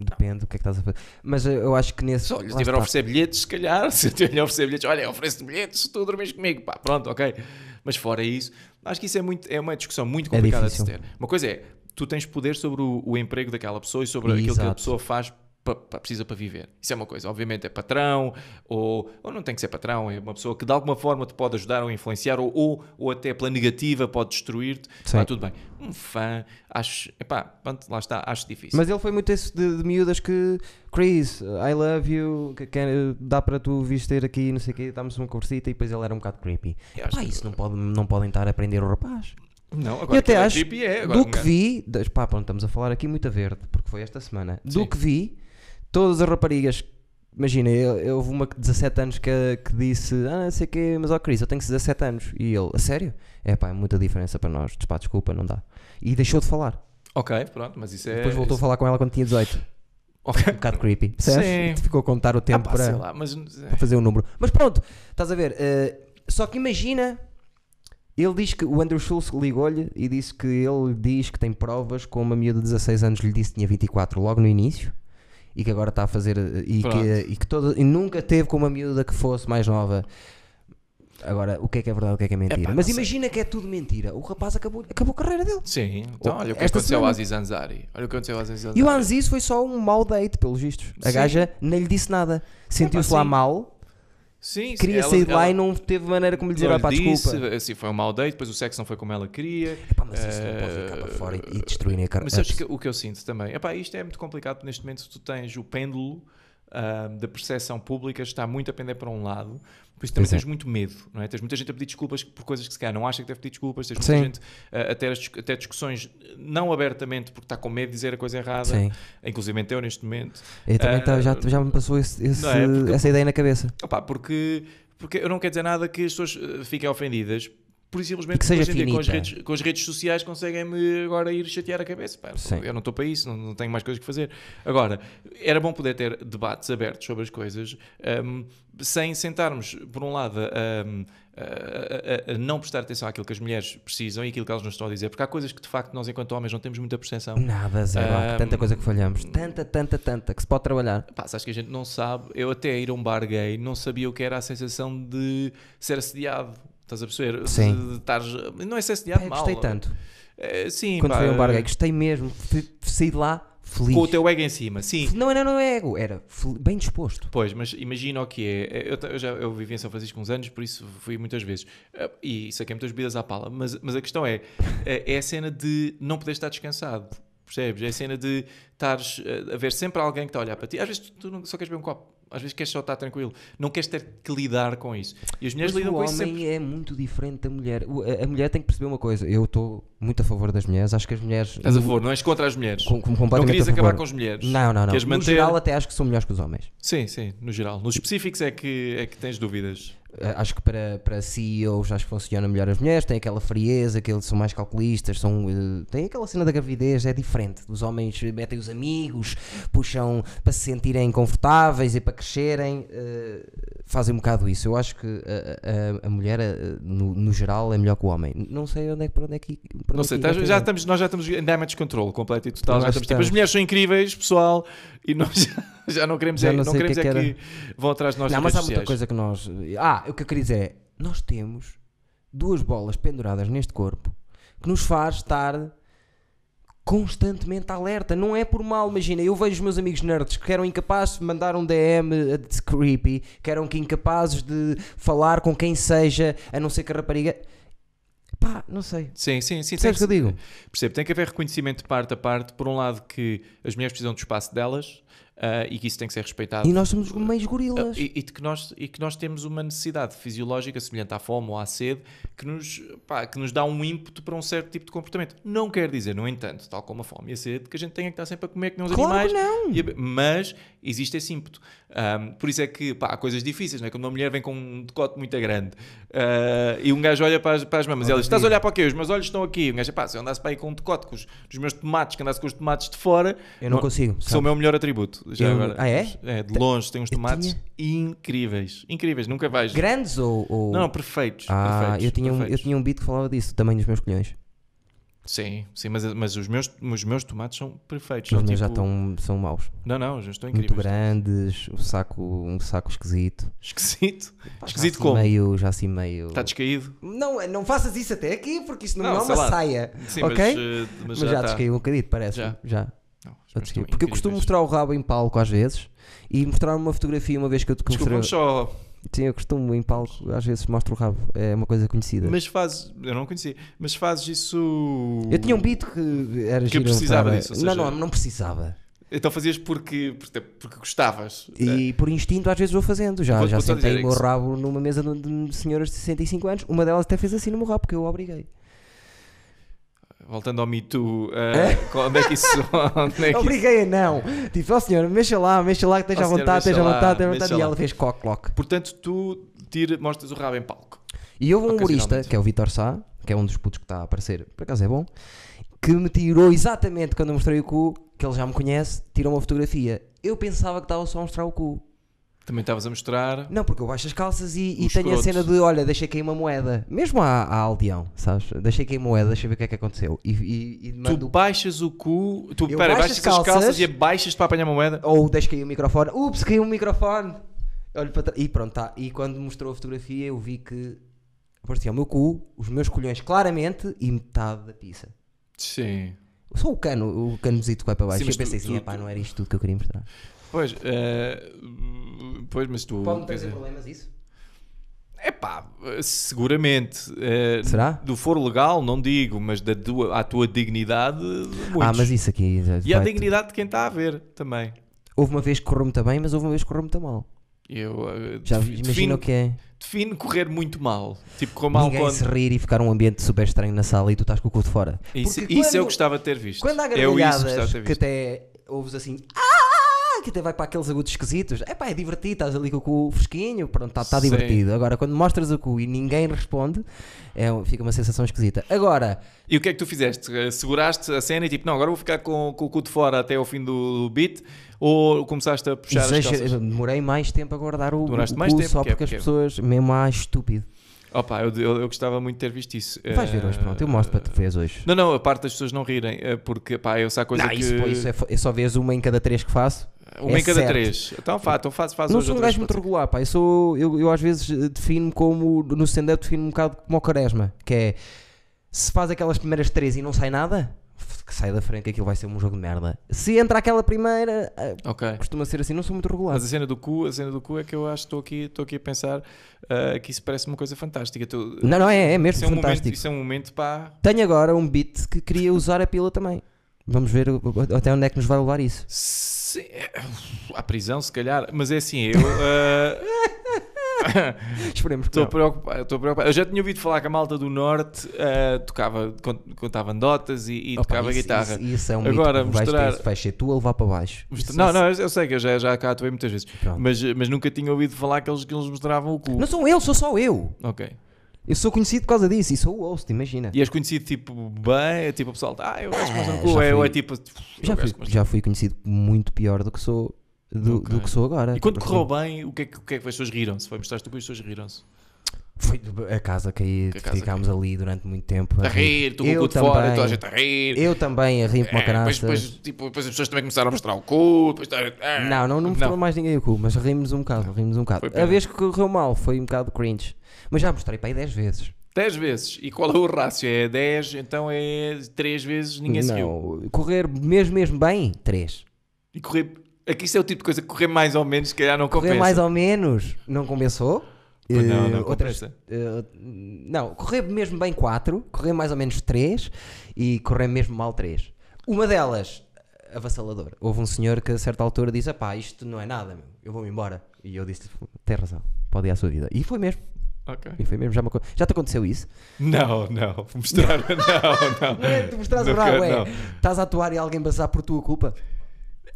Speaker 2: Depende do que é que estás a fazer. Mas eh, eu acho que nesse.
Speaker 1: Só lhe
Speaker 2: lá
Speaker 1: estiver a
Speaker 2: está.
Speaker 1: oferecer bilhetes, Então, se calhar, (laughs) se eu tiver a oferecer bilhetes, olha, eu ofereço-te bilhetes se tu dormires comigo, pá, pronto, ok. Mas fora isso, acho que isso é, muito, é uma discussão muito
Speaker 2: É
Speaker 1: complicada de se
Speaker 2: difícil.
Speaker 1: ter. Uma coisa é, tu tens poder sobre o, o emprego daquela pessoa e sobre aquilo que a
Speaker 2: Exato.
Speaker 1: pessoa faz. pa- pa- precisa para viver. Isso é uma coisa. Obviamente é patrão, ou, ou não tem que ser patrão, é uma pessoa que de alguma forma te pode ajudar ou influenciar, ou, ou, ou até pela negativa pode destruir-te.
Speaker 2: Sim.
Speaker 1: Pá, tudo bem. Um fã, acho, epá, pronto, lá está, acho difícil.
Speaker 2: Mas ele foi muito esse de, de miúdas que Chris, I love you, que, que, eh, dá para tu vestir aqui, não sei o quê, dá-me uma conversita e depois ele era um bocado creepy.
Speaker 1: Eu acho
Speaker 2: Pá,
Speaker 1: que-
Speaker 2: isso não, pode, não podem estar a prender o rapaz.
Speaker 1: não,
Speaker 2: eu
Speaker 1: agora
Speaker 2: até
Speaker 1: aquilo é
Speaker 2: acho,
Speaker 1: creepy, é, agora
Speaker 2: do
Speaker 1: um
Speaker 2: que
Speaker 1: gajo-
Speaker 2: vi, das- pá, pronto, estamos a falar aqui muito a verde, porque foi esta semana. Do
Speaker 1: Sim.
Speaker 2: que vi, todas as raparigas, imagina, eu, eu houve uma que de 17 anos que, que disse, ah, não sei o quê, mas ó Cris, eu tenho 17 anos. E ele, a sério? É pá, é muita diferença para nós, pá, desculpa, não dá. E deixou de falar.
Speaker 1: Ok, pronto, mas isso é.
Speaker 2: Depois voltou
Speaker 1: isso-
Speaker 2: a falar com ela quando tinha 18. Um (laughs)
Speaker 1: Ok.
Speaker 2: bocado creepy. Percebes?
Speaker 1: Sim.
Speaker 2: Ficou a contar o
Speaker 1: Ah,
Speaker 2: tempo
Speaker 1: pá, sei
Speaker 2: para,
Speaker 1: lá, mas.
Speaker 2: para fazer o número. Mas pronto, estás a ver? eh, só que imagina. Ele diz que o Andrew Schultz ligou-lhe e disse que ele diz que tem provas com uma miúda de 16 anos lhe disse que tinha 24 logo no início e que agora está a fazer eh, e
Speaker 1: Pronto.
Speaker 2: que, e que toda, e nunca teve com uma miúda que fosse mais nova. Agora, o que é que é verdade, o que é que é mentira?
Speaker 1: Epá,
Speaker 2: Mas
Speaker 1: não sei.
Speaker 2: imagina que é tudo mentira. O rapaz acabou, acabou a carreira dele.
Speaker 1: Sim, então
Speaker 2: Oh,
Speaker 1: olha o que
Speaker 2: esta
Speaker 1: aconteceu
Speaker 2: semana-
Speaker 1: ao Aziz Ansari. Olha o que aconteceu ao Aziz Ansari.
Speaker 2: E o Anzis foi só um mau date, pelos vistos. A
Speaker 1: Sim.
Speaker 2: gaja nem lhe disse nada. Sentiu-se
Speaker 1: sim.
Speaker 2: lá mal,
Speaker 1: Sim, sim,
Speaker 2: queria
Speaker 1: ela-
Speaker 2: sair de lá
Speaker 1: ela-
Speaker 2: e não teve maneira como lhe dizer,
Speaker 1: não
Speaker 2: "Ah, pá,
Speaker 1: lhe
Speaker 2: desculpa.
Speaker 1: disse, assim, foi um mau date, depois o sexo não foi como ela queria.
Speaker 2: Epá, mas é isso não pode ficar para fora e, e destruir a
Speaker 1: Eh,
Speaker 2: Ah,
Speaker 1: Mas sabes
Speaker 2: carreira.
Speaker 1: que- o que eu sinto também? Epá, isto é muito complicado porque neste momento tu tens o pêndulo ahm, da percepção pública está muito a pender para um lado, por isso também
Speaker 2: Pois é.
Speaker 1: tens muito medo, não é? Tens muita gente a pedir desculpas por coisas que se calhar não acha que deve pedir desculpas, tens muita
Speaker 2: Sim.
Speaker 1: gente ah, a ter as dis- até discussões não abertamente porque está com medo de dizer a coisa errada,
Speaker 2: Sim.
Speaker 1: inclusive eu neste momento.
Speaker 2: Eu também
Speaker 1: Ah,
Speaker 2: tá- já, já me passou esse- esse-
Speaker 1: Não é? Porque-
Speaker 2: essa ideia na cabeça.
Speaker 1: Opá, porque, porque eu não quero dizer nada que as pessoas eh, fiquem ofendidas. Por simplesmente
Speaker 2: Que seja
Speaker 1: hoje em dia, com, as
Speaker 2: finita.
Speaker 1: redes, com as redes sociais conseguem-me agora ir chatear a cabeça. Pá,
Speaker 2: Sim.
Speaker 1: eu não estou para isso, não, não tenho mais coisas que fazer. Agora, era bom poder ter debates abertos sobre as coisas hum, sem sentarmos, por um lado, hum, a, a- a- a não prestar atenção àquilo que as mulheres precisam e aquilo que elas nos estão a dizer, porque há coisas que de facto nós, enquanto homens, não temos muita percepção.
Speaker 2: Nada, zero. há
Speaker 1: Ah,
Speaker 2: tanta coisa que falhamos. Tanta, tanta, tanta. Que se pode trabalhar.
Speaker 1: Pá, sabes que a gente não sabe. Eu até ir a um bar gay não sabia o que era a sensação de ser assediado. Estás a perceber?
Speaker 2: Sim.
Speaker 1: De, de estares- não é ser assediado
Speaker 2: Pá, eu
Speaker 1: mal.
Speaker 2: gostei tanto.
Speaker 1: É, sim,
Speaker 2: Quando
Speaker 1: pá,
Speaker 2: foi a um bar gay, gostei mesmo. Fui- Saí de lá feliz.
Speaker 1: Com o teu ego em cima, sim.
Speaker 2: Não, não, não é ego. Era fel- bem disposto.
Speaker 1: Pois, mas imagina o que é. Eu, ta- eu já eu vivi em São Francisco uns anos, por isso fui muitas vezes. Ah, E saquei muitas bebidas à pala. Mas, mas a questão é: é é a cena de não poder estar descansado. Percebes? É a cena de estares ah, a ver sempre alguém que está a olhar para ti. Às vezes tu, tu não- só queres beber um copo. Às vezes queres só estar tranquilo. Não queres ter que lidar com isso. E as mulheres
Speaker 2: Mas o
Speaker 1: lidam com isso
Speaker 2: homem
Speaker 1: sempre.
Speaker 2: é muito diferente da mulher. O- a, a mulher tem que perceber uma coisa. Eu estou muito a favor das mulheres. Acho que as mulheres.
Speaker 1: Estás a favor, não és contra as mulheres.
Speaker 2: Com, com,
Speaker 1: não
Speaker 2: completamente
Speaker 1: querias
Speaker 2: a favor.
Speaker 1: acabar com as mulheres.
Speaker 2: Não, não, não.
Speaker 1: Queres
Speaker 2: No
Speaker 1: manter-
Speaker 2: geral, até acho que são melhores que os homens.
Speaker 1: Sim, sim, no geral. Nos específicos é que, é que tens dúvidas.
Speaker 2: Eh, Acho que para, para CEOs acho que funciona melhor as mulheres, têm aquela frieza, que eles são mais calculistas, são, eh, têm aquela cena da gravidez, é diferente. Os homens metem os amigos, puxam para se sentirem confortáveis e para crescerem, eh, fazem um bocado isso. Eu acho que a, a- a mulher, eh, no, no geral, é melhor que o homem. Não sei onde é, que- para onde é que. para
Speaker 1: Não
Speaker 2: onde é
Speaker 1: sei,
Speaker 2: que-
Speaker 1: estás-
Speaker 2: é que-
Speaker 1: já estamos, nós já estamos em damage control completo e total.
Speaker 2: Nós
Speaker 1: Já estamos, tipo,
Speaker 2: estamos.
Speaker 1: as mulheres são incríveis, pessoal, e nós já, (laughs) já não queremos,
Speaker 2: Já
Speaker 1: é, não
Speaker 2: não sei o que
Speaker 1: queremos
Speaker 2: é
Speaker 1: é,
Speaker 2: que
Speaker 1: que, vão atrás de nós.
Speaker 2: Não,
Speaker 1: nas
Speaker 2: mas há
Speaker 1: redes
Speaker 2: muita
Speaker 1: sociais.
Speaker 2: coisa que nós. Ah, o que eu queria dizer é: nós temos duas bolas penduradas neste corpo que nos faz estar constantemente alerta. Não é por mal, imagina. Eu vejo os meus amigos nerds que eram incapazes de mandar um DM a de creepy, que eram que incapazes de falar com quem seja, a não ser que a rapariga. Pá, não sei.
Speaker 1: Sim, sim, sim.
Speaker 2: Percebes o que eu digo?
Speaker 1: Percebo, tem que haver reconhecimento de parte a parte. Por um lado, que as mulheres precisam do espaço delas, ah, e que isso tem que ser respeitado.
Speaker 2: E nós somos meios gorilas.
Speaker 1: E, e de que nós, e que nós temos uma necessidade fisiológica semelhante à fome ou à sede que nos, pá, que nos dá um ímpeto para um certo tipo de comportamento. Não quer dizer, no entanto, tal como a fome e a sede, que a gente tenha que estar sempre a comer que nem os
Speaker 2: Claro
Speaker 1: animais.
Speaker 2: que não.
Speaker 1: e a be- Mas existe esse ímpeto. Ahm, por isso é que pá, há coisas difíceis, não é? Quando uma mulher vem com um decote muito grande ah, e um gajo olha para as, para as mamas e ela diz: Estás a olhar para o quê? Os meus olhos estão aqui. E um gajo, pá, se eu andasse para aí com um decote com os, dos meus tomates, que andasse com os tomates de fora,
Speaker 2: Eu não
Speaker 1: não-
Speaker 2: consigo.
Speaker 1: sou o meu melhor atributo. Já
Speaker 2: Eu-
Speaker 1: agora.
Speaker 2: Ah, é?
Speaker 1: de longe, tem uns tomates
Speaker 2: tinha-
Speaker 1: incríveis. Incríveis, nunca vais.
Speaker 2: Grandes ou. ou-
Speaker 1: Não, não, perfeitos.
Speaker 2: ah,
Speaker 1: perfeitos,
Speaker 2: eu, tinha um, eu
Speaker 1: perfeitos.
Speaker 2: tinha um beat que falava disso, também dos meus colhões.
Speaker 1: Sim, sim, mas, mas os, meus, os meus tomates são perfeitos.
Speaker 2: Os
Speaker 1: são
Speaker 2: meus já
Speaker 1: tipo-
Speaker 2: estão são maus.
Speaker 1: Não, não, os meus estão
Speaker 2: Muito
Speaker 1: incríveis.
Speaker 2: grandes, um saco, um saco esquisito.
Speaker 1: Esquisito.
Speaker 2: Pá,
Speaker 1: Esquisito
Speaker 2: já assim
Speaker 1: como?
Speaker 2: Meio, já assim meio.
Speaker 1: Está descaído.
Speaker 2: Não, eh, não faças isso até aqui, porque isso não,
Speaker 1: Não,
Speaker 2: é
Speaker 1: sei
Speaker 2: uma
Speaker 1: lá.
Speaker 2: saia.
Speaker 1: Sim,
Speaker 2: ok?
Speaker 1: mas, eh, mas,
Speaker 2: Mas,
Speaker 1: já,
Speaker 2: já,
Speaker 1: tá.
Speaker 2: descaiu um bocadinho, parece.
Speaker 1: Já.
Speaker 2: Já.
Speaker 1: Não, os
Speaker 2: já
Speaker 1: meus estão
Speaker 2: descaiu. Porque eu costumo
Speaker 1: incríveis.
Speaker 2: mostrar o rabo em palco às vezes e mostrar uma fotografia uma vez que eu te
Speaker 1: Desculpa,
Speaker 2: mostrei.
Speaker 1: vamos um só.
Speaker 2: Sim, eu costumo em palco, às vezes mostro o rabo. É uma coisa conhecida.
Speaker 1: Mas fazes. Eu não conhecia. Mas fazes isso.
Speaker 2: Eu tinha um beat que era
Speaker 1: Que eu
Speaker 2: giro,
Speaker 1: precisava
Speaker 2: sabe?
Speaker 1: disso, ou
Speaker 2: Não,
Speaker 1: seja-
Speaker 2: não, não precisava.
Speaker 1: Então fazias porque, porque, porque gostavas.
Speaker 2: E por instinto às vezes vou fazendo. Já,
Speaker 1: É. Vou-
Speaker 2: já
Speaker 1: vou só
Speaker 2: sentei
Speaker 1: dizer
Speaker 2: o meu
Speaker 1: que se-
Speaker 2: rabo numa mesa de, de senhoras de 65 anos. Uma delas até fez assim no meu rabo, porque eu a obriguei.
Speaker 1: Eh, Voltando ao Me Too, eh, onde é que isso. (laughs) Onde é que isso-
Speaker 2: Obriguei, não. Tipo, ó senhor, mexa lá, mexa lá, que esteja
Speaker 1: Ó,
Speaker 2: à
Speaker 1: senhor,
Speaker 2: vontade,
Speaker 1: mexa
Speaker 2: esteja à
Speaker 1: lá,
Speaker 2: vontade, esteja à
Speaker 1: mexa
Speaker 2: vontade. E
Speaker 1: lá.
Speaker 2: ela fez cock lock.
Speaker 1: Portanto, tu tira, mostras o rabo em palco.
Speaker 2: E houve um
Speaker 1: Ocasionalmente.
Speaker 2: humorista, que é o Vitor Sá, que é um dos putos que está a aparecer, por acaso é bom, que me tirou exatamente quando eu mostrei o cu, que ele já me conhece, tirou uma fotografia. Eu pensava que estava só a mostrar o cu.
Speaker 1: Também estavas a mostrar.
Speaker 2: Não, porque eu baixo as calças e, e
Speaker 1: Um
Speaker 2: tenho a
Speaker 1: escroto.
Speaker 2: cena de, olha, deixei cair uma moeda. Mesmo à, à aldeão, sabes? Deixei cair uma moeda, deixa eu ver o que é que aconteceu. E, e, e
Speaker 1: Tu
Speaker 2: mando...
Speaker 1: baixas o cu. Tu
Speaker 2: é Eu
Speaker 1: pera,
Speaker 2: baixo
Speaker 1: baixas
Speaker 2: as
Speaker 1: as calças
Speaker 2: calças
Speaker 1: e abaixas para apanhar uma moeda.
Speaker 2: Ou deixo cair o microfone. Ups, caiu um microfone. Olho para trás. E pronto, tá. E quando mostrou a fotografia, eu vi que aparecia o meu cu, os meus colhões claramente e metade da pizza.
Speaker 1: Sim.
Speaker 2: Só o cano, o canozito que vai para baixo.
Speaker 1: Sim, mas
Speaker 2: eu pensei
Speaker 1: tu-
Speaker 2: assim,
Speaker 1: tu-
Speaker 2: epá,
Speaker 1: tu-
Speaker 2: não era isto tudo que eu queria mostrar.
Speaker 1: Pois, eh, pois, mas tu.
Speaker 2: Pode-me
Speaker 1: quer
Speaker 2: trazer
Speaker 1: dizer,
Speaker 2: problemas isso?
Speaker 1: É pá, seguramente. eh,
Speaker 2: Será?
Speaker 1: Do foro legal, não digo, mas da tua, à tua dignidade, muitos.
Speaker 2: Ah, mas isso aqui. já-
Speaker 1: E à
Speaker 2: vai-
Speaker 1: dignidade de quem está a ver também.
Speaker 2: Houve uma vez que correu-me também, mas houve uma vez que correu-me tão mal.
Speaker 1: Eu eh,
Speaker 2: Já
Speaker 1: defi-
Speaker 2: imagina
Speaker 1: defino,
Speaker 2: o que é.
Speaker 1: defino correr muito mal. Tipo, correr mal
Speaker 2: Ninguém
Speaker 1: quando.
Speaker 2: se rir e ficar um ambiente super estranho na sala e tu estás com o cu de fora.
Speaker 1: Isso,
Speaker 2: Porque
Speaker 1: isso eu
Speaker 2: quando-
Speaker 1: gostava de ter visto.
Speaker 2: Quando há
Speaker 1: eu isso
Speaker 2: gargalhadas
Speaker 1: gostava de ter
Speaker 2: que
Speaker 1: visto.
Speaker 2: até ouves assim, "Ah!", que até vai para aqueles agudos esquisitos, é pá, é divertido, estás ali com o cu fresquinho, pronto, está
Speaker 1: Sim.
Speaker 2: divertido. Agora, quando mostras o cu e ninguém responde, é, fica uma sensação esquisita. Agora,
Speaker 1: E o que é que tu fizeste? Eh, Seguraste a cena e tipo, não, agora vou ficar com, com o cu de fora até ao fim do beat? Ou começaste a puxar as
Speaker 2: exager-
Speaker 1: calças?
Speaker 2: demorei mais tempo a guardar o, o
Speaker 1: Demoraste
Speaker 2: cu
Speaker 1: mais tempo,
Speaker 2: só
Speaker 1: que é-
Speaker 2: porque as
Speaker 1: que é-
Speaker 2: pessoas mesmo acham estúpido.
Speaker 1: Opa, eu, eu, eu gostava muito de ter visto isso.
Speaker 2: Vais ver
Speaker 1: Eh,
Speaker 2: hoje, pronto, eu mostro para tu veres hoje.
Speaker 1: Não, não, a parte das pessoas não rirem, eh, porque pá, eu sei a coisa
Speaker 2: Não,
Speaker 1: que...
Speaker 2: isso, pô, isso é, fo- é só vês uma em cada três que faço.
Speaker 1: Uma
Speaker 2: é
Speaker 1: em cada
Speaker 2: certo.
Speaker 1: três. Então faz, então faz, faz
Speaker 2: Não
Speaker 1: hoje
Speaker 2: sou um
Speaker 1: outra vez,
Speaker 2: gajo muito
Speaker 1: pode ser.
Speaker 2: regular, pá. Eu, sou, eu, eu às vezes eh, defino-me como. No stand-up defino-me um bocado como o Quaresma, que é. Se faz aquelas primeiras três e não sai nada, f- que sai da frente, que aquilo vai ser um jogo de merda. Se entra aquela primeira, eh,
Speaker 1: Ok.
Speaker 2: costuma ser assim. Não sou muito regular.
Speaker 1: Mas a cena do cu, a cena do cu é que eu acho, estou aqui, estou aqui a pensar eh, que isso parece uma coisa fantástica. Tu-
Speaker 2: Não, não, é, é mesmo
Speaker 1: eh, isso é um
Speaker 2: fantástico.
Speaker 1: Momento, isso é um momento, pá...
Speaker 2: Tenho agora um beat que queria usar a pila também. Vamos ver o- o- até onde é que nos vai levar isso.
Speaker 1: Se... eh, À prisão, se calhar. Mas é assim, eu... (laughs) eh,
Speaker 2: Esperemos que
Speaker 1: Estou
Speaker 2: não.
Speaker 1: preocupado, estou preocupado. Eu já tinha ouvido falar que a malta do Norte eh, tocava, cont- contava andotas e, e
Speaker 2: Opa,
Speaker 1: tocava
Speaker 2: isso-
Speaker 1: guitarra.
Speaker 2: Isso, isso é um
Speaker 1: Agora,
Speaker 2: beat que vais,
Speaker 1: mostrar-
Speaker 2: ter, vais ser tu a levar para baixo.
Speaker 1: Mostra-
Speaker 2: Isso- é assim,
Speaker 1: Não, não, eu, eu sei que eu já, já cá atuei muitas vezes,
Speaker 2: Pronto.
Speaker 1: mas, mas nunca tinha ouvido falar que eles, que eles mostravam o cu.
Speaker 2: Não sou eu, sou só eu.
Speaker 1: Ok.
Speaker 2: Eu sou conhecido por causa disso e sou o host, imagina.
Speaker 1: E és conhecido tipo bem, tipo o pessoal, ah, eu gosto de mostrar o
Speaker 2: Ah,
Speaker 1: cu,
Speaker 2: já
Speaker 1: é,
Speaker 2: fui.
Speaker 1: ou é tipo. eu
Speaker 2: já,
Speaker 1: gosto
Speaker 2: fui,
Speaker 1: de mostrar.
Speaker 2: já fui conhecido muito pior do que sou, do,
Speaker 1: Ok.
Speaker 2: do que sou agora.
Speaker 1: E quando correu bem, o que é que, o que, é que as pessoas riram-se? Foi mostrar o cu e as pessoas riram-se.
Speaker 2: Foi de- a casa que,
Speaker 1: Que a casa
Speaker 2: ficámos ali durante muito tempo.
Speaker 1: A rir, tu com o
Speaker 2: Eu
Speaker 1: cu de fora,
Speaker 2: também.
Speaker 1: toda a gente a rir.
Speaker 2: Eu também a rir
Speaker 1: É,
Speaker 2: para uma
Speaker 1: depois,
Speaker 2: caraça.
Speaker 1: depois, tipo, depois as pessoas também começaram a mostrar o cu, depois. ah,
Speaker 2: Não, não, não mostrou
Speaker 1: Não.
Speaker 2: mais ninguém o cu, mas rimos um bocado, rimos um bocado.
Speaker 1: Foi pena.
Speaker 2: A vez que correu mal foi um bocado cringe. Mas já mostrei para aí 10 vezes.
Speaker 1: 10 vezes. E qual é o rácio? É 10, então é 3 vezes, ninguém seguiu.
Speaker 2: não, correr mesmo, mesmo bem, 3.
Speaker 1: E correr. Aqui isso é o tipo de coisa que correr mais ou menos, se calhar não compensa.
Speaker 2: Correr mais ou menos, não compensou.
Speaker 1: Pois não,
Speaker 2: Eh,
Speaker 1: não
Speaker 2: outras-
Speaker 1: compensa.
Speaker 2: eh, não, correr mesmo bem 4, correr mais ou menos 3 e correr mesmo mal 3. Uma delas, avassalador. Houve um senhor que a certa altura disse: pá, isto não é nada, meu, eu vou-me embora. E eu disse: tem razão, pode ir à sua vida. E foi mesmo,
Speaker 1: Ok.
Speaker 2: e foi mesmo. Já, me acon- já te
Speaker 1: (laughs)
Speaker 2: aconteceu isso?
Speaker 1: Não, não. Vou mostrar. (laughs) não, não.
Speaker 2: Ué, é tu mostraste o
Speaker 1: Nunca,
Speaker 2: braço, ué,
Speaker 1: não.
Speaker 2: estás a atuar e alguém passar por tua culpa?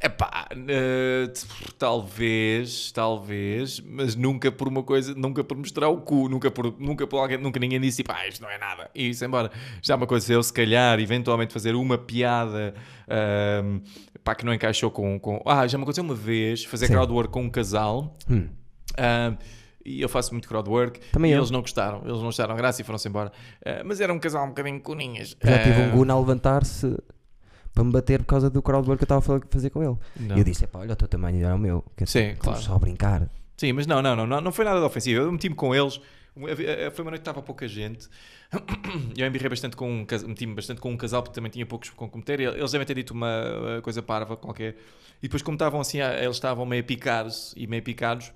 Speaker 1: Epá, eh, t- talvez, talvez, mas nunca por uma coisa, nunca por mostrar o cu, nunca por, nunca por alguém, nunca ninguém disse, pá, isto não é nada, e isso embora. Já me aconteceu, se calhar, eventualmente fazer uma piada, ahm, pá, que não encaixou com, com... Ah, já me aconteceu uma vez, fazer
Speaker 2: Sim. Hum.
Speaker 1: crowdwork com um casal, ahm, e eu faço muito crowdwork,
Speaker 2: Também
Speaker 1: e
Speaker 2: eu.
Speaker 1: eles não gostaram, eles não acharam graça e foram-se embora. Ah, mas era um casal um bocadinho coninhas.
Speaker 2: Já tive
Speaker 1: Ah,
Speaker 2: um guna a levantar-se para me bater por causa do crowdwork que eu estava a fazer com ele.
Speaker 1: Não.
Speaker 2: E eu disse: pá, olha, o teu tamanho era o meu. Que
Speaker 1: Sim,
Speaker 2: estamos
Speaker 1: claro.
Speaker 2: só a brincar.
Speaker 1: Sim, mas não, não, não, não, não foi nada de ofensivo. Eu meti-me com eles. Eh, eh, Foi uma noite que estava pouca gente. (coughs) Eu embirrei bastante com um casal, meti-me bastante com um casal porque também tinha poucos com cometer. Eles devem ter dito uma eh, coisa parva qualquer. E depois, como estavam assim, ah, eles estavam meio picados e meio picados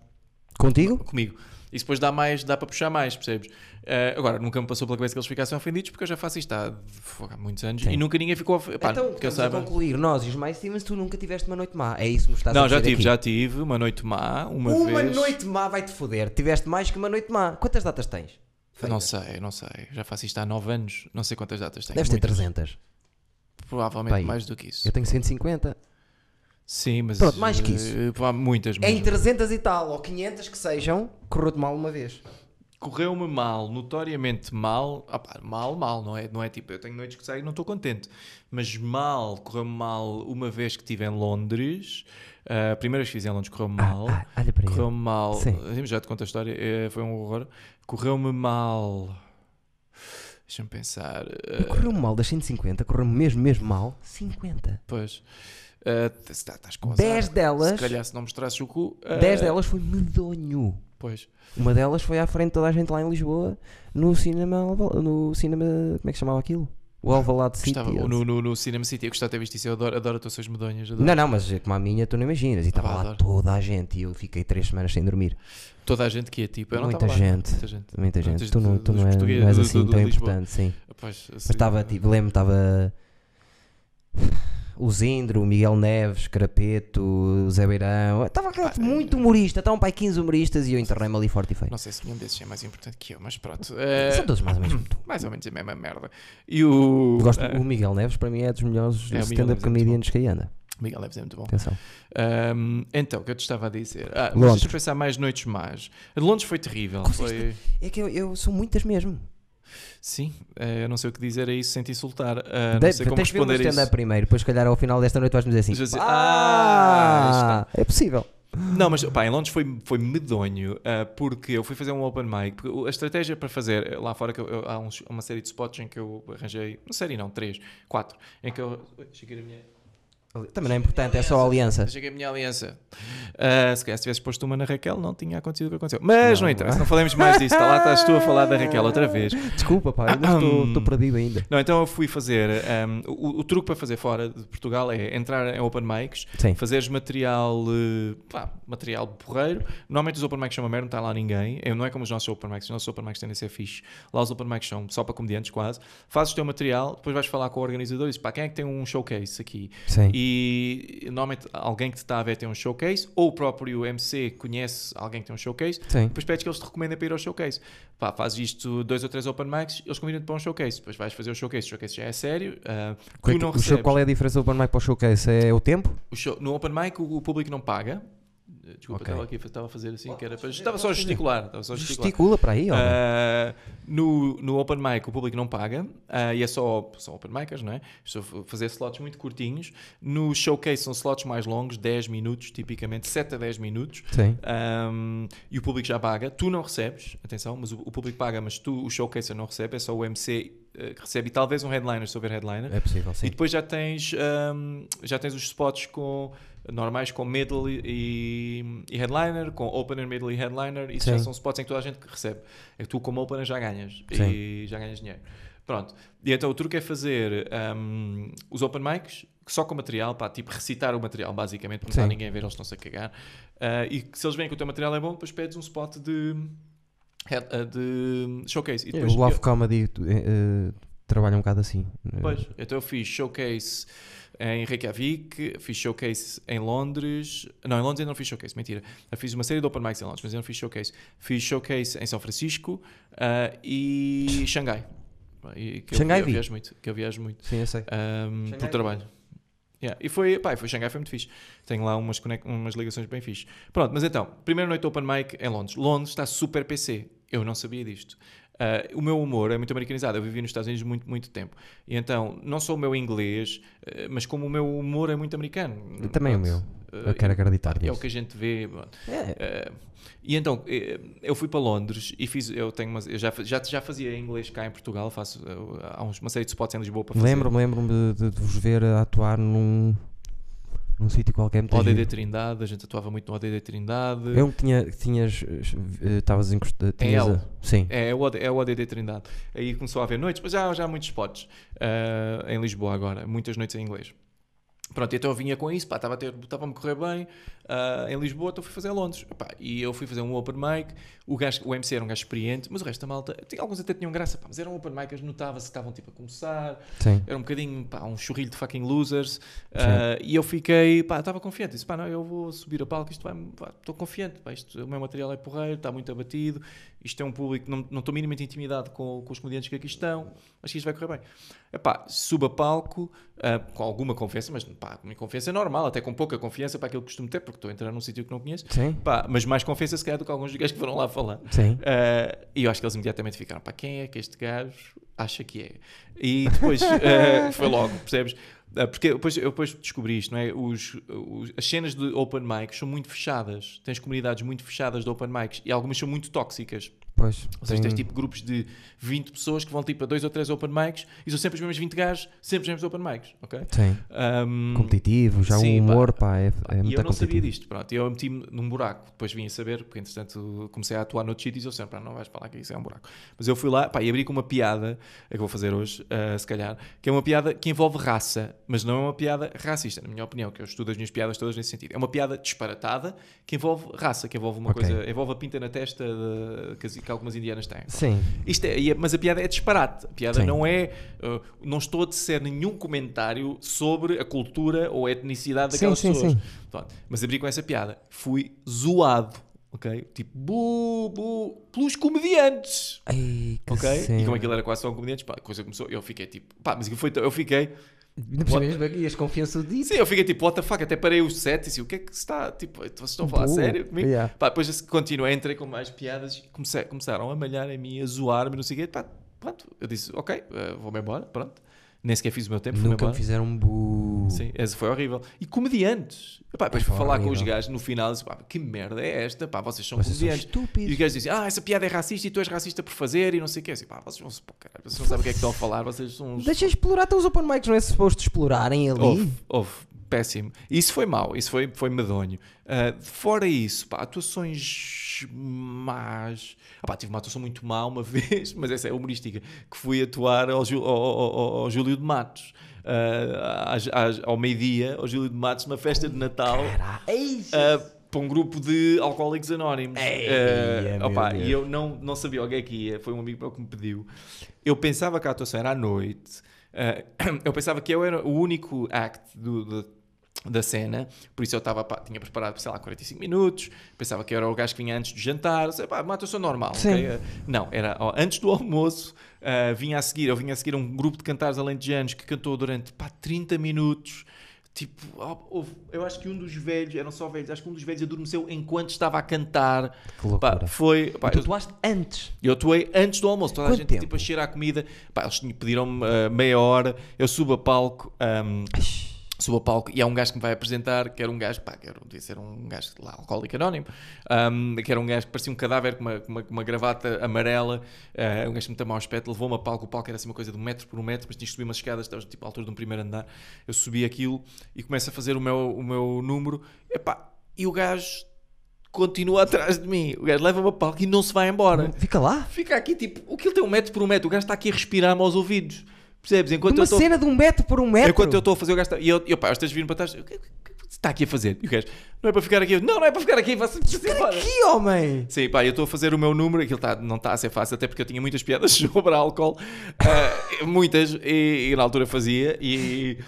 Speaker 2: Contigo?
Speaker 1: comigo. Isso depois dá mais, dá para puxar mais, percebes? Eh, agora, nunca me passou pela cabeça que eles ficassem ofendidos porque eu já faço isto há, f- há muitos anos e nunca ninguém ficou ofendido.
Speaker 2: então,
Speaker 1: que eu
Speaker 2: estamos a
Speaker 1: saiba.
Speaker 2: concluir, nós e os mais mas tu nunca tiveste uma noite má. É isso que me estás a
Speaker 1: Não,
Speaker 2: dizer
Speaker 1: já tive,
Speaker 2: aqui.
Speaker 1: já tive uma noite má, uma,
Speaker 2: Uma
Speaker 1: vez.
Speaker 2: noite má vai-te foder. Tiveste mais que uma noite má. Quantas datas tens?
Speaker 1: Não sei, não sei. Já faço isto há 9 anos. Não sei quantas datas tenho.
Speaker 2: Deves ter
Speaker 1: Muitas.
Speaker 2: 300.
Speaker 1: Provavelmente
Speaker 2: Pai,
Speaker 1: mais do que isso.
Speaker 2: Eu tenho 150.
Speaker 1: Sim, mas.
Speaker 2: Pronto, mais que
Speaker 1: eh,
Speaker 2: isso. É
Speaker 1: pá, muitas,
Speaker 2: Em
Speaker 1: muitas.
Speaker 2: 300 e tal, ou 500 que sejam, correu-te mal uma vez.
Speaker 1: Correu-me mal, notoriamente mal. Ah, pá, mal, mal, não é? Não é tipo, eu tenho noites que saio e não estou contente. Mas mal, correu-me mal uma vez que estive em Londres. Ah, a primeira vez que fiz em Londres correu-me mal.
Speaker 2: Ah, olha para ele.
Speaker 1: correu-me mal.
Speaker 2: Sim.
Speaker 1: Ah, Já te conto a história, eh, foi um horror. Correu-me mal. Deixa-me pensar. ah,
Speaker 2: Correu-me mal das 150, correu-me mesmo, mesmo mal. 50.
Speaker 1: Pois. Ah, t- estás com azar.
Speaker 2: 10 delas,
Speaker 1: Se calhar se não mostrasses o cu. ah,
Speaker 2: 10 delas foi medonho.
Speaker 1: Pois.
Speaker 2: Uma delas foi à frente de toda a gente lá em Lisboa, no cinema, Alva- no cinema, como é que se chamava aquilo? O Alvalade City.
Speaker 1: Gostava,
Speaker 2: eles-
Speaker 1: no, no, no Cinema City, eu gostava de ter visto isso, eu adoro, adoro atuações medonhas. Adoro.
Speaker 2: Não, não, mas é como a minha, tu não imaginas. E estava
Speaker 1: pá,
Speaker 2: lá
Speaker 1: adoro.
Speaker 2: toda a gente e eu fiquei 3 semanas sem dormir.
Speaker 1: Toda a gente que é tipo, eu não
Speaker 2: Muita
Speaker 1: estava lá.
Speaker 2: gente.
Speaker 1: Muita gente.
Speaker 2: Muita gente.
Speaker 1: gente
Speaker 2: Tu não,
Speaker 1: do-
Speaker 2: tu
Speaker 1: dos
Speaker 2: não, é, não
Speaker 1: portugueses,
Speaker 2: és
Speaker 1: do-
Speaker 2: assim
Speaker 1: do-
Speaker 2: tão
Speaker 1: de Lisboa.
Speaker 2: importante, sim.
Speaker 1: Pois, assim,
Speaker 2: Mas estava, tipo, lembro-me, estava. O Zindro, o Miguel Neves, Carapeto, o Zé Beirão. Estava
Speaker 1: Ah,
Speaker 2: aquele- muito humorista, estavam pai 15 humoristas e eu enterrei-me ali forte e feio.
Speaker 1: Não sei se nenhum desses é mais importante que eu, mas pronto. eh,
Speaker 2: São todos mais ou
Speaker 1: (clears throat)
Speaker 2: menos como tu.
Speaker 1: mais ou menos a mesma merda. E o.
Speaker 2: Gosto,
Speaker 1: eh,
Speaker 2: o Miguel Neves para mim é dos melhores
Speaker 1: É, o Miguel
Speaker 2: stand-up
Speaker 1: Neves é muito
Speaker 2: comedians que aí anda.
Speaker 1: Miguel Leves é muito bom.
Speaker 2: Atenção.
Speaker 1: Ahm, então, o que eu te estava a dizer? Ah, mas
Speaker 2: Londres.
Speaker 1: deixa-me pensar mais noites más. Londres foi terrível. Foi...
Speaker 2: É que eu, eu sou muitas mesmo.
Speaker 1: Sim, eh, eu não sei o que dizer a isso sem te insultar. Ah, não
Speaker 2: Deve-
Speaker 1: sei como
Speaker 2: tens que ver o meu
Speaker 1: responder a isso.
Speaker 2: stand-up primeiro, depois, se calhar, ao final desta noite vais-me dizer assim.
Speaker 1: Vais dizer, "Ah,
Speaker 2: ah, é possível.
Speaker 1: Não, mas pá, em Londres foi, foi medonho ah, porque eu fui fazer um open mic. Porque o- a estratégia para fazer eh, lá fora, que eu- eu- há uns- uma série de spots em que eu arranjei, uma série não, três, quatro, em que eu. Ui, cheguei a minha,
Speaker 2: Também não é importante, é só a aliança.
Speaker 1: cheguei a minha aliança. Ah, se calhar se tivesse posto uma na Raquel, não tinha acontecido o que aconteceu. Mas não, é.
Speaker 2: Não.
Speaker 1: interessa, não falemos mais disso. Está Tá lá, estás tu a falar da Raquel (laughs) outra vez.
Speaker 2: Desculpa, pá, ainda estou, estou perdido ainda.
Speaker 1: Não, então eu fui fazer. ahm, o, o truque para fazer fora de Portugal é entrar em open mics,
Speaker 2: Sim.
Speaker 1: fazeres material, eh, pá, material porreiro. Normalmente os open mics são uma merda, não está lá ninguém. É, não é como os nossos open mics, os nossos open mics tendem a ser fixe. Lá os open mics são só para comediantes quase. Fazes o teu material, depois vais falar com o organizador e dizes, pá, quem é que tem um showcase aqui?
Speaker 2: Sim.
Speaker 1: E normalmente alguém que te está a ver tem um showcase, ou o próprio MC conhece alguém que tem um showcase,
Speaker 2: Sim.
Speaker 1: depois pedes que eles te recomendem para ir ao showcase. Pá, fazes isto dois ou três open mics, eles convidam-te para um showcase. Depois vais fazer o showcase. O showcase já é sério. ah,
Speaker 2: Qual é
Speaker 1: tu
Speaker 2: que-
Speaker 1: não
Speaker 2: o show-
Speaker 1: recebes.
Speaker 2: qual é a diferença do open mic para o showcase? É o tempo?
Speaker 1: O show- no open mic o, o público não paga. Eh, Desculpa,
Speaker 2: Ok.
Speaker 1: estava aqui, estava a fazer assim, que era para. Estava só a gesticular. Estava só a gesticular.
Speaker 2: Gesticula para aí, olha.
Speaker 1: Ah, no, no open mic o público não paga ah, e é só são open micers, não é? Só f- fazer slots muito curtinhos. No showcase são slots mais longos, 10 minutos, tipicamente 7 a 10 minutos.
Speaker 2: Sim.
Speaker 1: Ahm, e o público já paga, tu não recebes, atenção, mas o, o público paga, mas tu, o showcaser, não recebe, é só o MC eh, que recebe e talvez um headliner, se houver headliner.
Speaker 2: É possível,
Speaker 1: E
Speaker 2: sim.
Speaker 1: depois já tens, ahm, já tens os spots com, normais com middle e, e headliner, com opener, middle e headliner. Isso já
Speaker 2: Sim.
Speaker 1: são spots em que toda a gente que recebe. É que tu, como opener, já ganhas
Speaker 2: Sim.
Speaker 1: e já ganhas dinheiro. Pronto. E então o truque é fazer ahm, os open mics só com material, pá, tipo recitar o material, basicamente, porque não está
Speaker 2: Sim.
Speaker 1: ninguém a ver, eles estão-se a cagar. Ah, e que se eles veem que o teu material é bom, depois pedes um spot de. head- ah, de showcase. E depois, É.
Speaker 2: o Love Comedy eh, eh, trabalha um bocado assim.
Speaker 1: Pois, então eu fiz showcase em Reykjavik, fiz showcase em Londres. Não, em Londres ainda não fiz showcase, mentira. Eu fiz uma série de open mics em Londres, mas ainda não fiz showcase. Fiz showcase em São Francisco ah, e Xangai. E que eu-
Speaker 2: Xangai
Speaker 1: eu
Speaker 2: vi.
Speaker 1: viajo muito, que eu viajo muito.
Speaker 2: Sim, eu sei.
Speaker 1: Um,
Speaker 2: Xangai
Speaker 1: por
Speaker 2: foi
Speaker 1: trabalho. Yeah. E foi, pá, e foi Xangai, foi muito fixe. Tenho lá umas, conex- umas ligações bem fixe. Pronto, mas então, primeira noite open mic em Londres. Londres está super PC. Eu não sabia disto. Ah, o meu humor é muito americanizado. Eu vivi nos Estados Unidos muito, muito tempo. E então, não só o meu inglês, eh, mas como o meu humor é muito americano.
Speaker 2: Também o meu.
Speaker 1: Eh,
Speaker 2: Eu quero acreditar
Speaker 1: é o
Speaker 2: nisso.
Speaker 1: que a gente vê.
Speaker 2: É.
Speaker 1: Eh, e então, eh, eu fui para Londres e fiz. Eu, tenho umas- eu já, fa- já, já fazia inglês cá em Portugal. Faço, eh, há uns, uma série de spots em Lisboa para fazer.
Speaker 2: Lembro-me, lembro-me de, de- de vos ver a atuar num, num sítio qualquer. muito
Speaker 1: ODD
Speaker 2: giro.
Speaker 1: Trindade, a gente atuava muito no ODD Trindade.
Speaker 2: É um que tinha, que tinhas. eh, Estavas encostado.
Speaker 1: L.
Speaker 2: Sim.
Speaker 1: É, é o OD- é o ODD Trindade. Aí começou a haver noites, mas já, já há muitos spots ah, em Lisboa agora, muitas noites em inglês. Pronto, então eu vinha com isso, pá, estava a ter- estava-me a correr bem ah, em Lisboa, então fui fazer em Londres. Pá, e eu fui fazer um open mic, o, gajo, o MC era um gajo experiente, mas o resto da malta, tinha- alguns até tinham graça, pá, mas eram open micers, notava-se que estavam tipo a começar,
Speaker 2: Sim.
Speaker 1: era um bocadinho, pá, um churrilho de fucking losers. ah, e eu fiquei, pá, estava confiante. Disse, pá, não, eu vou subir a palco, isto vai, pá, estou confiante, pá, isto, o meu material é porreiro, está muito abatido, isto é um público, não não estou minimamente intimidado com, com os comediantes que aqui estão, acho que isto vai correr bem. Epá, subo a palco, ah, com alguma confiança, mas pá, minha confiança é normal, até com pouca confiança para aquilo que costumo ter, porque estou a entrar num sítio que não conheço.
Speaker 2: Sim.
Speaker 1: Pá, mas mais confiança se calhar do que alguns dos gajos que foram lá falar.
Speaker 2: Sim.
Speaker 1: Ah, e eu acho que eles imediatamente ficaram, pá, quem é que este gajo acha que é? E depois (laughs) ah, foi logo, percebes? Ah, porque depois, eu depois descobri isto, não é? Os, os- as cenas de open mics são muito fechadas, tens comunidades muito fechadas de open mics e algumas são muito tóxicas.
Speaker 2: Pois.
Speaker 1: Ou seja,
Speaker 2: tem-
Speaker 1: tens tipo grupos de 20 pessoas que vão tipo a dois ou três open mics e são sempre os mesmos 20 gajos, sempre os mesmos open mics, ok?
Speaker 2: Sim.
Speaker 1: Ahm,
Speaker 2: Competitivo, já
Speaker 1: Hum. sim,
Speaker 2: o
Speaker 1: pá.
Speaker 2: humor, pá, é, é
Speaker 1: e
Speaker 2: muito
Speaker 1: eu não sabia
Speaker 2: competitivo.
Speaker 1: disto, pronto. E eu meti-me num buraco. Depois vim a saber, porque entretanto comecei a atuar noutros sítios e eu sempre, "Ah, não vais para lá que isso é um buraco. Mas eu fui lá pá, e abri com uma piada, é que vou fazer hoje, ah, se calhar, que é uma piada que envolve raça, mas não é uma piada racista, na minha opinião, que eu estudo as minhas piadas todas nesse sentido. É uma piada disparatada que envolve raça, que envolve uma
Speaker 2: Ok.
Speaker 1: coisa, envolve a pinta na testa de- que, as- que algumas indianas têm.
Speaker 2: Sim.
Speaker 1: Isto é, e a- mas a piada é disparate. A piada
Speaker 2: Sim.
Speaker 1: não é. uh, não estou a tecer nenhum comentário sobre a cultura ou a etnicidade
Speaker 2: Sim,
Speaker 1: daquelas
Speaker 2: sim,
Speaker 1: pessoas.
Speaker 2: sim.
Speaker 1: Pronto, mas abri com essa piada. Fui zoado, ok? Tipo, bu, bu, pelos comediantes.
Speaker 2: Ai, que
Speaker 1: Ok? E como é
Speaker 2: cena.
Speaker 1: aquilo era quase só comediantes, pá, a coisa começou. Eu fiquei tipo, pá, mas aquilo foi. tão- Eu fiquei.
Speaker 2: Não percebes bem as confianças disso?
Speaker 1: Sim, eu fiquei tipo, what the fuck, até parei o set e disse, o que é que se está, tipo, vocês estão a falar
Speaker 2: Boa.
Speaker 1: sério comigo?
Speaker 2: Yeah.
Speaker 1: Pá, depois assim, continuei, entrei com mais piadas, e comecei, começaram a malhar em mim, a zoar-me, não sei o quê, pá, pronto, eu disse, ok, eh, vou-me embora, pronto, nem sequer fiz o meu tempo, fui-me
Speaker 2: Nunca
Speaker 1: embora.
Speaker 2: me fizeram um bu.
Speaker 1: Sim, essa foi horrível. E comediantes. E, pá, depois
Speaker 2: É
Speaker 1: fui falar com os
Speaker 2: horrível.
Speaker 1: gajos no final disse, pá, que merda é esta? Pá, vocês são
Speaker 2: Vocês são
Speaker 1: comediantes. E os
Speaker 2: estúpidos.
Speaker 1: gajos dizem, ah, essa piada é racista e tu és racista por fazer e não sei o quê. Eu disse, pá, vocês vão se pô, caralho, vocês não sabem o que é que estão a falar, vocês são uns
Speaker 2: Deixa explorar, até os open mics não é suposto explorarem ali.
Speaker 1: Houve, houve. Péssimo. Isso foi mau, isso foi, foi medonho. Ah, fora isso, pá, atuações más. Ah, pá, tive uma atuação muito má uma (laughs) vez, mas essa é humorística, que fui atuar ao, Ju- ao- ao- ao- ao Júlio de Matos. Ah, às- às- ao meio-dia, ao Júlio de Matos, numa festa de Natal.
Speaker 2: Caralho. Ei,
Speaker 1: ah, para um grupo de alcoólicos anónimos.
Speaker 2: Ei,
Speaker 1: Ah,
Speaker 2: meu
Speaker 1: opá,
Speaker 2: Deus.
Speaker 1: e eu não, não sabia o que é que ia, foi um amigo meu que me pediu. Eu pensava que a atuação era à noite, ah, (clears throat) eu pensava que eu era o único act do- do- da cena, por isso eu estava, pá, tinha preparado, sei lá, 45 minutos, pensava que eu era o gajo que vinha antes do jantar, sei, pá, uma atuação normal, ok?
Speaker 2: Sim.
Speaker 1: Ah, Não, era ó, antes do almoço, ah, vinha a seguir, eu vinha a seguir um grupo de cantares alentejanos que cantou durante, pá, 30 minutos, Tipo, ó, houve- eu acho que um dos velhos, eram só velhos, acho que um dos velhos adormeceu enquanto estava a cantar.
Speaker 2: Que loucura.
Speaker 1: Pá, foi. pá,
Speaker 2: E tu
Speaker 1: eu,
Speaker 2: atuaste antes.
Speaker 1: eu atuei antes do almoço, toda a
Speaker 2: Quanto
Speaker 1: gente
Speaker 2: tempo?
Speaker 1: tipo, a cheirar a comida. Pá, eles tinham- pediram-me ah, meia hora, eu subo a palco. ah, ahm, subo a palco e há um gajo que me vai apresentar, que era um gajo, pá, que era, devia ser um gajo lá, alcoólico anónimo, ahm, que era um gajo que parecia um cadáver com uma, com uma, com uma gravata amarela, ah, um gajo muito mau aspecto, levou-me a palco, o palco era assim uma coisa de um metro por um metro, mas tinha que subir umas escadas, estávamos tipo à altura de um primeiro andar, eu subi aquilo e começo a fazer o meu, o meu número, epá, e o gajo continua atrás de mim, o gajo leva-me a palco e não se vai embora.
Speaker 2: Fica lá.
Speaker 1: Fica aqui tipo, o que ele tem um metro por um metro, o gajo está aqui a respirar-me aos ouvidos, percebes? Enquanto
Speaker 2: Uma
Speaker 1: eu tô-
Speaker 2: cena de um metro por um metro.
Speaker 1: Enquanto eu estou a fazer o gajo. tá- E eu, eu pá, os três viram para trás. O que o que- o que está aqui a fazer? E o gajo, não é para ficar aqui. Eu, não, não é para ficar aqui, vai-se vai-se embora.
Speaker 2: Que homem!
Speaker 1: Sim, pá, eu estou a fazer o meu número, aquilo tá, não está a ser fácil, até porque eu tinha muitas (laughs) eh, piadas sobre álcool, ah, muitas, e, e na altura fazia, e,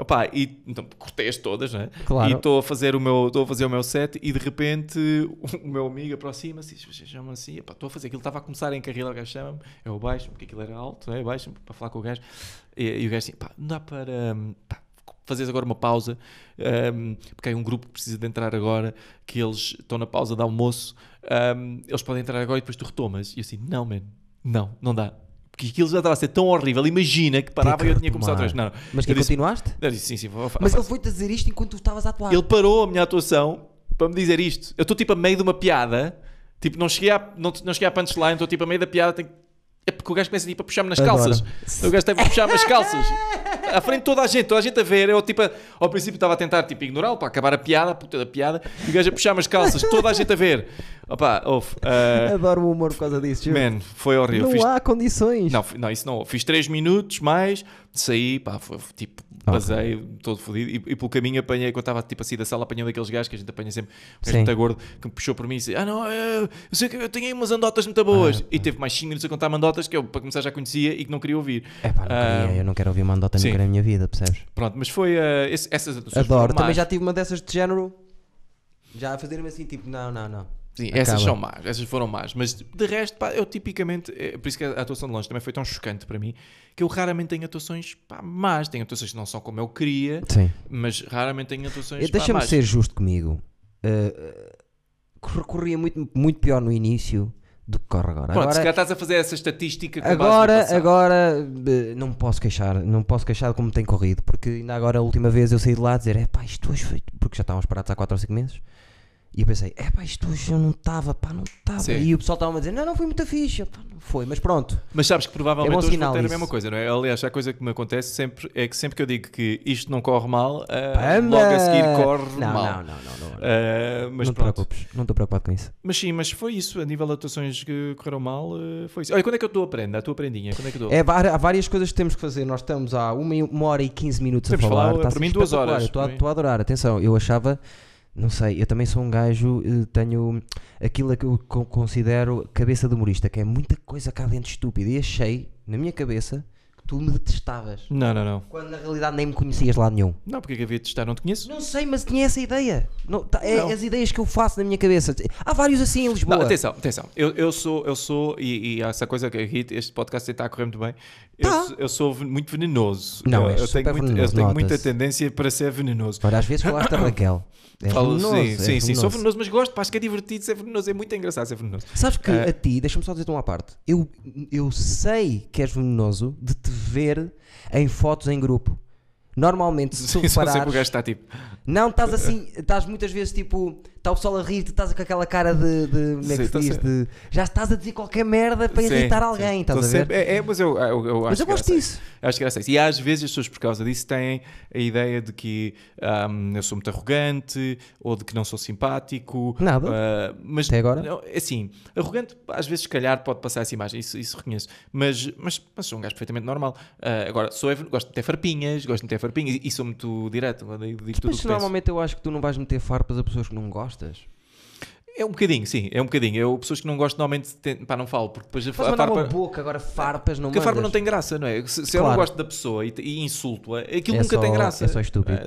Speaker 1: Opa, e então, cortei-as todas, né?
Speaker 2: Claro.
Speaker 1: E estou a fazer o meu, estou a fazer o meu set e de repente o meu amigo aproxima-se e diz, chama assim, estou a fazer aquilo, estava a começar a encarrilar, o gajo chama-me, eu baixo, porque aquilo era alto, né? eu baixo para falar com o gajo. E, e o gajo assim, pá, não dá para, hum, pá, fazes agora uma pausa, hum, porque há um grupo que precisa de entrar agora, que eles estão na pausa de almoço, hum, eles podem entrar agora e depois tu retomas. E eu assim, não, man, não, não dá. Porque aquilo já estava a ser tão horrível, imagina que parava e eu tinha começado outra vez. Não, não.
Speaker 2: Mas que
Speaker 1: eu disse,
Speaker 2: continuaste?
Speaker 1: eu disse, sim, sim, vou, vou-
Speaker 2: Mas ele foi-te dizer isto enquanto tu estavas a atuar.
Speaker 1: ele parou a minha atuação para me dizer isto. Eu estou tipo a meio de uma piada, tipo, não cheguei à, não, não cheguei à punchline, estou tipo a meio da piada, tenho... é porque o gajo começa tipo, a puxar-me nas
Speaker 2: Adoro.
Speaker 1: calças. O gajo teve a puxar-me nas calças. À frente de toda a gente, toda a gente a ver. Eu, tipo, a- ao princípio estava a tentar tipo, ignorá-lo para acabar a piada, a puta da piada, e o gajo a puxar-me as calças, toda a gente a ver. Opa, ouve, ah,
Speaker 2: Adoro o humor por causa disso. juro.
Speaker 1: man, foi horrível.
Speaker 2: não
Speaker 1: Fiz-
Speaker 2: há condições.
Speaker 1: não, fi- não, isso não. Fiz 3 minutos mais, saí, pá, foi tipo,
Speaker 2: Ah,
Speaker 1: basei, todo fodido. E, e pelo caminho apanhei, quando estava tipo assim da sala, apanhando aqueles gajos que a gente apanha sempre, um gajo
Speaker 2: Sim.
Speaker 1: muito gordo, que me puxou por mim e disse: Ah, não, eu, eu sei que eu tenho aí umas andotas muito boas.
Speaker 2: Ah.
Speaker 1: e teve mais 5 minutos a contar-me andotas que eu, para começar, já conhecia e que não queria ouvir.
Speaker 2: É pá, não
Speaker 1: Ah,
Speaker 2: queria, eu não quero ouvir uma andota
Speaker 1: sim.
Speaker 2: nunca na minha vida, percebes?
Speaker 1: Pronto, mas foi ah, esse- essas atuações.
Speaker 2: Adoro,
Speaker 1: foram
Speaker 2: também
Speaker 1: más.
Speaker 2: já tive uma dessas de género. Já a fazer-me assim, tipo, não, não, não.
Speaker 1: Sim, essas
Speaker 2: Acaba.
Speaker 1: são más, essas foram más. Mas de resto, pá, eu tipicamente, é por isso que a atuação de longe também foi tão chocante para mim, que eu raramente tenho atuações pá, más. Tenho atuações que não são como eu queria.
Speaker 2: Sim.
Speaker 1: mas raramente tenho atuações
Speaker 2: Eh, Deixa-me
Speaker 1: pá, mais.
Speaker 2: ser justo comigo. Eh, eh, corria muito, muito pior no início do que corre agora.
Speaker 1: Pronto, se
Speaker 2: agora,
Speaker 1: calhar estás a fazer essa estatística com base
Speaker 2: agora,
Speaker 1: no Tipo, passado.
Speaker 2: agora, eh, não me posso queixar, não me posso queixar de como tem corrido, porque ainda agora a última vez eu saí de lá a dizer, é pá, isto hoje foi, porque já estávamos parados há 4 ou 5 meses. E eu pensei, é pá, isto hoje eu não estava, pá, não estava.
Speaker 1: Sim.
Speaker 2: E o pessoal estava a dizer, não, não foi muito fixe, Eu, pá, não foi, mas pronto.
Speaker 1: Mas sabes que provavelmente
Speaker 2: É bom
Speaker 1: hoje vou
Speaker 2: sinal
Speaker 1: ter a
Speaker 2: isso.
Speaker 1: mesma coisa, não é? Aliás, a coisa que me acontece sempre é que sempre que eu digo que isto não corre mal, ah,
Speaker 2: Panda!
Speaker 1: logo a seguir corre
Speaker 2: não,
Speaker 1: mal.
Speaker 2: Não, não, não, não. não.
Speaker 1: Ah, mas
Speaker 2: não te
Speaker 1: pronto.
Speaker 2: preocupes, não estou preocupado com isso.
Speaker 1: Mas sim, mas foi isso. A nível de atuações que correram mal, ah, foi isso. Olha, quando é que eu estou a prenda? A tua prendinha, quando é que eu estou?
Speaker 2: É, var- há várias coisas que temos que fazer. Nós estamos há uma, e- uma hora e 15 minutos
Speaker 1: Podemos
Speaker 2: a falar.
Speaker 1: falar,
Speaker 2: Está a
Speaker 1: para
Speaker 2: ser
Speaker 1: mim, duas
Speaker 2: espetacular.
Speaker 1: horas.
Speaker 2: Eu Estou a,
Speaker 1: Para mim.
Speaker 2: estou a adorar. Atenção, eu achava, não sei, eu também sou um gajo, eh, tenho aquilo que eu co- considero cabeça de humorista, que é muita coisa cá dentro estúpida. E achei, na minha cabeça, que tu me detestavas.
Speaker 1: Não, não, não.
Speaker 2: Quando na realidade nem me conhecias de lado nenhum.
Speaker 1: Não, porque é que havia de testar? Não te conheço?
Speaker 2: Não sei, mas tinha essa ideia. Não, tá- é
Speaker 1: Não.
Speaker 2: as ideias que eu faço na minha cabeça. Há vários assim em Lisboa.
Speaker 1: Não, atenção, atenção. Eu, eu sou, eu sou, e, e há essa coisa que aqui este podcast está a correr muito bem. Eu,
Speaker 2: Tá.
Speaker 1: sou- eu sou ven- muito venenoso.
Speaker 2: Não,
Speaker 1: eu,
Speaker 2: és
Speaker 1: eu
Speaker 2: super
Speaker 1: tenho, muito-
Speaker 2: venenoso,
Speaker 1: eu tenho muita
Speaker 2: nota-se.
Speaker 1: tendência para ser venenoso.
Speaker 2: Olha, às vezes falaste da Raquel.
Speaker 1: (coughs)
Speaker 2: É
Speaker 1: Falo- assim,
Speaker 2: venenoso,
Speaker 1: sim,
Speaker 2: é
Speaker 1: sim, sim, sou
Speaker 2: venenoso.
Speaker 1: venenoso, mas gosto, pá, acho que é divertido ser venenoso, é muito engraçado ser venenoso.
Speaker 2: Sabes que
Speaker 1: Ah.
Speaker 2: a ti, deixa-me só dizer-te uma parte. Eu, eu sei que és venenoso de te ver em fotos em grupo. Normalmente, se
Speaker 1: (laughs)
Speaker 2: tu
Speaker 1: Sim, só sei que o
Speaker 2: reparares,
Speaker 1: gajo está tipo.
Speaker 2: não estás assim, estás muitas vezes tipo, está o pessoal a rir, tu estás com aquela cara de, de- como é que
Speaker 1: Sim,
Speaker 2: se
Speaker 1: tô
Speaker 2: diz?
Speaker 1: se-
Speaker 2: De- já estás a dizer qualquer merda para
Speaker 1: sim,
Speaker 2: irritar
Speaker 1: sim.
Speaker 2: alguém,
Speaker 1: Tô
Speaker 2: estás a ver?
Speaker 1: sempre- é, é, mas eu, eu, eu acho
Speaker 2: Mas eu
Speaker 1: que
Speaker 2: gosto
Speaker 1: era
Speaker 2: disso.
Speaker 1: assim. Acho que era assim. E às vezes as pessoas, por causa disso, têm a ideia de que ahm, eu sou muito arrogante ou de que não sou simpático.
Speaker 2: Nada.
Speaker 1: Ah, mas,
Speaker 2: Até agora.
Speaker 1: não, é assim, arrogante, às vezes, se calhar, pode passar essa imagem, isso, isso reconheço. Mas, mas, mas sou um gajo perfeitamente normal. Ah, agora, sou, even- gosto de ter farpinhas, gosto de ter farpinhas e, e sou muito direto. quando eu Digo tudo o
Speaker 2: Mas
Speaker 1: que penso.
Speaker 2: normalmente eu acho que tu não vais meter farpas a pessoas que não gostas.
Speaker 1: É um bocadinho, sim, é um bocadinho. Eu, pessoas que não gostam, normalmente, ten- pá, não falo, porque depois a,
Speaker 2: Faz
Speaker 1: a
Speaker 2: mandar uma
Speaker 1: farpa-
Speaker 2: boca, agora farpas não
Speaker 1: Porque a farpa não
Speaker 2: mandas.
Speaker 1: tem graça, não é? Se, se eu
Speaker 2: Claro.
Speaker 1: não gosto da pessoa e, te- e insulto-a, aquilo
Speaker 2: É
Speaker 1: nunca
Speaker 2: só-
Speaker 1: tem graça.
Speaker 2: é só estúpido.
Speaker 1: Eh,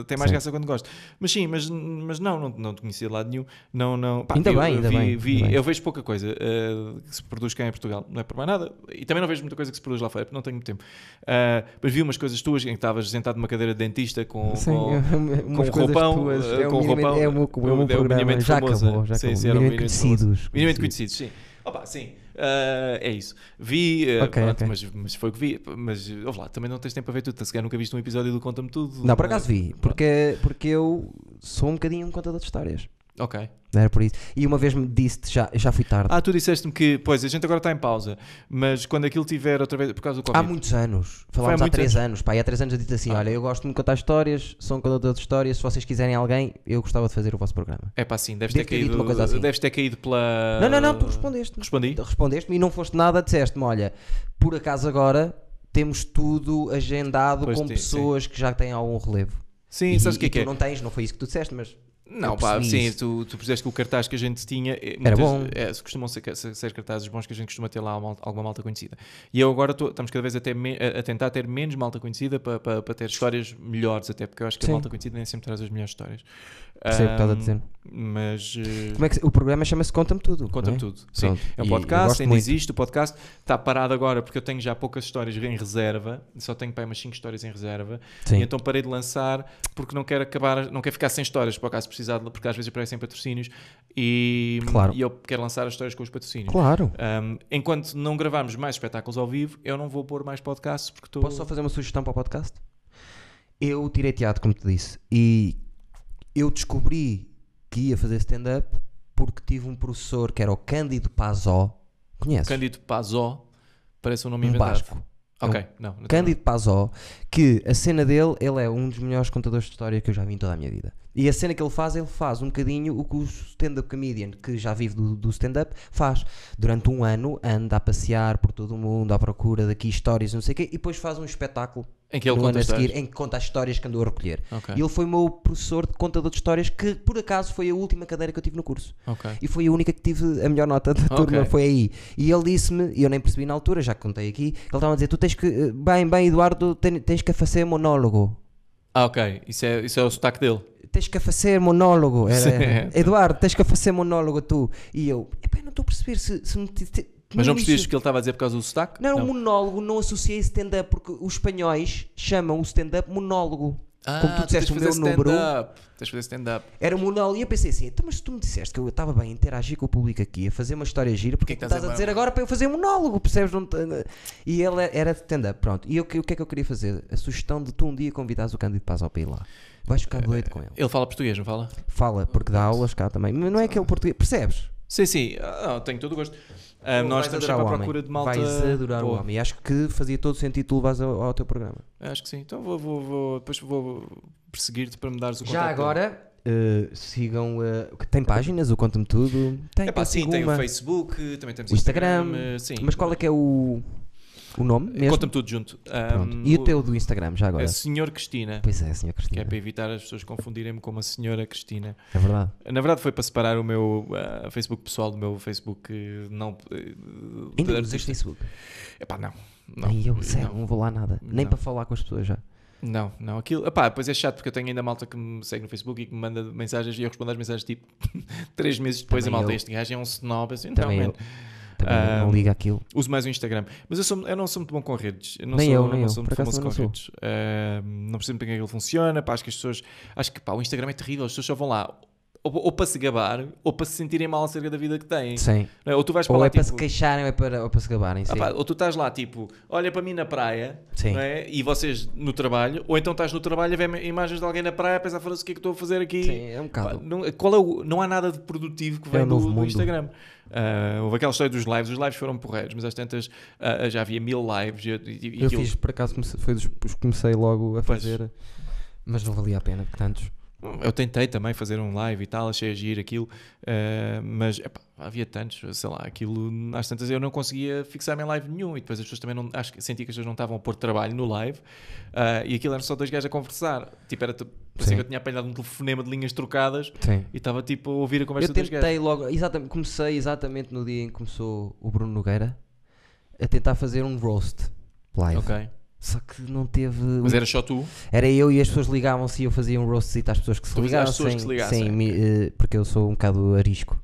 Speaker 1: eh, tem mais
Speaker 2: Sim.
Speaker 1: graça quando gosto. Mas sim, mas, mas não, não, não te conhecia de lado nenhum. Não, não. Pá,
Speaker 2: Ainda
Speaker 1: eu,
Speaker 2: bem,
Speaker 1: eu
Speaker 2: ainda
Speaker 1: vi-
Speaker 2: bem,
Speaker 1: vi-
Speaker 2: ainda bem.
Speaker 1: Eu vejo pouca coisa eh, que se produz cá em Portugal, não é por mais nada. E também não vejo muita coisa que se produz lá fora, porque não tenho muito tempo. Ah, mas vi umas coisas tuas em que estavas sentado numa cadeira de dentista com.
Speaker 2: Sim, é
Speaker 1: com
Speaker 2: com,
Speaker 1: com roupão, eh,
Speaker 2: é
Speaker 1: com
Speaker 2: o minimamente-
Speaker 1: roupão,
Speaker 2: é o meu, é o meu
Speaker 1: é o
Speaker 2: programa,
Speaker 1: minimamente
Speaker 2: já
Speaker 1: famoso,
Speaker 2: acabou, já
Speaker 1: é. sim,
Speaker 2: acabou.
Speaker 1: sim, era um o
Speaker 2: minimamente
Speaker 1: minimamente
Speaker 2: conhecidos.
Speaker 1: Minimamente conhecidos, sim. Opa, sim. Ah, é isso. Vi, ah,
Speaker 2: Ok,
Speaker 1: pronto,
Speaker 2: ok.
Speaker 1: Mas, mas foi o que vi. Mas, ouve lá, também não tens tempo para ver tudo. Se calhar nunca viste um episódio do Conta-me Tudo.
Speaker 2: Não, por acaso vi, porque, porque eu sou um bocadinho um contador de histórias.
Speaker 1: Ok.
Speaker 2: Não era por isso. E uma vez me disse-te, já, já fui tarde.
Speaker 1: Ah, tu disseste-me que, pois, a gente agora está em pausa, mas quando aquilo tiver outra vez, por causa do Covid.
Speaker 2: há muitos anos, falámos há
Speaker 1: muitos Ah.
Speaker 2: 3 anos, pá, e há 3 anos eu disse assim: olha, eu gosto muito de contar histórias, sou um contador de histórias, se vocês quiserem alguém, eu gostava de fazer o vosso programa.
Speaker 1: É pá, sim, deves ter,
Speaker 2: Devo ter dito
Speaker 1: caído,
Speaker 2: uma coisa assim.
Speaker 1: deves ter caído pela.
Speaker 2: Não, não, não, tu respondeste.
Speaker 1: Respondi?
Speaker 2: Tu Respondeste-me e não foste nada, disseste-me: olha, por acaso agora temos tudo agendado
Speaker 1: Pois
Speaker 2: com
Speaker 1: sim,
Speaker 2: pessoas que já têm algum relevo.
Speaker 1: Sim,
Speaker 2: e,
Speaker 1: sabes o que é
Speaker 2: e
Speaker 1: que
Speaker 2: tu
Speaker 1: é?
Speaker 2: não tens, não foi isso que tu disseste, mas
Speaker 1: Não,
Speaker 2: Eu
Speaker 1: pá,
Speaker 2: percebi
Speaker 1: sim,
Speaker 2: isso.
Speaker 1: tu, tu puseste que o cartaz que a gente tinha eh,
Speaker 2: Era bom.
Speaker 1: é, se costumam ser, ser- ser cartazes bons que a gente costuma ter lá mal- alguma malta conhecida. E eu agora tô- estamos cada vez a, ter me- a- a tentar ter menos malta conhecida para pa, pa ter histórias melhores, até porque eu acho que
Speaker 2: Sim.
Speaker 1: a malta conhecida nem sempre traz as melhores histórias.
Speaker 2: Percebo o que estás a
Speaker 1: Ahm,
Speaker 2: dizer.
Speaker 1: Mas eh,
Speaker 2: Como é que se- o programa chama-se Conta-me Tudo.
Speaker 1: conta-me
Speaker 2: não é?
Speaker 1: tudo. Sim.
Speaker 2: Pronto,
Speaker 1: É um
Speaker 2: e eu
Speaker 1: podcast,
Speaker 2: gosto
Speaker 1: ainda
Speaker 2: muito.
Speaker 1: existe. O podcast está parado agora porque eu tenho já poucas histórias em reserva, só tenho para umas 5 histórias em reserva.
Speaker 2: Sim.
Speaker 1: E então parei de lançar porque não quero acabar, não quero ficar sem histórias para o caso precisar, de- porque às vezes aparecem patrocínios e,
Speaker 2: Claro.
Speaker 1: e eu quero lançar as histórias com os patrocínios.
Speaker 2: Claro.
Speaker 1: Um, enquanto não gravarmos mais espetáculos ao vivo, eu não vou pôr mais podcasts porque estou.
Speaker 2: Posso só fazer uma sugestão para o podcast? Eu tirei teatro, como te disse, e eu descobri que ia fazer stand-up porque tive um professor que era o Cândido Pazó. Conheces?
Speaker 1: Cândido Pazó parece um nome
Speaker 2: um
Speaker 1: inventado.
Speaker 2: basco.
Speaker 1: Ok, não. não tem
Speaker 2: Cândido Pazó, que a cena dele, ele é um dos melhores contadores de história que eu já vi em toda a minha vida. E a cena que ele faz, ele faz um bocadinho o que o stand-up comedian, que já vive do, do stand-up, faz. Durante um ano anda a passear por todo o mundo à procura daqui histórias, não sei o quê, e depois faz um espetáculo
Speaker 1: nada. Em que ele
Speaker 2: no
Speaker 1: conta
Speaker 2: ano a seguir
Speaker 1: histórias.
Speaker 2: em que conta as histórias que andou a recolher.
Speaker 1: Ok.
Speaker 2: E ele foi o meu professor de contador de histórias, que por acaso foi a última cadeira que eu tive no curso.
Speaker 1: Ok.
Speaker 2: E foi a única que tive a melhor nota da
Speaker 1: Ok.
Speaker 2: turma, foi aí. E ele disse-me, e eu nem percebi na altura, já que contei aqui, que ele estava a dizer: Tu tens que, eh, bem, bem, Eduardo, ten- tens que fazer monólogo.
Speaker 1: Ah, ok. Isso é, isso é o sotaque dele.
Speaker 2: Tens que fazer monólogo. Era,
Speaker 1: Certo.
Speaker 2: (laughs) Eduardo, tens que fazer monólogo tu. E eu, epá, não estou a perceber se, se me. ti- ti-
Speaker 1: Mas
Speaker 2: no
Speaker 1: não
Speaker 2: início-
Speaker 1: percebes o que ele estava a dizer por causa do sotaque?
Speaker 2: Não, um monólogo não associei stand-up, porque os espanhóis chamam o stand-up monólogo.
Speaker 1: Ah,
Speaker 2: Como tu disseste, o
Speaker 1: tens de
Speaker 2: meu
Speaker 1: fazer
Speaker 2: número.
Speaker 1: stand-up. Tens de fazer stand-up.
Speaker 2: Era monólogo e eu pensei assim, então, mas tu me disseste que eu estava bem a interagir com o público aqui, a fazer uma história gira, porque é que
Speaker 1: Que
Speaker 2: me
Speaker 1: estás
Speaker 2: estás
Speaker 1: a
Speaker 2: a dizer
Speaker 1: mar-
Speaker 2: agora para eu fazer um monólogo, percebes? Não te- E ele é, era stand-up, pronto. E eu, que- o que é que eu queria fazer? A sugestão de tu um dia convidares o Cândido Paz ao ir lá. Vais
Speaker 1: Eh,
Speaker 2: ficar doido com ele.
Speaker 1: Ele fala português, não fala?
Speaker 2: Fala, porque dá aulas cá também. Mas não é aquele português, percebes?
Speaker 1: Sim, sim, ah, tenho todo o gosto. Ah,
Speaker 2: Tu
Speaker 1: nós
Speaker 2: vais
Speaker 1: estamos
Speaker 2: adorar
Speaker 1: sempre à
Speaker 2: o homem.
Speaker 1: procura de malta.
Speaker 2: Vais adorar o
Speaker 1: boa.
Speaker 2: homem. E acho que fazia todo sentido tu levares ao, ao teu programa.
Speaker 1: Acho que sim. Então vou, vou, vou- depois vou perseguir-te para me dares o
Speaker 2: Já
Speaker 1: contacto
Speaker 2: agora, eh, sigam. eh, tem páginas, o Conta-me Tudo. Tem,
Speaker 1: dele. Epá,
Speaker 2: eu
Speaker 1: sim,
Speaker 2: sigo
Speaker 1: tem o
Speaker 2: uma.
Speaker 1: Facebook, também temos
Speaker 2: O Instagram,
Speaker 1: eh, sim.
Speaker 2: Mas qual é que é o, o nome mesmo?
Speaker 1: Conta-me tudo junto. Ah,
Speaker 2: Pronto. E o teu do Instagram, já agora?
Speaker 1: É Senhor Cristina.
Speaker 2: Pois é, senhor
Speaker 1: Que
Speaker 2: Cristina.
Speaker 1: é para evitar as pessoas confundirem-me com a Senhora Cristina.
Speaker 2: É verdade.
Speaker 1: Na verdade, foi para separar o meu ah, Facebook pessoal do meu Facebook eh, não. eh, de
Speaker 2: Ainda usas
Speaker 1: artista.
Speaker 2: Facebook?
Speaker 1: Epá, não. Não.
Speaker 2: Nem eu, sério, não.
Speaker 1: Não.
Speaker 2: vou lá nada. Nem
Speaker 1: Não.
Speaker 2: para falar com as pessoas já.
Speaker 1: Não, não, aquilo. Epá, pois é chato porque eu tenho ainda malta que me segue no Facebook e que me manda mensagens e eu respondo às mensagens tipo (laughs) três meses depois
Speaker 2: Também
Speaker 1: a malta
Speaker 2: eu.
Speaker 1: este gajo é um snob assim, então,
Speaker 2: Também
Speaker 1: man,
Speaker 2: eu. Também eu não
Speaker 1: Ah,
Speaker 2: liga aquilo.
Speaker 1: uso mais o Instagram. Mas eu, sou, eu não sou muito bom com redes. Eu não
Speaker 2: Nem
Speaker 1: sou,
Speaker 2: eu, nem eu.
Speaker 1: não sou
Speaker 2: Por
Speaker 1: muito
Speaker 2: acaso
Speaker 1: famoso com
Speaker 2: também não
Speaker 1: redes. Ah, não percebo bem como é que ele funciona. Pá, acho que as pessoas. Acho que pá, o Instagram é terrível, as pessoas só vão lá. Ou, ou para se gabar, ou para se sentirem mal acerca da vida que têm.
Speaker 2: Sim.
Speaker 1: Não é? Ou tu vais para
Speaker 2: Ou
Speaker 1: lá
Speaker 2: é para
Speaker 1: tipo,
Speaker 2: se queixarem ou é para, ou para se gabarem.
Speaker 1: Ah
Speaker 2: sim.
Speaker 1: pá, ou tu estás lá, tipo, olha para mim na praia,
Speaker 2: Sim.
Speaker 1: não é? e vocês no trabalho, ou então estás no trabalho a ver imagens de alguém na praia, a pensar, foda-se, o que é que estou a fazer aqui?
Speaker 2: Sim, é um
Speaker 1: Pá,
Speaker 2: bocado.
Speaker 1: não, qual é o- não há nada de produtivo que
Speaker 2: É
Speaker 1: vem
Speaker 2: o
Speaker 1: do,
Speaker 2: novo
Speaker 1: do
Speaker 2: mundo.
Speaker 1: Instagram. Ah, houve aquela história dos lives, os lives foram porreiros, mas às tantas ah, já havia mil lives. E, e- e
Speaker 2: eu
Speaker 1: aquilo-
Speaker 2: fiz, por acaso, comece- foi dos os que comecei logo a
Speaker 1: Pois.
Speaker 2: fazer. Mas não valia a pena, portanto.
Speaker 1: eu tentei também fazer um live e tal, achei agir aquilo, ah, mas epá, havia tantos, sei lá, aquilo às tantas eu não conseguia fixar-me em live nenhum e depois as pessoas também não, acho que senti que as pessoas não estavam a pôr trabalho no live ah, e aquilo eram só dois gajos a conversar, tipo, era, t- parecia
Speaker 2: Sim.
Speaker 1: que eu tinha apanhado um telefonema de linhas trocadas
Speaker 2: Sim.
Speaker 1: e estava tipo a ouvir a conversa
Speaker 2: Eu
Speaker 1: de dois gajos.
Speaker 2: tentei logo, exatamente, comecei exatamente no dia em que começou o Bruno Nogueira a tentar fazer um roast live.
Speaker 1: Ok,
Speaker 2: Só que não teve.
Speaker 1: mas era só tu?
Speaker 2: Era eu e as pessoas ligavam-se e eu fazia um roast às pessoas que se
Speaker 1: Tu fazias
Speaker 2: ligavam.
Speaker 1: às pessoas que se ligassem,
Speaker 2: sem me- eh, porque eu sou um bocado arisco.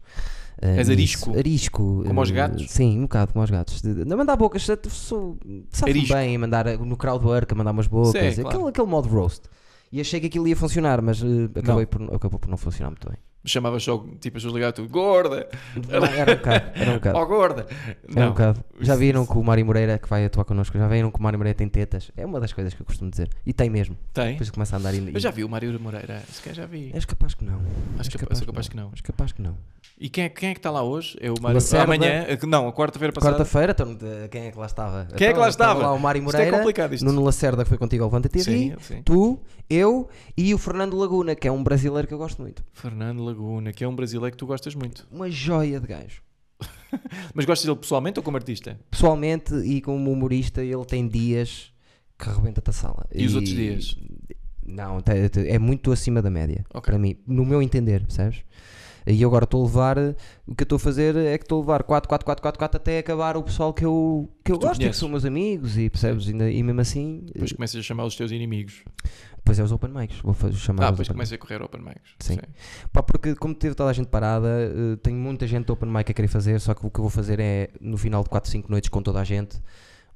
Speaker 2: Eh,
Speaker 1: És
Speaker 2: nisso.
Speaker 1: arisco?
Speaker 2: Arisco.
Speaker 1: Como
Speaker 2: eh,
Speaker 1: aos gatos?
Speaker 2: Sim, um bocado como aos gatos. De- de- Não mandar bocas, eu sou. Sabe
Speaker 1: Arisco.
Speaker 2: bem a mandar eh, no crowdwork, a mandar umas bocas.
Speaker 1: Sim, claro.
Speaker 2: aquele, aquele modo roast. E achei que aquilo ia funcionar, mas eh, acabei
Speaker 1: Não.
Speaker 2: por, acabou por não
Speaker 1: (laughs)
Speaker 2: funcionar muito bem.
Speaker 1: Chamavas só, tipo, as pessoas ligavam tu, gorda,
Speaker 2: Não, Era um bocado. Era um bocado.
Speaker 1: ó gorda.
Speaker 2: É um
Speaker 1: Não,
Speaker 2: bocado. Já viram que o Mário Moreira, que vai atuar connosco, já viram que o Mário Moreira tem tetas? É uma das coisas que eu costumo dizer. E tem mesmo.
Speaker 1: tem.
Speaker 2: Depois começa a andar e.
Speaker 1: Eu já vi o Mário Moreira, se calhar já vi.
Speaker 2: És capaz que não.
Speaker 1: Acho
Speaker 2: és
Speaker 1: que sou capaz que não.
Speaker 2: És capaz que não.
Speaker 1: E quem é, quem é que está lá hoje? É o Mário
Speaker 2: Lacerda.
Speaker 1: Amanhã? eh, Não, quarta-feira passada.
Speaker 2: Quarta-feira, então, de- quem é que lá estava?
Speaker 1: Quem é que lá estava?
Speaker 2: Lá o Mário
Speaker 1: Isto é
Speaker 2: Moreira,
Speaker 1: complicado isto.
Speaker 2: Nuno Lacerda, que foi contigo ao Levanta TV,
Speaker 1: Sim, sim.
Speaker 2: tu, eu e o Fernando Laguna, que é um brasileiro que eu gosto muito.
Speaker 1: Fernando Laguna, que é um brasileiro que tu gostas muito.
Speaker 2: Uma joia de gajo.
Speaker 1: Mas gostas dele pessoalmente ou como artista?
Speaker 2: Pessoalmente e como humorista, ele tem dias que arrebenta-te a sala.
Speaker 1: E os outros dias?
Speaker 2: Não, te- te- é muito acima da média.
Speaker 1: Ok.
Speaker 2: Para mim, no meu entender, percebes? E agora estou a levar. eh, O que eu estou a fazer é que estou a levar 4, 4, 4, 4, 4 até acabar o pessoal que eu, que eu
Speaker 1: tu
Speaker 2: gosto e que
Speaker 1: conheces.
Speaker 2: são meus amigos e percebes? E, ainda- e mesmo assim, eh,
Speaker 1: Depois começas a chamar os teus inimigos.
Speaker 2: depois é os open mics. Vou fa- chamar
Speaker 1: Ah,
Speaker 2: os
Speaker 1: depois
Speaker 2: open
Speaker 1: começas a correr open mics.
Speaker 2: Sim. Pá, porque como teve toda a gente parada, eh, tenho muita gente de open mic a querer fazer, só que o que eu vou fazer é, no final de 4, 5 noites com toda a gente,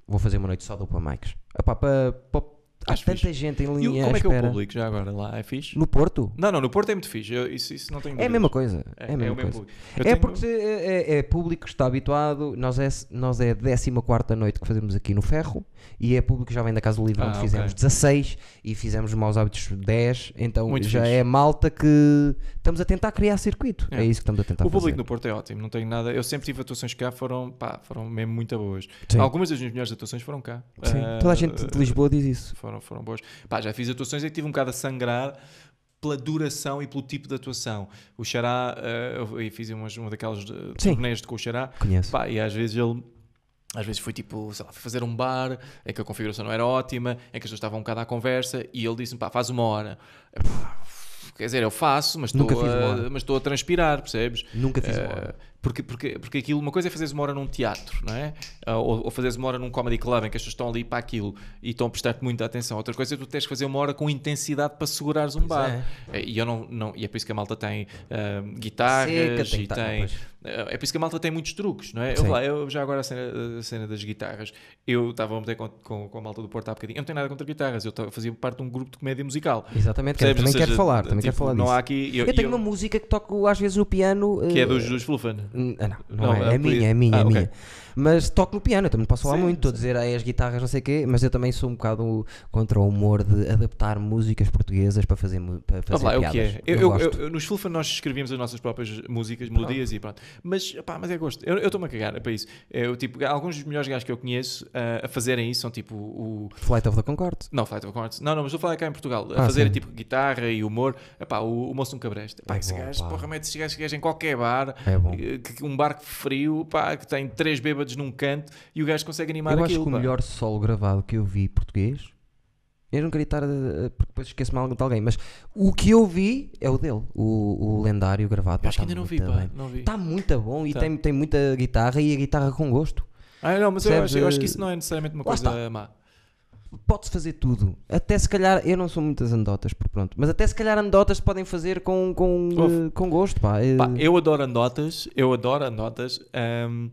Speaker 2: vou fazer uma noite só de open mics. Ah, pá, pá, pá, há
Speaker 1: Acho
Speaker 2: tanta
Speaker 1: fixe.
Speaker 2: gente em
Speaker 1: E o-
Speaker 2: linha
Speaker 1: como
Speaker 2: à
Speaker 1: é que é o
Speaker 2: espera.
Speaker 1: público já agora lá? É fixe?
Speaker 2: No Porto?
Speaker 1: Não, não, no Porto é muito fixe. Eu- isso, isso não tenho
Speaker 2: É a
Speaker 1: dúvidas.
Speaker 2: mesma coisa. É, a mesma
Speaker 1: o mesmo
Speaker 2: coisa.
Speaker 1: público. Eu
Speaker 2: É
Speaker 1: tenho-
Speaker 2: porque é, é- é público que está habituado. Nós é, nós é a 14 noite que fazemos aqui no Ferro e é público que já vem da Casa do Livro,
Speaker 1: Ah,
Speaker 2: onde
Speaker 1: ok.
Speaker 2: fizemos 16 e fizemos Maus Hábitos 10. Então
Speaker 1: Muito
Speaker 2: já
Speaker 1: fixe.
Speaker 2: é malta que estamos a tentar criar circuito. É,
Speaker 1: É.
Speaker 2: isso que estamos a tentar
Speaker 1: O público
Speaker 2: fazer.
Speaker 1: no Porto é ótimo, não tenho nada. Eu sempre tive atuações cá, foram, pá, foram mesmo muito boas.
Speaker 2: Sim.
Speaker 1: Algumas das minhas melhores atuações foram cá.
Speaker 2: Sim,
Speaker 1: Ah,
Speaker 2: toda a gente de Lisboa diz isso.
Speaker 1: Foram, foram boas. Pá, já fiz atuações em que tive um bocado a sangrar pela duração e pelo tipo de atuação. O Xará, eh, eu- eu fiz umas, uma daquelas eh,
Speaker 2: Sim.
Speaker 1: turnês de com o Xará,
Speaker 2: Conheço.
Speaker 1: Pá, e às vezes ele. Às vezes foi tipo, sei lá, fui fazer um bar em que a configuração não era ótima, em que as pessoas estavam um bocado à conversa e ele disse-me, pá, faz uma hora. Pá, Quer dizer, eu faço, mas estou
Speaker 2: Nunca fiz uma
Speaker 1: a,
Speaker 2: hora.
Speaker 1: mas estou a transpirar, percebes?
Speaker 2: Nunca fiz uma
Speaker 1: Eh,
Speaker 2: hora.
Speaker 1: Porque, porque, porque aquilo, uma coisa é fazeres uma hora num teatro, não é? Ah, ou, ou fazeres uma hora num comedy club em que as pessoas estão ali para aquilo e estão a prestar-te muita atenção. Outra coisa é tu tens que fazer uma hora com intensidade para segurares um bar. Eh, E, eu não, não, e é por isso que a malta tem ah, guitarras
Speaker 2: Seca, tem
Speaker 1: e
Speaker 2: guitarra,
Speaker 1: tem,
Speaker 2: pois.
Speaker 1: é por isso que a malta tem muitos truques, não é? Eu,
Speaker 2: Sim.
Speaker 1: lá, eu já agora a cena, a cena das guitarras, eu estava a meter com, com, com a malta do Porto há bocadinho. Eu não tenho nada contra guitarras, eu ta- fazia parte de um grupo de comédia musical.
Speaker 2: Exatamente,
Speaker 1: Percebes?
Speaker 2: quero- também
Speaker 1: Ou seja,
Speaker 2: quero falar. Também quero
Speaker 1: tipo,
Speaker 2: falar
Speaker 1: não
Speaker 2: disso.
Speaker 1: há aqui.
Speaker 2: Eu,
Speaker 1: Eu, eu-
Speaker 2: tenho uma música que toco às vezes no piano.
Speaker 1: que é
Speaker 2: eh,
Speaker 1: dos, dos Flufan.
Speaker 2: Hum, Ah, não, não,
Speaker 1: Não,
Speaker 2: é,
Speaker 1: é por
Speaker 2: é minha,
Speaker 1: isso.
Speaker 2: é minha,
Speaker 1: Ah,
Speaker 2: é
Speaker 1: ok.
Speaker 2: minha. Mas toco no piano, eu também posso falar
Speaker 1: Sim,
Speaker 2: muito, estou a dizer aí as guitarras, não sei o quê, mas eu também sou um bocado contra o humor de adaptar músicas portuguesas para fazer, mu- para
Speaker 1: Ah,
Speaker 2: fazer
Speaker 1: lá, é o que
Speaker 2: piadas.
Speaker 1: é. Eu,
Speaker 2: Não
Speaker 1: eu-
Speaker 2: gosto.
Speaker 1: eu- nos Fulfan nós escrevíamos as nossas próprias músicas, melodias e pronto. Mas, pá, mas é gosto. Eu eu estou-me a cagar para isso. Eu, tipo, alguns dos melhores gajos que eu conheço ah, a fazerem isso são tipo o,
Speaker 2: Flight of the Concorde.
Speaker 1: Não, Flight of Conchords. Não, não, mas estou a falar cá em Portugal. A
Speaker 2: Ah,
Speaker 1: fazer
Speaker 2: sim.
Speaker 1: tipo guitarra e humor. Epá, o, o moço de um cabreste. Epá,
Speaker 2: É
Speaker 1: esse
Speaker 2: bom,
Speaker 1: gajo,
Speaker 2: pá.
Speaker 1: porra, mete esses gajos, gajos em qualquer bar.
Speaker 2: É bom.
Speaker 1: eh, que- que Um barco frio, pá, que tem três bêbados num canto e o gajo consegue animar
Speaker 2: eu acho
Speaker 1: aquilo.
Speaker 2: que o
Speaker 1: pá.
Speaker 2: melhor solo gravado que eu vi português. Eu não queria estar a- a- porque depois esqueço-me algo de alguém, mas o que eu vi é o dele, o, o lendário gravado. Tá
Speaker 1: Eu acho que ainda não vi, pá. Não vi.
Speaker 2: Está muito bom e
Speaker 1: Tá.
Speaker 2: tem, tem muita guitarra e a guitarra com gosto.
Speaker 1: Ah, não, mas eu
Speaker 2: Percebes,
Speaker 1: acho, eu acho que
Speaker 2: eh,
Speaker 1: isso não é necessariamente uma
Speaker 2: lá
Speaker 1: coisa má.
Speaker 2: pode-se fazer tudo. Até se calhar, eu não sou muitas anedotas, por pronto, mas até se calhar anedotas se podem fazer com, com,
Speaker 1: Ouve.
Speaker 2: eh, com gosto, pá. Eh,
Speaker 1: Pá, eu adoro anedotas, eu adoro anedotas. ahm,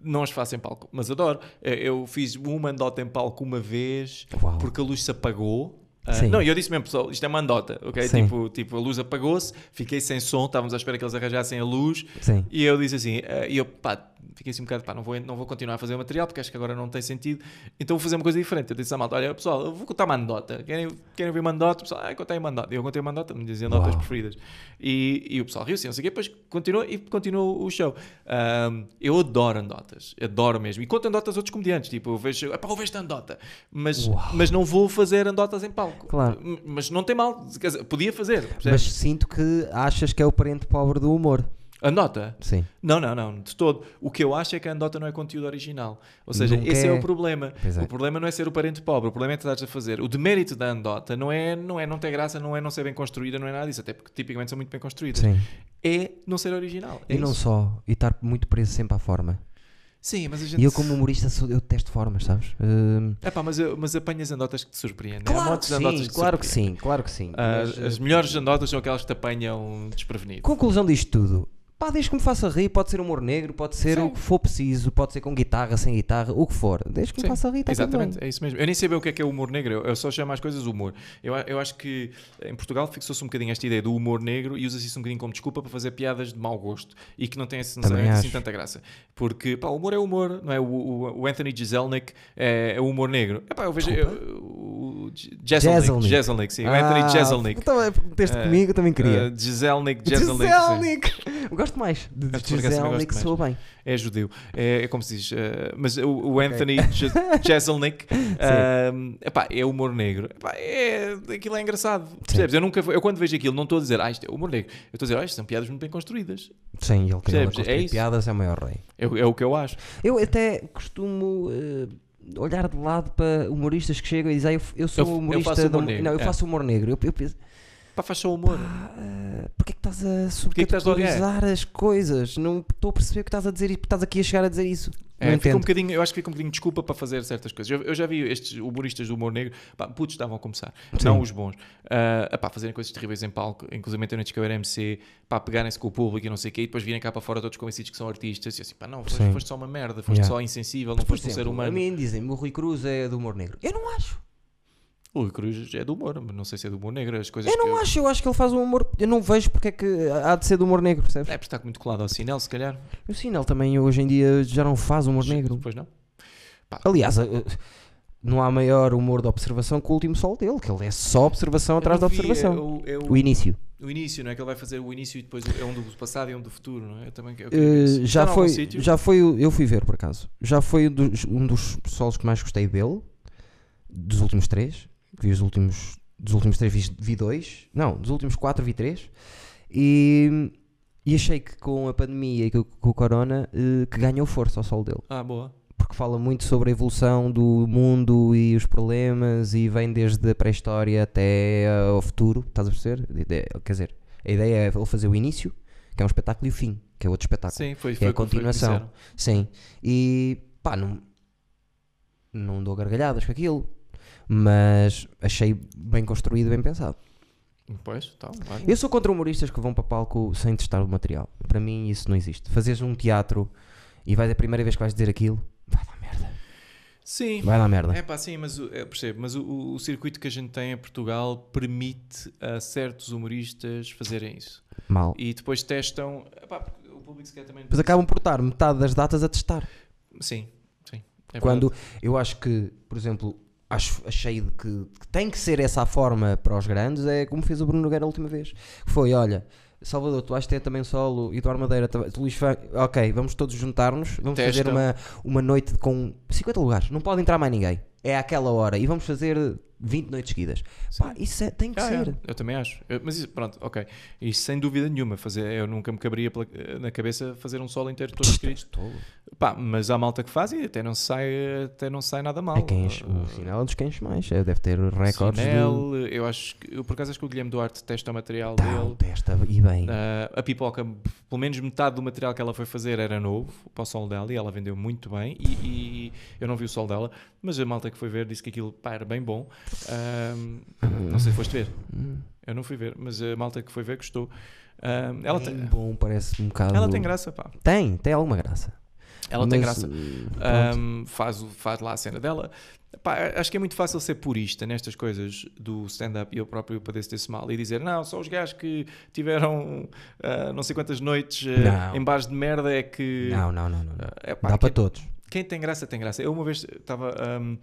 Speaker 1: não as faço em palco, mas adoro. Eh, Eu fiz uma anedota em palco uma vez
Speaker 2: Uau.
Speaker 1: porque a luz se apagou. Ah,
Speaker 2: Sim.
Speaker 1: não, e eu disse mesmo, pessoal, isto é uma anedota, ok?
Speaker 2: Sim.
Speaker 1: Tipo, tipo, a luz apagou-se, fiquei sem som, estávamos à espera que eles arranjassem a luz.
Speaker 2: Sim.
Speaker 1: E eu disse assim, ah, e eu, pá, fiquei assim um bocado, pá, não vou, não vou continuar a fazer o material porque acho que agora não tem sentido, então vou fazer uma coisa diferente. Eu disse à malta, olha, pessoal, eu vou contar uma anedota. Querem, querem ouvir uma anedota? O pessoal, ah, contei uma anedota. E Eu contei uma anedota, me diziam anedotas
Speaker 2: Uau.
Speaker 1: preferidas. E, e o pessoal riu-se, não sei o quê, depois continua e continua o show. Ahm, eu adoro anedotas, adoro mesmo. E conto anedotas a outros comediantes, tipo, eu vejo, "Epá, eu vejo esta anedota, mas,
Speaker 2: Uau.
Speaker 1: mas não vou fazer anedotas em palco.
Speaker 2: Claro.
Speaker 1: M- Mas não tem mal, quer dizer, podia fazer.
Speaker 2: mas
Speaker 1: percebes?
Speaker 2: sinto que achas que é o parente pobre do humor.
Speaker 1: Anota.
Speaker 2: Sim.
Speaker 1: Não, não, não, de todo. O que eu acho é que a anedota não é conteúdo original. Ou seja,
Speaker 2: Nunca
Speaker 1: esse é,
Speaker 2: é.
Speaker 1: o problema.
Speaker 2: Pois é.
Speaker 1: O problema não é ser o parente pobre, o problema é que estás a fazer. O demérito da anedota não é não, é não ter graça, não é não ser bem construída, não é nada disso, até porque tipicamente são muito bem construídas.
Speaker 2: Sim.
Speaker 1: É não ser original. É
Speaker 2: e não
Speaker 1: isso.
Speaker 2: só, e estar muito preso sempre à forma.
Speaker 1: Sim, mas a gente.
Speaker 2: E eu, como humorista, sou- eu testo formas, sabes? Eh,
Speaker 1: Epá, mas, eu- mas apanhas anedotas que te surpreendem. Há
Speaker 2: claro, que
Speaker 1: montes de anedotas
Speaker 2: sim,
Speaker 1: te
Speaker 2: claro que
Speaker 1: surpreendem.
Speaker 2: sim, claro que sim.
Speaker 1: Ah, As,
Speaker 2: Mas, eh,
Speaker 1: as melhores anedotas são aquelas que te apanham desprevenido.
Speaker 2: Conclusão disto tudo. Pá, desde que me faça rir, pode ser humor negro, pode ser
Speaker 1: Sim.
Speaker 2: o que for preciso, pode ser com guitarra, sem guitarra, o que for. Desde que
Speaker 1: Sim,
Speaker 2: me faça rir, está tá tudo bem.
Speaker 1: Exatamente, é isso mesmo. Eu nem sei bem o que é que é o humor negro, eu, eu só chamo as coisas humor. Eu, a- eu acho que em Portugal fixou-se um bocadinho esta ideia do humor negro e usa-se isso um bocadinho como desculpa para fazer piadas de mau gosto e que não tem assim, necessariamente assim
Speaker 2: acho.
Speaker 1: tanta graça. Porque pá, o humor é humor, não é? O, o- o Anthony Jeselnik é, é o humor negro. Epá, eu vejo.
Speaker 2: Desculpa?
Speaker 1: eu- o Je- Jeselnik,
Speaker 2: Jeselnik.
Speaker 1: Jeselnik, sim, o Anthony Jeselnik.
Speaker 2: Então é porque meteste
Speaker 1: Eh,
Speaker 2: comigo, eu também queria.
Speaker 1: Eh, Jeselnik, Jeselnik. sim.
Speaker 2: Jezelnik! Gosto mais. De
Speaker 1: Acho que por acaso também
Speaker 2: Jezelnik
Speaker 1: gosto
Speaker 2: soa bem.
Speaker 1: É judeu, é, é como se diz. eh, mas o, o Anthony Je- Jeselnik eh, epá, é humor negro. Epá, é, aquilo é engraçado. Percebes? Eu, nunca, eu quando vejo aquilo não estou a dizer ah, isto é humor negro. Eu estou a dizer ah, isto são piadas muito bem construídas.
Speaker 2: Sim, ele
Speaker 1: Percebes?
Speaker 2: queria
Speaker 1: É
Speaker 2: construir
Speaker 1: isso.
Speaker 2: piadas, é o maior rei.
Speaker 1: É, o- é o que eu acho.
Speaker 2: Eu até costumo eh, olhar de lado para humoristas que chegam e dizem, ah, eu, eu sou
Speaker 1: Eu- eu
Speaker 2: humorista.
Speaker 1: faço
Speaker 2: de
Speaker 1: humor
Speaker 2: hum-
Speaker 1: negro,
Speaker 2: Não, eu
Speaker 1: é.
Speaker 2: faço humor negro. Eu, eu penso,
Speaker 1: Pá, faz só humor.
Speaker 2: pá, ah, porque é que estás a
Speaker 1: que é que estás a olhar?
Speaker 2: sobrecarregar as coisas? Não estou a perceber o que estás a dizer e estás aqui a chegar a dizer isso.
Speaker 1: É, fica
Speaker 2: não
Speaker 1: um
Speaker 2: entendo.
Speaker 1: bocadinho, eu acho que fica um bocadinho de desculpa para fazer certas coisas. Eu, eu já vi estes humoristas do humor negro, pá, putos estavam a começar, não os bons, ah, pá, fazerem coisas terríveis em palco, inclusive a noite que eu era MC, pá, pegarem-se com o público e não sei o quê, e depois virem cá para fora todos convencidos que são artistas, e assim, pá, não, foste,
Speaker 2: Sim.
Speaker 1: foste só uma merda, foste
Speaker 2: Yeah.
Speaker 1: só insensível, não
Speaker 2: Por
Speaker 1: foste um ser
Speaker 2: exemplo, a
Speaker 1: humano.
Speaker 2: mim dizem-me o Rui Cruz é do humor negro. Eu não acho.
Speaker 1: O Rui Cruz é do humor, mas não sei se é do humor negro, as coisas
Speaker 2: Eu não
Speaker 1: que...
Speaker 2: acho. Eu acho que ele faz um humor. Eu não vejo porque é que há de ser do humor negro, percebes?
Speaker 1: É por estar muito colado ao sinal, se calhar.
Speaker 2: O sinal também hoje em dia já não faz humor negro.
Speaker 1: Depois não.
Speaker 2: Aliás, a- a- não há maior humor de observação que o último sol dele, que ele é só observação atrás da
Speaker 1: Eu não vi,
Speaker 2: observação.
Speaker 1: é o- é o-
Speaker 2: O início.
Speaker 1: O início, não é? Que ele vai fazer o início e depois é um do passado e um do futuro, não é? Eu também eu quero ver
Speaker 2: Eh,
Speaker 1: isso. Está
Speaker 2: já,
Speaker 1: em algum
Speaker 2: foi,
Speaker 1: sítio?
Speaker 2: já foi. o- Eu fui ver por acaso. Já foi um dos, um dos solos que mais gostei dele. Dos últimos três. que Vi os últimos. Dos últimos três vi, vi dois. Não, dos últimos quatro vi três. E, e achei que com a pandemia e com, com o corona eh, que ganhou força ao sol dele.
Speaker 1: Ah, boa.
Speaker 2: porque fala muito sobre a evolução do mundo e os problemas e vem desde a pré-história até ah, ao futuro, estás a perceber? A ideia- Quer dizer, a ideia é ele fazer o início, que é um espetáculo, e o fim, que é outro espetáculo.
Speaker 1: Sim, foi,
Speaker 2: que
Speaker 1: foi
Speaker 2: é a
Speaker 1: o que- foi o que
Speaker 2: continuação.
Speaker 1: disseram.
Speaker 2: Sim. E pá, não, não dou gargalhadas com aquilo, mas achei bem construído, bem pensado.
Speaker 1: Pois, tá. olha.
Speaker 2: Eu sou contra humoristas que vão para palco sem testar o material. Para mim isso não existe. Fazeres um teatro e vais a primeira vez que vais dizer aquilo, vai dar merda.
Speaker 1: Sim.
Speaker 2: Vai dar merda.
Speaker 1: É pá, sim, mas o- é, percebo. Mas o- o, o circuito que a gente tem em Portugal permite a certos humoristas fazerem isso.
Speaker 2: Mal.
Speaker 1: E depois testam. Epá, porque o público se quer também.
Speaker 2: Mas acabam por estar metade das datas a testar.
Speaker 1: Sim, sim. é
Speaker 2: quando eu acho que, por exemplo, acho, achei de que, que tem que ser essa a forma para os grandes, é como fez o Bruno Nogueira a última vez. Que Foi, olha, Salvador, tu vais ter também solo, Eduardo Madeira, tu vais- Luís Fã, ok, vamos todos juntar-nos, vamos fazer
Speaker 1: Testam.
Speaker 2: uma, uma noite com 50 lugares, não pode entrar mais ninguém. É àquela hora e vamos fazer 20 noites seguidas. Pá, isso é- tem que
Speaker 1: Ah, é,
Speaker 2: ser.
Speaker 1: eu também acho. Eu- mas isso, pronto, ok. Isso sem dúvida nenhuma. Fazer, eu nunca me caberia pela- eh, na cabeça fazer um solo inteiro todo escrito.
Speaker 2: Tolo.
Speaker 1: Pá, mas há malta que faz e até não sai, até não sai nada mal.
Speaker 2: É quem enche, o sinal é dos que enche mais, é, deve ter recordes.
Speaker 1: Sinel, eu acho que, eu por acaso acho que o Guilherme Duarte testa o material
Speaker 2: do... Tal,
Speaker 1: dele.
Speaker 2: testa, e bem.
Speaker 1: Ah, a pipoca, pelo menos metade do material que ela foi fazer era novo para o sol dela e ela vendeu muito bem. E, e eu não vi o sol dela, mas a malta que foi ver disse que aquilo pá, era bem bom. Ahm, não sei se foste ver,
Speaker 2: Hum.
Speaker 1: eu não fui ver, mas a malta que foi ver gostou. Ahm, ela,
Speaker 2: Bem
Speaker 1: tem,
Speaker 2: bom, parece um bocado.
Speaker 1: ela tem graça, pá.
Speaker 2: Tem, tem alguma graça.
Speaker 1: Ela tem
Speaker 2: Mas,
Speaker 1: graça. Ah,
Speaker 2: eh, pronto.
Speaker 1: Ahm, faz, o- faz lá a cena dela. Pá, acho que é muito fácil ser purista nestas coisas do stand-up e eu próprio padeço desse mal e dizer não, só os gajos que tiveram ah, não sei quantas noites ah,
Speaker 2: Não.
Speaker 1: em bares de merda é que.
Speaker 2: não, não, não, não. não.
Speaker 1: É, pá,
Speaker 2: Dá
Speaker 1: quem,
Speaker 2: para todos.
Speaker 1: quem tem graça, tem graça. Eu uma vez estava. ahm,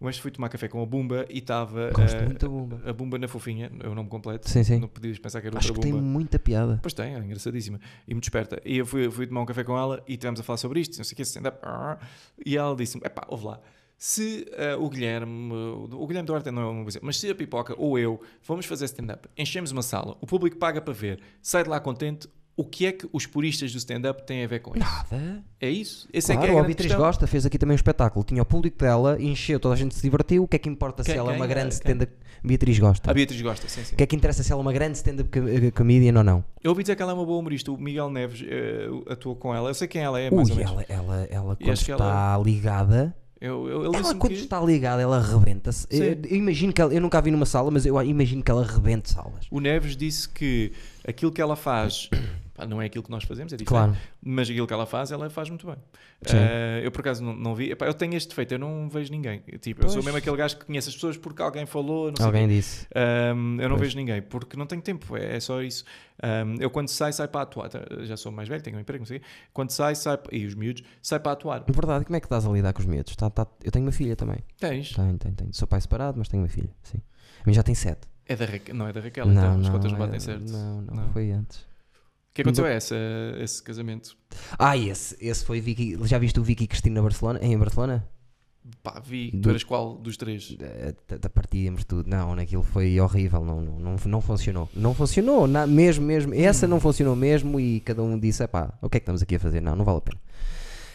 Speaker 1: uma vez fui tomar café com a Bumba e estava.
Speaker 2: Gosto
Speaker 1: ah,
Speaker 2: muito da Bumba.
Speaker 1: A Bumba na Fofinha, é o nome completo.
Speaker 2: Sim, sim.
Speaker 1: Não podias pensar que era outra
Speaker 2: Acho que tem
Speaker 1: Bumba.
Speaker 2: muita piada.
Speaker 1: Pois tem, é engraçadíssima e muito esperta. E eu fui, eu fui tomar um café com ela e estivemos a falar sobre isto, não sei o que, stand-up. ah, E ela disse-me: epá, ouve lá, se ah, o Guilherme, ah, o Guilherme Duarte não é uma exemplo, mas se a pipoca ou eu vamos fazer stand-up, enchemos uma sala, o público paga para ver, sai de lá contente, o que é que os puristas do stand-up têm a ver com isso?
Speaker 2: Nada.
Speaker 1: É isso? Esse é que é a
Speaker 2: Claro, a
Speaker 1: grande
Speaker 2: Beatriz
Speaker 1: questão.
Speaker 2: Gosta fez aqui também um espetáculo. Tinha o público dela, encheu, toda a gente se divertiu. O que é que importa se
Speaker 1: Quem-
Speaker 2: ela é uma
Speaker 1: quem?
Speaker 2: grande
Speaker 1: Quem?
Speaker 2: stand-up? Beatriz Gosta.
Speaker 1: A Beatriz gosta, sim, sim.
Speaker 2: O que é que interessa se ela é uma grande stand-up co- eh, comedian ou não?
Speaker 1: Eu ouvi dizer que ela é uma boa humorista, o Miguel Neves eh, atuou com ela, eu sei quem ela é, mais ou
Speaker 2: Ui,
Speaker 1: menos.
Speaker 2: ela, ela, ela
Speaker 1: E
Speaker 2: quando
Speaker 1: acho que
Speaker 2: está
Speaker 1: ela-
Speaker 2: ligada.
Speaker 1: Eu, eu, ele
Speaker 2: Ela
Speaker 1: disse-me
Speaker 2: quando
Speaker 1: que-
Speaker 2: está ligada, ela arrebenta-se.
Speaker 1: Sim.
Speaker 2: Eu, eu imagino que ela, eu nunca a vi numa sala, mas eu imagino que ela arrebente salas.
Speaker 1: O Neves disse que aquilo que ela faz (coughs) pá, não é aquilo que nós fazemos, é diferente.
Speaker 2: Claro.
Speaker 1: Mas aquilo que ela faz, ela faz muito bem.
Speaker 2: Sim.
Speaker 1: Eh, eu por acaso não, não vi. Epá, eu tenho este defeito, eu não vejo ninguém. Tipo, eu sou
Speaker 2: Pois.
Speaker 1: mesmo aquele gajo que conhece as pessoas porque alguém falou. Não sei
Speaker 2: Alguém
Speaker 1: quê.
Speaker 2: disse.
Speaker 1: Ahm, eu não
Speaker 2: Pois.
Speaker 1: vejo ninguém porque não tenho tempo, é, é só isso. Ahm, eu quando saio, saio para atuar. Tá, Já sou mais velho, tenho um emprego, não sei. o quê. Quando saio, saio e os miúdos, saio para atuar.
Speaker 2: Verdade, como é que estás a lidar com os medos? Tá- tá- eu tenho uma filha também.
Speaker 1: Tens.
Speaker 2: Tenho, tenho, tenho. Sou pai separado, mas tenho uma filha, sim. A minha já tem sete.
Speaker 1: É da Raquel, não é da Raquel, então as contas não batem
Speaker 2: é-
Speaker 1: certo.
Speaker 2: Não, não,
Speaker 1: Não.
Speaker 2: foi antes.
Speaker 1: O que aconteceu a essa, esse casamento?
Speaker 2: Ah, esse, esse foi Vicky. Já viste o Vicky e Cristina Barcelona, em Barcelona?
Speaker 1: Pá, vi. Tu
Speaker 2: Do-
Speaker 1: eras qual dos três?
Speaker 2: Eh, Da, da partíamos tudo. Não, naquilo foi horrível. Não, não, não, não funcionou. Não funcionou, na- mesmo, mesmo. Essa não funcionou mesmo e cada um disse: pá, o que é que estamos aqui a fazer? Não, não vale a pena.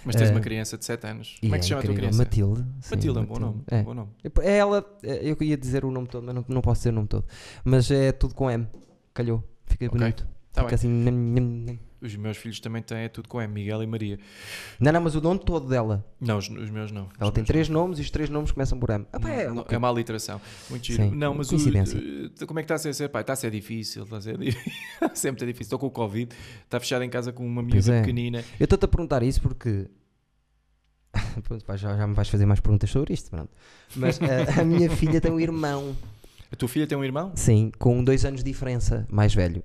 Speaker 1: Mas tens
Speaker 2: Eh,
Speaker 1: uma criança de 7 anos.
Speaker 2: e
Speaker 1: Como é
Speaker 2: é
Speaker 1: que se chama a tua
Speaker 2: incrível.
Speaker 1: criança?
Speaker 2: Matilde. sim,
Speaker 1: Matilde é um bom nome.
Speaker 2: É.
Speaker 1: Bom nome.
Speaker 2: É Ela, é, eu ia dizer o nome todo, mas não, não posso dizer o nome todo. Mas é tudo com M. Calhou. Fica
Speaker 1: Ok.
Speaker 2: bonito.
Speaker 1: Tá
Speaker 2: Fica
Speaker 1: bem.
Speaker 2: assim. nham, nham, nham.
Speaker 1: Os meus filhos também têm é tudo com M, Miguel e Maria.
Speaker 2: Não, não, mas o nome todo dela.
Speaker 1: Não, os, os meus não.
Speaker 2: Ela
Speaker 1: Os
Speaker 2: tem
Speaker 1: meus
Speaker 2: três nomes e os três nomes começam por M. Ah, pá, é,
Speaker 1: Não,
Speaker 2: um
Speaker 1: é uma aliteração. Muito giro.
Speaker 2: Sim,
Speaker 1: Não, mas o,
Speaker 2: coincidência.
Speaker 1: eh, como é que está a ser? Pá, está a ser difícil. Está a ser difícil. Sempre (laughs) está difícil. Estou com o Covid. Está fechado em casa com uma
Speaker 2: Pois
Speaker 1: miúda
Speaker 2: é.
Speaker 1: pequenina.
Speaker 2: Eu estou-te a perguntar isso porque. (laughs) Pronto, pá, já, já me vais fazer mais perguntas sobre isto, pronto. Mas a, a minha filha tem um irmão,
Speaker 1: A tua filha tem um irmão
Speaker 2: sim, com dois anos de diferença, mais velho,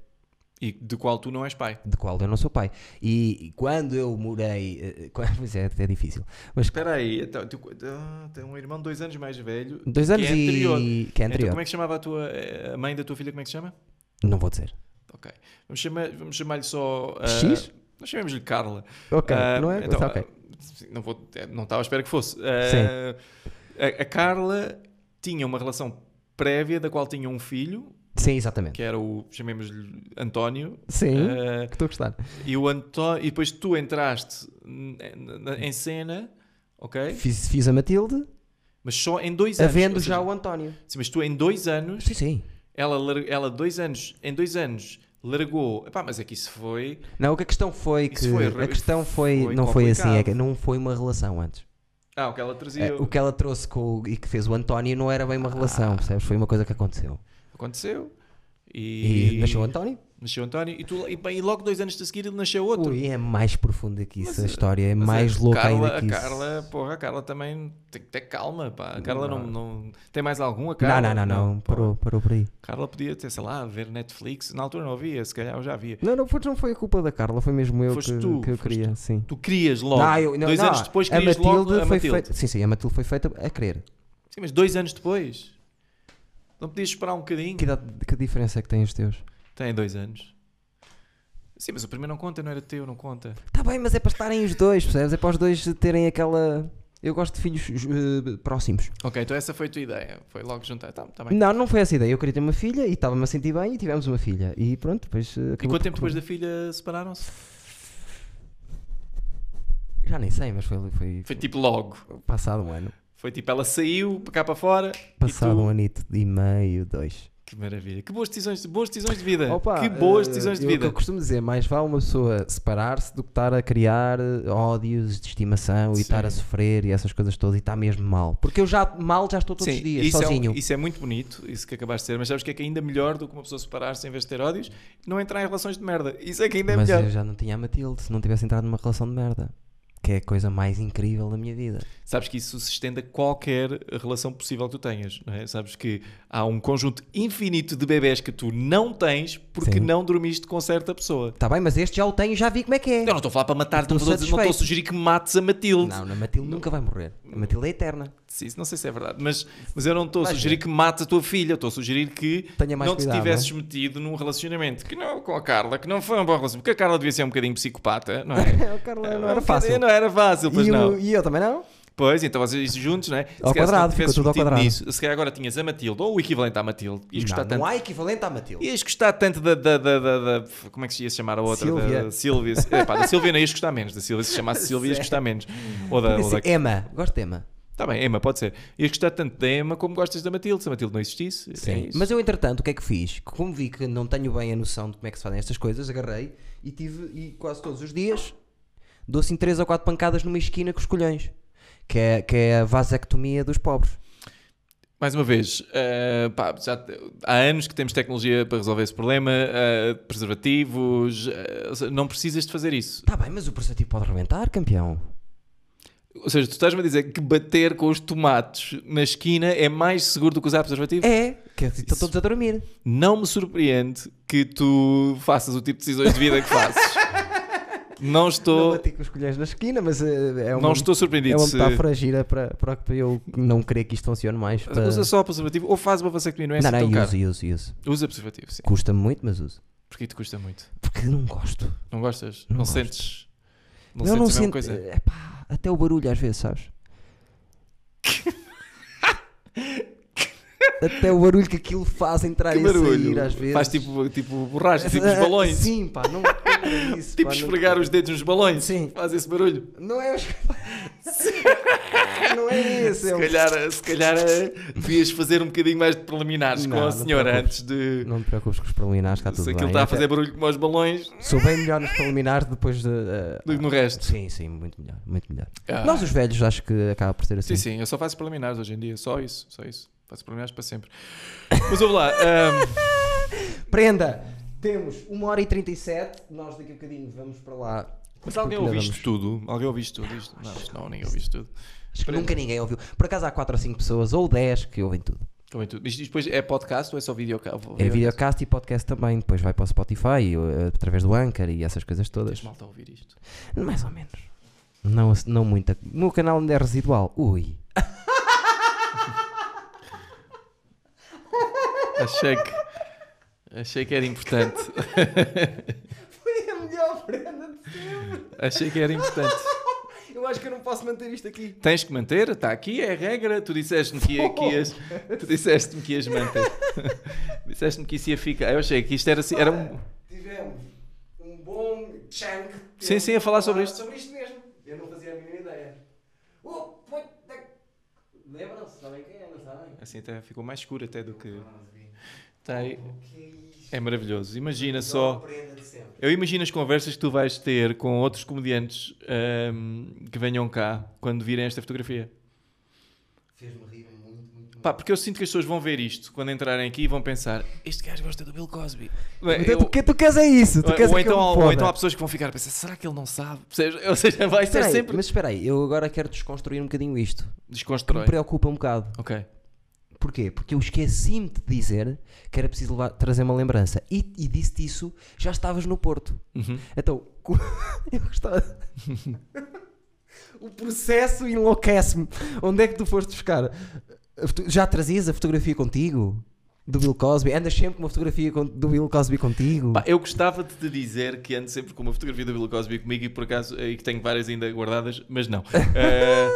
Speaker 1: e de qual tu não és pai.
Speaker 2: de qual eu não sou pai. E, e quando eu morei. eh, (laughs) eh, quando- Pois é, até é difícil. Mas
Speaker 1: Espera aí. Então, tu- ah, tem um irmão dois anos mais velho.
Speaker 2: dois
Speaker 1: que
Speaker 2: anos
Speaker 1: é anterior.
Speaker 2: e. Que é
Speaker 1: Então,
Speaker 2: anterior.
Speaker 1: como é que chamava a tua eh, a mãe da tua filha? Como é que se chama?
Speaker 2: Não vou dizer.
Speaker 1: Ok. Vamos, chamar, vamos chamar-lhe só. ah,
Speaker 2: X?
Speaker 1: Nós chamamos-lhe Carla.
Speaker 2: Ok,
Speaker 1: Ah,
Speaker 2: não é?
Speaker 1: então,
Speaker 2: Tá, ok.
Speaker 1: ah, sim, Não, vou, eh, não estava à espera que fosse. Ah, a, a Carla tinha uma relação prévia da qual tinha um filho,
Speaker 2: ah, Sim, exatamente.
Speaker 1: que era o, chamemos-lhe António.
Speaker 2: Sim,
Speaker 1: Ah,
Speaker 2: que estou a gostar.
Speaker 1: e, o Antó- e depois tu entraste n- n- em cena, ok?
Speaker 2: Fiz, fiz a Matilde,
Speaker 1: Mas só em dois anos.
Speaker 2: havendo
Speaker 1: ou
Speaker 2: já
Speaker 1: seja,
Speaker 2: o António.
Speaker 1: sim, mas tu em dois anos,
Speaker 2: Sim, sim.
Speaker 1: ela, lar- ela dois anos, em dois anos, largou. Epá, mas é que isso foi.
Speaker 2: Não, o que a questão foi
Speaker 1: Isso
Speaker 2: que.
Speaker 1: foi-
Speaker 2: a questão foi.
Speaker 1: foi
Speaker 2: não foi assim, é
Speaker 1: complicado.
Speaker 2: que não foi uma relação antes.
Speaker 1: Ah, o que ela trazia.
Speaker 2: É, o que ela trouxe com, o- e que fez o António não era bem uma
Speaker 1: Ah.
Speaker 2: relação, percebes? Foi uma coisa que aconteceu.
Speaker 1: Aconteceu.
Speaker 2: E,
Speaker 1: E,
Speaker 2: nasceu o António?
Speaker 1: nasceu o António. E, tu, e, bem, e logo dois anos de seguir ele nasceu outro.
Speaker 2: Ui, é mais profundo que isso,
Speaker 1: Mas,
Speaker 2: a história é
Speaker 1: Mas
Speaker 2: mais
Speaker 1: a
Speaker 2: louca
Speaker 1: Carla,
Speaker 2: ainda que isso.
Speaker 1: A Carla, porra, a Carla também tem que ter calma. Pá. A Carla não, não. Tem mais algum? A
Speaker 2: não,
Speaker 1: Carla?
Speaker 2: não, não, não,
Speaker 1: porra.
Speaker 2: parou, parou por aí.
Speaker 1: Carla podia ter, sei lá, ver Netflix. Na altura não havia, se calhar eu já havia.
Speaker 2: Não, não, foi- não foi a culpa da Carla, foi mesmo eu
Speaker 1: Foste
Speaker 2: que,
Speaker 1: tu,
Speaker 2: que eu
Speaker 1: foste
Speaker 2: queria, sim.
Speaker 1: Tu crias logo.
Speaker 2: Não, eu- não,
Speaker 1: dois
Speaker 2: não,
Speaker 1: anos depois
Speaker 2: a
Speaker 1: crias
Speaker 2: Matilde
Speaker 1: logo a
Speaker 2: foi
Speaker 1: Matilde.
Speaker 2: feita. Sim, sim, a Matilde foi feita a querer.
Speaker 1: Sim, mas dois anos depois. Não podias esperar um bocadinho.
Speaker 2: Que, idade- que diferença é que têm os teus?
Speaker 1: Tem dois anos. Sim, mas o primeiro não conta, não era teu, não conta.
Speaker 2: Está bem, mas é para estarem os dois, percebes? É para os dois terem aquela. Eu gosto de filhos eh, próximos.
Speaker 1: Ok, então essa foi a tua ideia. Foi logo juntar. Tá, tá bem.
Speaker 2: Não, não foi essa a ideia. Eu queria ter uma filha e estava-me a sentir bem e tivemos uma filha. E pronto, depois. eh,
Speaker 1: E
Speaker 2: acabou
Speaker 1: quanto
Speaker 2: por
Speaker 1: tempo depois
Speaker 2: correr.
Speaker 1: da filha separaram-se?
Speaker 2: Já nem sei, mas foi, foi
Speaker 1: Foi tipo logo.
Speaker 2: passado um ano.
Speaker 1: Foi tipo, ela saiu para cá para fora.
Speaker 2: Passado
Speaker 1: tu?
Speaker 2: um anito e meio, dois.
Speaker 1: Que maravilha. Que boas decisões, boas decisões de vida.
Speaker 2: Opa,
Speaker 1: que boas
Speaker 2: eh,
Speaker 1: decisões de
Speaker 2: eu-
Speaker 1: vida.
Speaker 2: Eu costumo dizer, mais vale uma pessoa separar-se do que estar a criar eh, ódios de estimação e
Speaker 1: Sim.
Speaker 2: estar a sofrer e essas coisas todas e está mesmo mal. Porque eu já mal já estou todos
Speaker 1: Sim,
Speaker 2: os dias,
Speaker 1: isso
Speaker 2: sozinho.
Speaker 1: É, um- isso é muito bonito, isso que acabaste de dizer, mas sabes o que é que é ainda melhor do que uma pessoa separar-se em vez de ter ódios? Não entrar em relações de merda. Isso é que ainda é
Speaker 2: mas
Speaker 1: melhor.
Speaker 2: eu já não tinha a Matilde se não tivesse entrado numa relação de merda. Que é a coisa mais incrível da minha vida.
Speaker 1: Sabes que isso se estende a qualquer relação possível que tu tenhas, não é? Sabes que há um conjunto infinito de bebés que tu não tens porque
Speaker 2: Sim.
Speaker 1: não dormiste com certa pessoa.
Speaker 2: Está Tá bem, mas este já o tenho e já vi como é que é.
Speaker 1: Eu não estou a falar para matar, não
Speaker 2: Estou
Speaker 1: estou a dizer- não estou a
Speaker 2: satisfeito.
Speaker 1: sugerir que mates a Matilde.
Speaker 2: Não, a Matilde nunca vai morrer. A Matilde é eterna.
Speaker 1: Sim, isso não sei se é verdade, mas, mas eu não estou a
Speaker 2: Vai
Speaker 1: sugerir que mates a tua filha, estou a sugerir que
Speaker 2: Tenha mais
Speaker 1: não te
Speaker 2: cuidado, é?
Speaker 1: tivesses metido num relacionamento que não, com a Carla, que não foi um bom relacionamento, porque a Carla devia ser um bocadinho psicopata,
Speaker 2: (laughs)
Speaker 1: não é?
Speaker 2: o
Speaker 1: Um
Speaker 2: Carla
Speaker 1: bocadinho- Não era fácil, pois
Speaker 2: E, o-
Speaker 1: não.
Speaker 2: e eu também não.
Speaker 1: Pois, então vocês juntos, não é? Se calhar
Speaker 2: Ao
Speaker 1: se não
Speaker 2: quadrado,
Speaker 1: tivesses
Speaker 2: ficou tudo ao
Speaker 1: metido
Speaker 2: quadrado.
Speaker 1: Nisso, se calhar agora tinhas a Matilde ou o equivalente à Matilde, ias gostar
Speaker 2: Não,
Speaker 1: tanto. É,
Speaker 2: não há equivalente à Matilde.
Speaker 1: Ias gostar tanto da, da, da, da- da- Como é que se ia chamar a outra?
Speaker 2: Sílvia.
Speaker 1: Da Silvia. Epá, da Silvia não ias gostar menos. Da Silvia, se
Speaker 2: (laughs)
Speaker 1: chamasse Silvia, ias gostar menos. Ou da.
Speaker 2: Podia
Speaker 1: Ou da...
Speaker 2: ser Emma. Gosto de Emma.
Speaker 1: Tá bem, Emma, pode ser. Ias gostar tanto da Emma como gostas da Matilde. Se a Matilde não existisse. é isso.
Speaker 2: Mas eu, entretanto, o que é que fiz? Como vi que não tenho bem a noção de como é que se fazem estas coisas, agarrei e tive, e quase todos os dias, dou assim 3 ou 4 pancadas numa esquina com os colhões. Que é, que é a vasectomia dos pobres.
Speaker 1: Mais uma vez, eh, pá, já há anos que temos tecnologia para resolver esse problema, eh, preservativos, eh, ou seja, não precisas de fazer isso.
Speaker 2: Está Tá bem, mas o preservativo pode reventar, campeão.
Speaker 1: Ou seja, tu estás-me a dizer que bater com os tomates na esquina é mais seguro do que usar preservativo?
Speaker 2: É, que estão todos a dormir.
Speaker 1: Não me surpreende que tu faças o tipo de decisões de vida que fazes. não
Speaker 2: Não
Speaker 1: estou,
Speaker 2: bati com os colhões na esquina, mas eh, é
Speaker 1: não,
Speaker 2: uma
Speaker 1: estou surpreendido.
Speaker 2: É uma
Speaker 1: se-
Speaker 2: metáfora gira para, para que eu não querer que isto funcione mais. Para...
Speaker 1: Usa só o preservativo ou faz uma vasectomia, não é
Speaker 2: não,
Speaker 1: assim tão
Speaker 2: não,
Speaker 1: caro.
Speaker 2: uso, uso, uso.
Speaker 1: Usa preservativo, sim.
Speaker 2: Custa-me muito, mas uso.
Speaker 1: Porque te custa muito.
Speaker 2: Porque não gosto.
Speaker 1: Não gostas? Não,
Speaker 2: Não gosto.
Speaker 1: sentes? Não sentes
Speaker 2: eu não
Speaker 1: a mesma
Speaker 2: sinto.
Speaker 1: coisa? (laughs)
Speaker 2: Epá, até o barulho às vezes, sabes? até o barulho que aquilo faz entrar
Speaker 1: Que
Speaker 2: e
Speaker 1: barulho.
Speaker 2: sair às vezes. Ah,
Speaker 1: Faz
Speaker 2: (laughs)
Speaker 1: tipo, tipo borracha, tipo os balões.
Speaker 2: Sim, pá, não não é
Speaker 1: (laughs)
Speaker 2: isso.
Speaker 1: tipo
Speaker 2: pá, não-
Speaker 1: esfregar os dedos nos balões.
Speaker 2: Sim.
Speaker 1: Faz esse barulho.
Speaker 2: Não é os. (laughs) não é esse,
Speaker 1: Se
Speaker 2: é um-
Speaker 1: calhar, se calhar eh, devias fazer um bocadinho mais de preliminares
Speaker 2: Não,
Speaker 1: com
Speaker 2: não
Speaker 1: a
Speaker 2: te
Speaker 1: senhora
Speaker 2: preocupes.
Speaker 1: antes de.
Speaker 2: Não te preocupes com os preliminares, está tudo
Speaker 1: se
Speaker 2: bem.
Speaker 1: aquilo está a
Speaker 2: Até-
Speaker 1: fazer barulho como aos balões,
Speaker 2: Sou bem melhor nos preliminares depois de. eh,
Speaker 1: do que no resto.
Speaker 2: Sim, sim, muito melhor, muito melhor.
Speaker 1: Ah.
Speaker 2: Nós os velhos acho que acaba por ser assim.
Speaker 1: Sim, sim, eu só faço preliminares hoje em dia, só isso, só isso. Faço preliminares para sempre. Mas vamos lá, ehm,
Speaker 2: (laughs)
Speaker 1: ahm,
Speaker 2: Prenda! Temos 1 hora e 37, nós daqui a bocadinho vamos para lá.
Speaker 1: mas alguém
Speaker 2: Porque
Speaker 1: ouviu isto
Speaker 2: vamos-
Speaker 1: tudo? Alguém ouviu isto tudo? Isto? Não, não, ninguém ouviu isto tudo.
Speaker 2: Acho que nunca ninguém ouviu. Por acaso há 4 ou 5 pessoas, ou 10, que ouvem tudo.
Speaker 1: Também tudo. Isto depois é podcast ou é só videocast?
Speaker 2: É videocast e podcast também, depois vai para o Spotify, e, eh, através do Anchor e essas coisas
Speaker 1: Tens
Speaker 2: todas.
Speaker 1: malta a ouvir isto.
Speaker 2: Mais ou menos. Não, ass- não muita. O meu canal ainda é residual. Ui.
Speaker 1: Achei que, achei que era importante.
Speaker 2: Foi a melhor prenda de sempre.
Speaker 1: Achei que era importante.
Speaker 2: Eu acho que eu não posso manter isto aqui.
Speaker 1: Tens que manter, está aqui, é a regra. Tu disseste-me que, ia- que ias. Tu disseste-me que ias (laughs) manter. disseste-me que isso ia ficar. Eu achei que isto era, assim- era um.
Speaker 2: Tivemos um bom chunk. de
Speaker 1: Sim, sim, a falar sobre isto.
Speaker 2: Sobre isto mesmo. Eu não fazia a mínima ideia. Oh, pô, da- Lembram-se, sabem quem é, não sabem?
Speaker 1: Assim até ficou mais escuro até É do que. Tá aí.
Speaker 2: Que isto?
Speaker 1: É maravilhoso. Imagina
Speaker 2: Melhor
Speaker 1: só.
Speaker 2: prenda de sempre.
Speaker 1: Eu imagino as conversas que tu vais ter com outros comediantes ahm, que venham cá quando virem esta fotografia.
Speaker 2: Fez-me rir muito, muito.
Speaker 1: Pá, porque eu sinto que as pessoas vão ver isto quando entrarem aqui e vão pensar: este gajo gosta do Bill Cosby. Não é?
Speaker 2: Então,
Speaker 1: Eu-
Speaker 2: tu, que- tu queres é isso? Tu
Speaker 1: ou-
Speaker 2: queres
Speaker 1: ou,
Speaker 2: é que eu
Speaker 1: então,
Speaker 2: me
Speaker 1: ou
Speaker 2: foda?
Speaker 1: então há pessoas que vão ficar a pensar: será que ele não sabe? (laughs) Percebes? Ou seja, vai ser
Speaker 2: Espera aí,
Speaker 1: sempre.
Speaker 2: Mas espera aí, eu agora quero desconstruir um bocadinho isto. Que me
Speaker 1: Desconstrói.
Speaker 2: preocupa um bocado.
Speaker 1: Ok.
Speaker 2: Porquê? Porque eu esqueci-me de dizer que era preciso levar- trazer uma lembrança. E, e disse-te isso, já estavas no Porto. Então, (laughs) co- eu gostava. o processo enlouquece-me. Onde é que tu foste buscar? A foto- Já trazias a fotografia contigo? Do Bill Cosby? Andas sempre com uma fotografia con- do Bill Cosby contigo?
Speaker 1: Pá, eu gostava de te dizer que ando sempre com uma fotografia do Bill Cosby comigo e por acaso, e que tenho várias ainda guardadas, mas não. (laughs) Eh,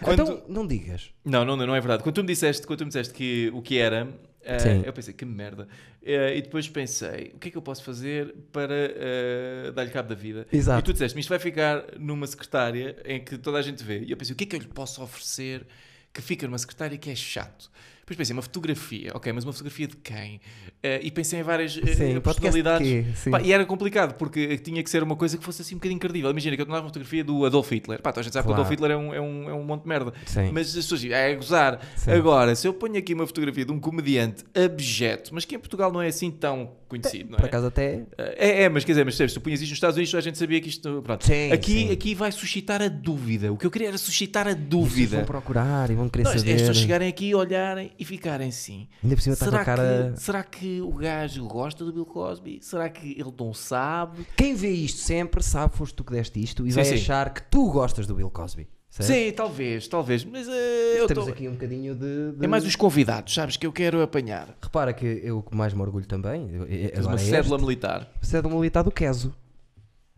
Speaker 1: quando-
Speaker 2: Então, não digas.
Speaker 1: Não, não, não é verdade. Quando tu me disseste, quando tu me disseste que, o que era, eh,
Speaker 2: Sim.
Speaker 1: eu pensei que merda. Eh, e depois pensei, o que é que eu posso fazer para eh, dar-lhe cabo da vida?
Speaker 2: Exato.
Speaker 1: E tu disseste-me, isto vai ficar numa secretária em que toda a gente vê. E eu pensei, o que é que eu lhe posso oferecer que fica numa secretária que é chato? Depois pensei, uma fotografia, ok, mas uma fotografia de quem? Eh, e pensei em várias eh,
Speaker 2: Sim, podcast de
Speaker 1: personalidades.
Speaker 2: quê? Sim.
Speaker 1: Pá, e era complicado, porque tinha que ser uma coisa que fosse assim um bocadinho credível. Imagina que eu tomava uma fotografia do Adolf Hitler. Pá, então a gente sabe
Speaker 2: Claro.
Speaker 1: que o Adolf Hitler é um, é um, é um monte de merda.
Speaker 2: Sim.
Speaker 1: Mas as pessoas dizem, é a gozar.
Speaker 2: Sim.
Speaker 1: Agora, se eu ponho aqui uma fotografia de um comediante abjeto, mas que em Portugal não é assim tão conhecido, não
Speaker 2: Por
Speaker 1: é?
Speaker 2: acaso até.
Speaker 1: É, é, mas quer dizer, mas sabes, tu punhas isto nos Estados Unidos, a gente sabia que isto. Pronto.
Speaker 2: Sim,
Speaker 1: aqui,
Speaker 2: sim.
Speaker 1: aqui vai suscitar a dúvida. O que eu queria era suscitar a
Speaker 2: Vocês vão
Speaker 1: dúvida.
Speaker 2: procurar e vão querer
Speaker 1: Não, é as
Speaker 2: saber.
Speaker 1: pessoas chegarem aqui, olharem e ficarem assim.
Speaker 2: Ainda por cima está com
Speaker 1: Será
Speaker 2: a cara.
Speaker 1: que, será que o gajo gosta do Bill Cosby? Será que ele não sabe?
Speaker 2: Quem vê isto sempre sabe que foste tu que deste isto e
Speaker 1: Sim,
Speaker 2: vai
Speaker 1: sim.
Speaker 2: achar que tu gostas do Bill Cosby. certo?
Speaker 1: Sim, talvez, talvez. Mas eh, eu
Speaker 2: Temos
Speaker 1: tô-
Speaker 2: aqui um bocadinho de. de-
Speaker 1: é mais os convidados, sabes, que eu quero apanhar.
Speaker 2: Repara que eu que mais me orgulho também. eu- eu-
Speaker 1: Tens
Speaker 2: agora
Speaker 1: uma
Speaker 2: é
Speaker 1: cédula militar.
Speaker 2: este, cédula militar do Keso.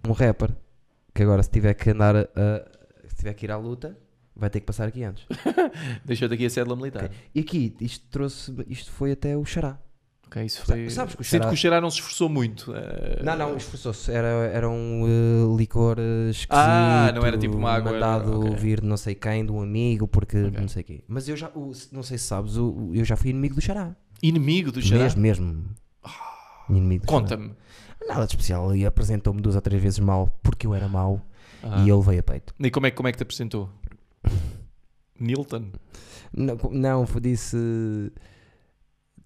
Speaker 2: Um rapper. Que agora se tiver que andar a- a- se tiver que ir à luta, vai ter que passar aqui
Speaker 1: (laughs)
Speaker 2: antes.
Speaker 1: Deixou-te aqui a cédula militar. Ok,
Speaker 2: E aqui, isto trouxe. Isto foi até o Xará.
Speaker 1: isso foi.
Speaker 2: Sa- sabes que o
Speaker 1: Sinto
Speaker 2: Xará-
Speaker 1: que o Xará não se esforçou muito. eh,
Speaker 2: Não, não, esforçou-se. Era, era um eh, licor eh, esquisito.
Speaker 1: Ah, não era tipo uma água, era-
Speaker 2: Mandado
Speaker 1: ok.
Speaker 2: vir de não sei quem, de um amigo, porque não sei quê. Mas eu já, o- não sei se sabes, o- eu já fui inimigo do Xará.
Speaker 1: Inimigo do Xará. Ah.
Speaker 2: Mesmo, mesmo. Inimigo do Xará.
Speaker 1: Conta-me.
Speaker 2: Nada de especial. E apresentou-me duas ou três vezes mal porque eu era mau
Speaker 1: Ah.
Speaker 2: e ele veio a peito.
Speaker 1: E como é, que- como é que te apresentou? (laughs) Nilton.
Speaker 2: Não, co- não foi- disse.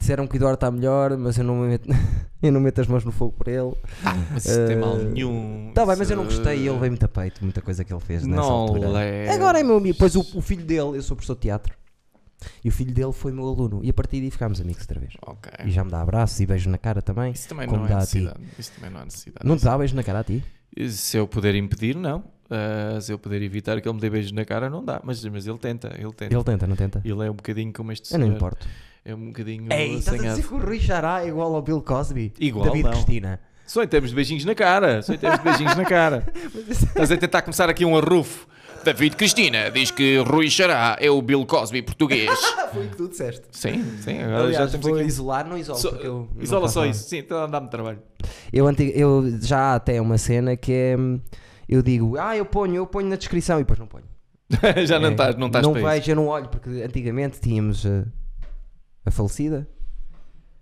Speaker 2: Disseram que o Eduardo está melhor, mas eu não, me meto, (laughs) eu não meto as mãos no fogo por ele.
Speaker 1: Mas isso não tem
Speaker 2: Eh,
Speaker 1: mal nenhum.
Speaker 2: Está bem,
Speaker 1: Isso,
Speaker 2: mas eu não gostei e ele
Speaker 1: eh,
Speaker 2: veio muito a peito, muita coisa que ele fez nessa
Speaker 1: Não
Speaker 2: altura.
Speaker 1: leves.
Speaker 2: Agora é meu amigo. Pois o, o filho dele, eu sou professor de teatro, e o filho dele foi meu aluno. E a partir daí ficámos amigos outra vez.
Speaker 1: Ok.
Speaker 2: E já me dá abraços e beijo na cara
Speaker 1: É.
Speaker 2: também.
Speaker 1: Isso também
Speaker 2: como
Speaker 1: não é
Speaker 2: dá a ti.
Speaker 1: necessidade. Isso também não é necessidade.
Speaker 2: Não te dá beijo na cara a ti?
Speaker 1: Se eu puder impedir, não. Eh, se eu puder evitar que ele me dê beijos na cara, não dá. Mas, mas ele tenta, ele tenta.
Speaker 2: Ele tenta, não tenta?
Speaker 1: Ele... é um bocadinho como este
Speaker 2: Eu não
Speaker 1: senhor.
Speaker 2: importo.
Speaker 1: É um bocadinho
Speaker 2: Ei, estás a
Speaker 1: assanhado.
Speaker 2: dizer que o Rui Xará é igual ao Bill Cosby?
Speaker 1: Igual,
Speaker 2: David
Speaker 1: não.
Speaker 2: Cristina. (laughs)
Speaker 1: Só em termos de beijinhos na cara. Só em termos de beijinhos na cara. Estás a tentar começar aqui um arrufo.
Speaker 3: David Cristina diz que Rui Xará é o Bill Cosby português.
Speaker 2: Foi o que tu disseste.
Speaker 1: Sim, sim, agora
Speaker 2: Aliás,
Speaker 1: Ah, já temos
Speaker 2: vou
Speaker 1: aqui. um
Speaker 2: isolar, não isolo.
Speaker 1: Só-
Speaker 2: porque eu não
Speaker 1: isola
Speaker 2: faço
Speaker 1: só
Speaker 2: nada.
Speaker 1: isso, sim, então dá-me trabalho. (laughs)
Speaker 2: Eu, anti- eu já há até uma cena que é. hum, Eu digo, ah, eu ponho, eu ponho na descrição e depois não ponho.
Speaker 1: já não
Speaker 2: É,
Speaker 1: estás, não estás
Speaker 2: Não
Speaker 1: para isso.
Speaker 2: vejo, eu não olho, porque antigamente tínhamos a, a falecida.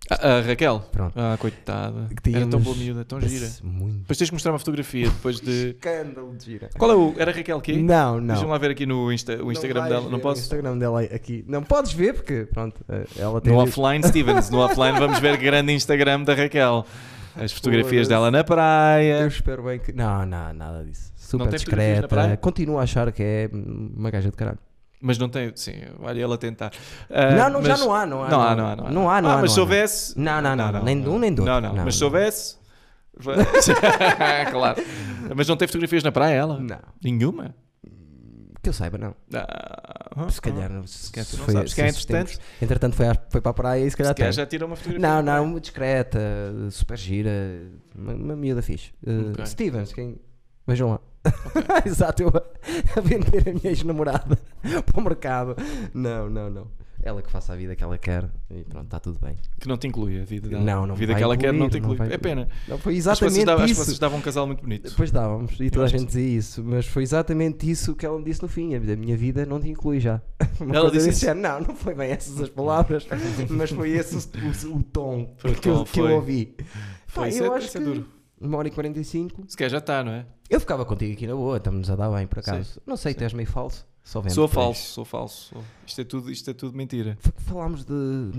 Speaker 1: A, a ah, Raquel,
Speaker 2: Pronto.
Speaker 1: ah, coitada,
Speaker 2: Que tínhamos
Speaker 1: era tão boa miúda, tão Oh, gira.
Speaker 2: Esse Muito.
Speaker 1: Depois tens de mostrar uma fotografia depois de.
Speaker 2: Escândalo de gira.
Speaker 1: Qual é o. Era Raquel quê?
Speaker 2: Não, não.
Speaker 1: Deixa-me lá ver aqui no Insta- o Instagram
Speaker 2: vais
Speaker 1: dela, não
Speaker 2: ver O
Speaker 1: posso?
Speaker 2: Instagram dela aqui. Não podes ver, porque pronto, eh, ela tem.
Speaker 1: No offline, Stevens, no offline vamos ver grande Instagram da Raquel. As fotografias
Speaker 2: Foda-se.
Speaker 1: dela na
Speaker 2: Eu
Speaker 1: praia.
Speaker 2: espero bem que. Não, não, nada disso. Super
Speaker 1: Não tem fotografias na praia?
Speaker 2: discreta. Continuo a achar que é uma gaja de caralho.
Speaker 1: Mas não tem. Sim, olha ela tentar. Ah,
Speaker 2: não, não, já não há, não há.
Speaker 1: Não há, não há. Não há,
Speaker 2: Não há, não
Speaker 1: Ah,
Speaker 2: há,
Speaker 1: mas
Speaker 2: não
Speaker 1: se
Speaker 2: há.
Speaker 1: houvesse.
Speaker 2: Não, não, não, nem de um, nem de outro.
Speaker 1: Não, não,
Speaker 2: Não,
Speaker 1: mas se
Speaker 2: não. (laughs)
Speaker 1: houvesse. claro. Mas não tem fotografias na praia ela?
Speaker 2: Não.
Speaker 1: Nenhuma?
Speaker 2: Que eu saiba, não.
Speaker 1: Ah,
Speaker 2: Se calhar. Se,
Speaker 1: calhar tu
Speaker 2: se
Speaker 1: não
Speaker 2: foi-
Speaker 1: sabes, se calhar,
Speaker 2: esses tempos- entretanto, foi, à- foi para a praia e se calhar.
Speaker 1: se calhar
Speaker 2: tem.
Speaker 1: já tirou uma fotografia.
Speaker 2: Não, não, uma discreta, super gira, uma, uma miúda fixe. Uh,
Speaker 1: Ok.
Speaker 2: Stevens, quem. Vejam lá. (laughs) Exato, eu a, a vender a minha ex-namorada (laughs) para o mercado. Não, não, não. Ela que faça a vida que ela quer e pronto, está tudo bem.
Speaker 1: Que não te inclui a vida dela.
Speaker 2: Não, não
Speaker 1: A vida
Speaker 2: vai
Speaker 1: que ela quer não
Speaker 2: incluir,
Speaker 1: te
Speaker 2: não
Speaker 1: inclui.
Speaker 2: vai
Speaker 1: é
Speaker 2: incluir.
Speaker 1: pena.
Speaker 2: Não, foi
Speaker 1: Acho que vocês
Speaker 2: exatamente
Speaker 1: davam- Acho que vocês
Speaker 2: isso.
Speaker 1: davam um casal muito bonito.
Speaker 2: Depois dávamos e
Speaker 1: Eu
Speaker 2: toda a
Speaker 1: acho
Speaker 2: gente dizia isso, mas foi exatamente isso que ela me disse no fim. A minha vida não te inclui já. (laughs) Uma
Speaker 1: Ela
Speaker 2: coisa
Speaker 1: disse
Speaker 2: desse
Speaker 1: isso?
Speaker 2: género. não, não foi bem essas as palavras, mas foi esse o, o- o tom
Speaker 1: Foi o
Speaker 2: que, eu-
Speaker 1: tom,
Speaker 2: que eu
Speaker 1: foi.
Speaker 2: ouvi.
Speaker 1: Foi,
Speaker 2: Pá,
Speaker 1: isso
Speaker 2: eu
Speaker 1: é-
Speaker 2: acho
Speaker 1: isso é
Speaker 2: que
Speaker 1: duro.
Speaker 2: uma hora e 45.
Speaker 1: Se calhar já está, não é?
Speaker 2: Eu ficava contigo aqui na boa, estamos a dar bem por acaso. Não sei, tu és meio falso. Só vemos
Speaker 1: Sou
Speaker 2: depois.
Speaker 1: falso, sou falso. sou. Isto, é tudo, isto é tudo mentira.
Speaker 2: F- Falámos de.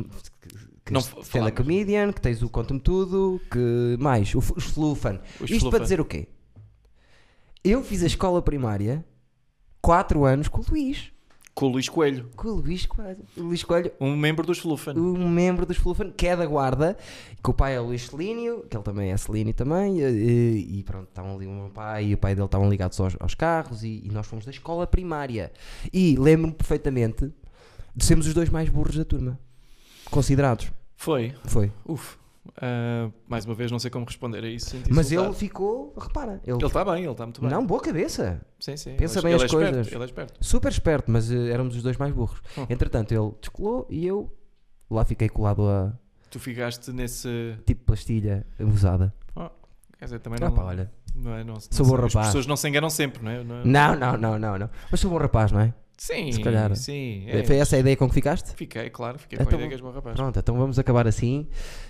Speaker 2: Que
Speaker 1: Não,
Speaker 2: não,
Speaker 1: f-
Speaker 2: stand
Speaker 1: falámos.
Speaker 2: comedian, que tens o Conta-me Tudo, que mais? O, f- os Flufan.
Speaker 1: Os
Speaker 2: Isto
Speaker 1: flufa.
Speaker 2: para dizer o quê? Eu fiz a escola primária 4 anos com o Luís.
Speaker 1: Com o Luís Coelho,
Speaker 2: Com o Luís Coelho. O Luís Coelho,
Speaker 1: um membro dos Flufan.
Speaker 2: um membro dos Flufan, que é da guarda, que o pai é o Luís Celínio, que ele também é Celínio também, e, e pronto, estavam ali o meu pai e o pai dele estavam ligados aos, aos carros, e, e nós fomos da escola primária. E lembro-me perfeitamente de sermos os dois mais burros da turma. Considerados.
Speaker 1: Foi.
Speaker 2: Foi.
Speaker 1: Uf. Ah, mais uma vez, não sei como responder a isso. Senti
Speaker 2: Mas
Speaker 1: insultado.
Speaker 2: ele ficou, repara, ele,
Speaker 1: Ele está bem, ele está muito bem.
Speaker 2: não, boa cabeça.
Speaker 1: Sim, sim.
Speaker 2: Pensa
Speaker 1: ele,
Speaker 2: bem
Speaker 1: ele
Speaker 2: as
Speaker 1: é esperto,
Speaker 2: coisas.
Speaker 1: ele é esperto.
Speaker 2: Super esperto, mas eh, éramos os dois mais burros.
Speaker 1: Hum.
Speaker 2: Entretanto, ele descolou e eu lá fiquei colado a
Speaker 1: Tu ficaste nesse.
Speaker 2: tipo pastilha usada.
Speaker 1: Quer dizer, também
Speaker 2: Ah,
Speaker 1: não.
Speaker 2: pá, olha.
Speaker 1: não é, não, não
Speaker 2: Sou bom
Speaker 1: sei, As
Speaker 2: rapaz.
Speaker 1: pessoas não se enganam sempre, não é? Não é-
Speaker 2: Não, não, não, não, não. Mas sou bom rapaz, não é?
Speaker 1: Sim,
Speaker 2: Se calhar.
Speaker 1: Sim, é.
Speaker 2: Foi essa a ideia com que ficaste?
Speaker 1: Fiquei, claro, fiquei
Speaker 2: É
Speaker 1: com a
Speaker 2: tão
Speaker 1: ideia
Speaker 2: bom.
Speaker 1: que és bom rapaz.
Speaker 2: Pronto, então vamos acabar assim.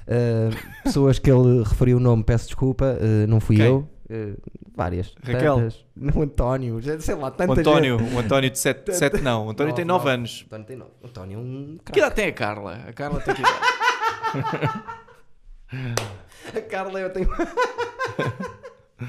Speaker 2: Ah, pessoas que ele referiu o nome, peço desculpa, ah, não fui
Speaker 1: Quem?
Speaker 2: eu. Ah, várias.
Speaker 1: Raquel?
Speaker 2: Tantas. (laughs) Não, António, já sei lá,
Speaker 1: O
Speaker 2: tantas.
Speaker 1: António, o António de 7, não, o António tem 9
Speaker 2: Nove, nove.
Speaker 1: anos.
Speaker 2: António tem nove. António é um.
Speaker 1: Que (laughs)
Speaker 2: craque.
Speaker 1: idade tem a Carla? A Carla tem que
Speaker 2: (laughs)
Speaker 1: idade?
Speaker 2: A Carla, eu tenho, (laughs) tem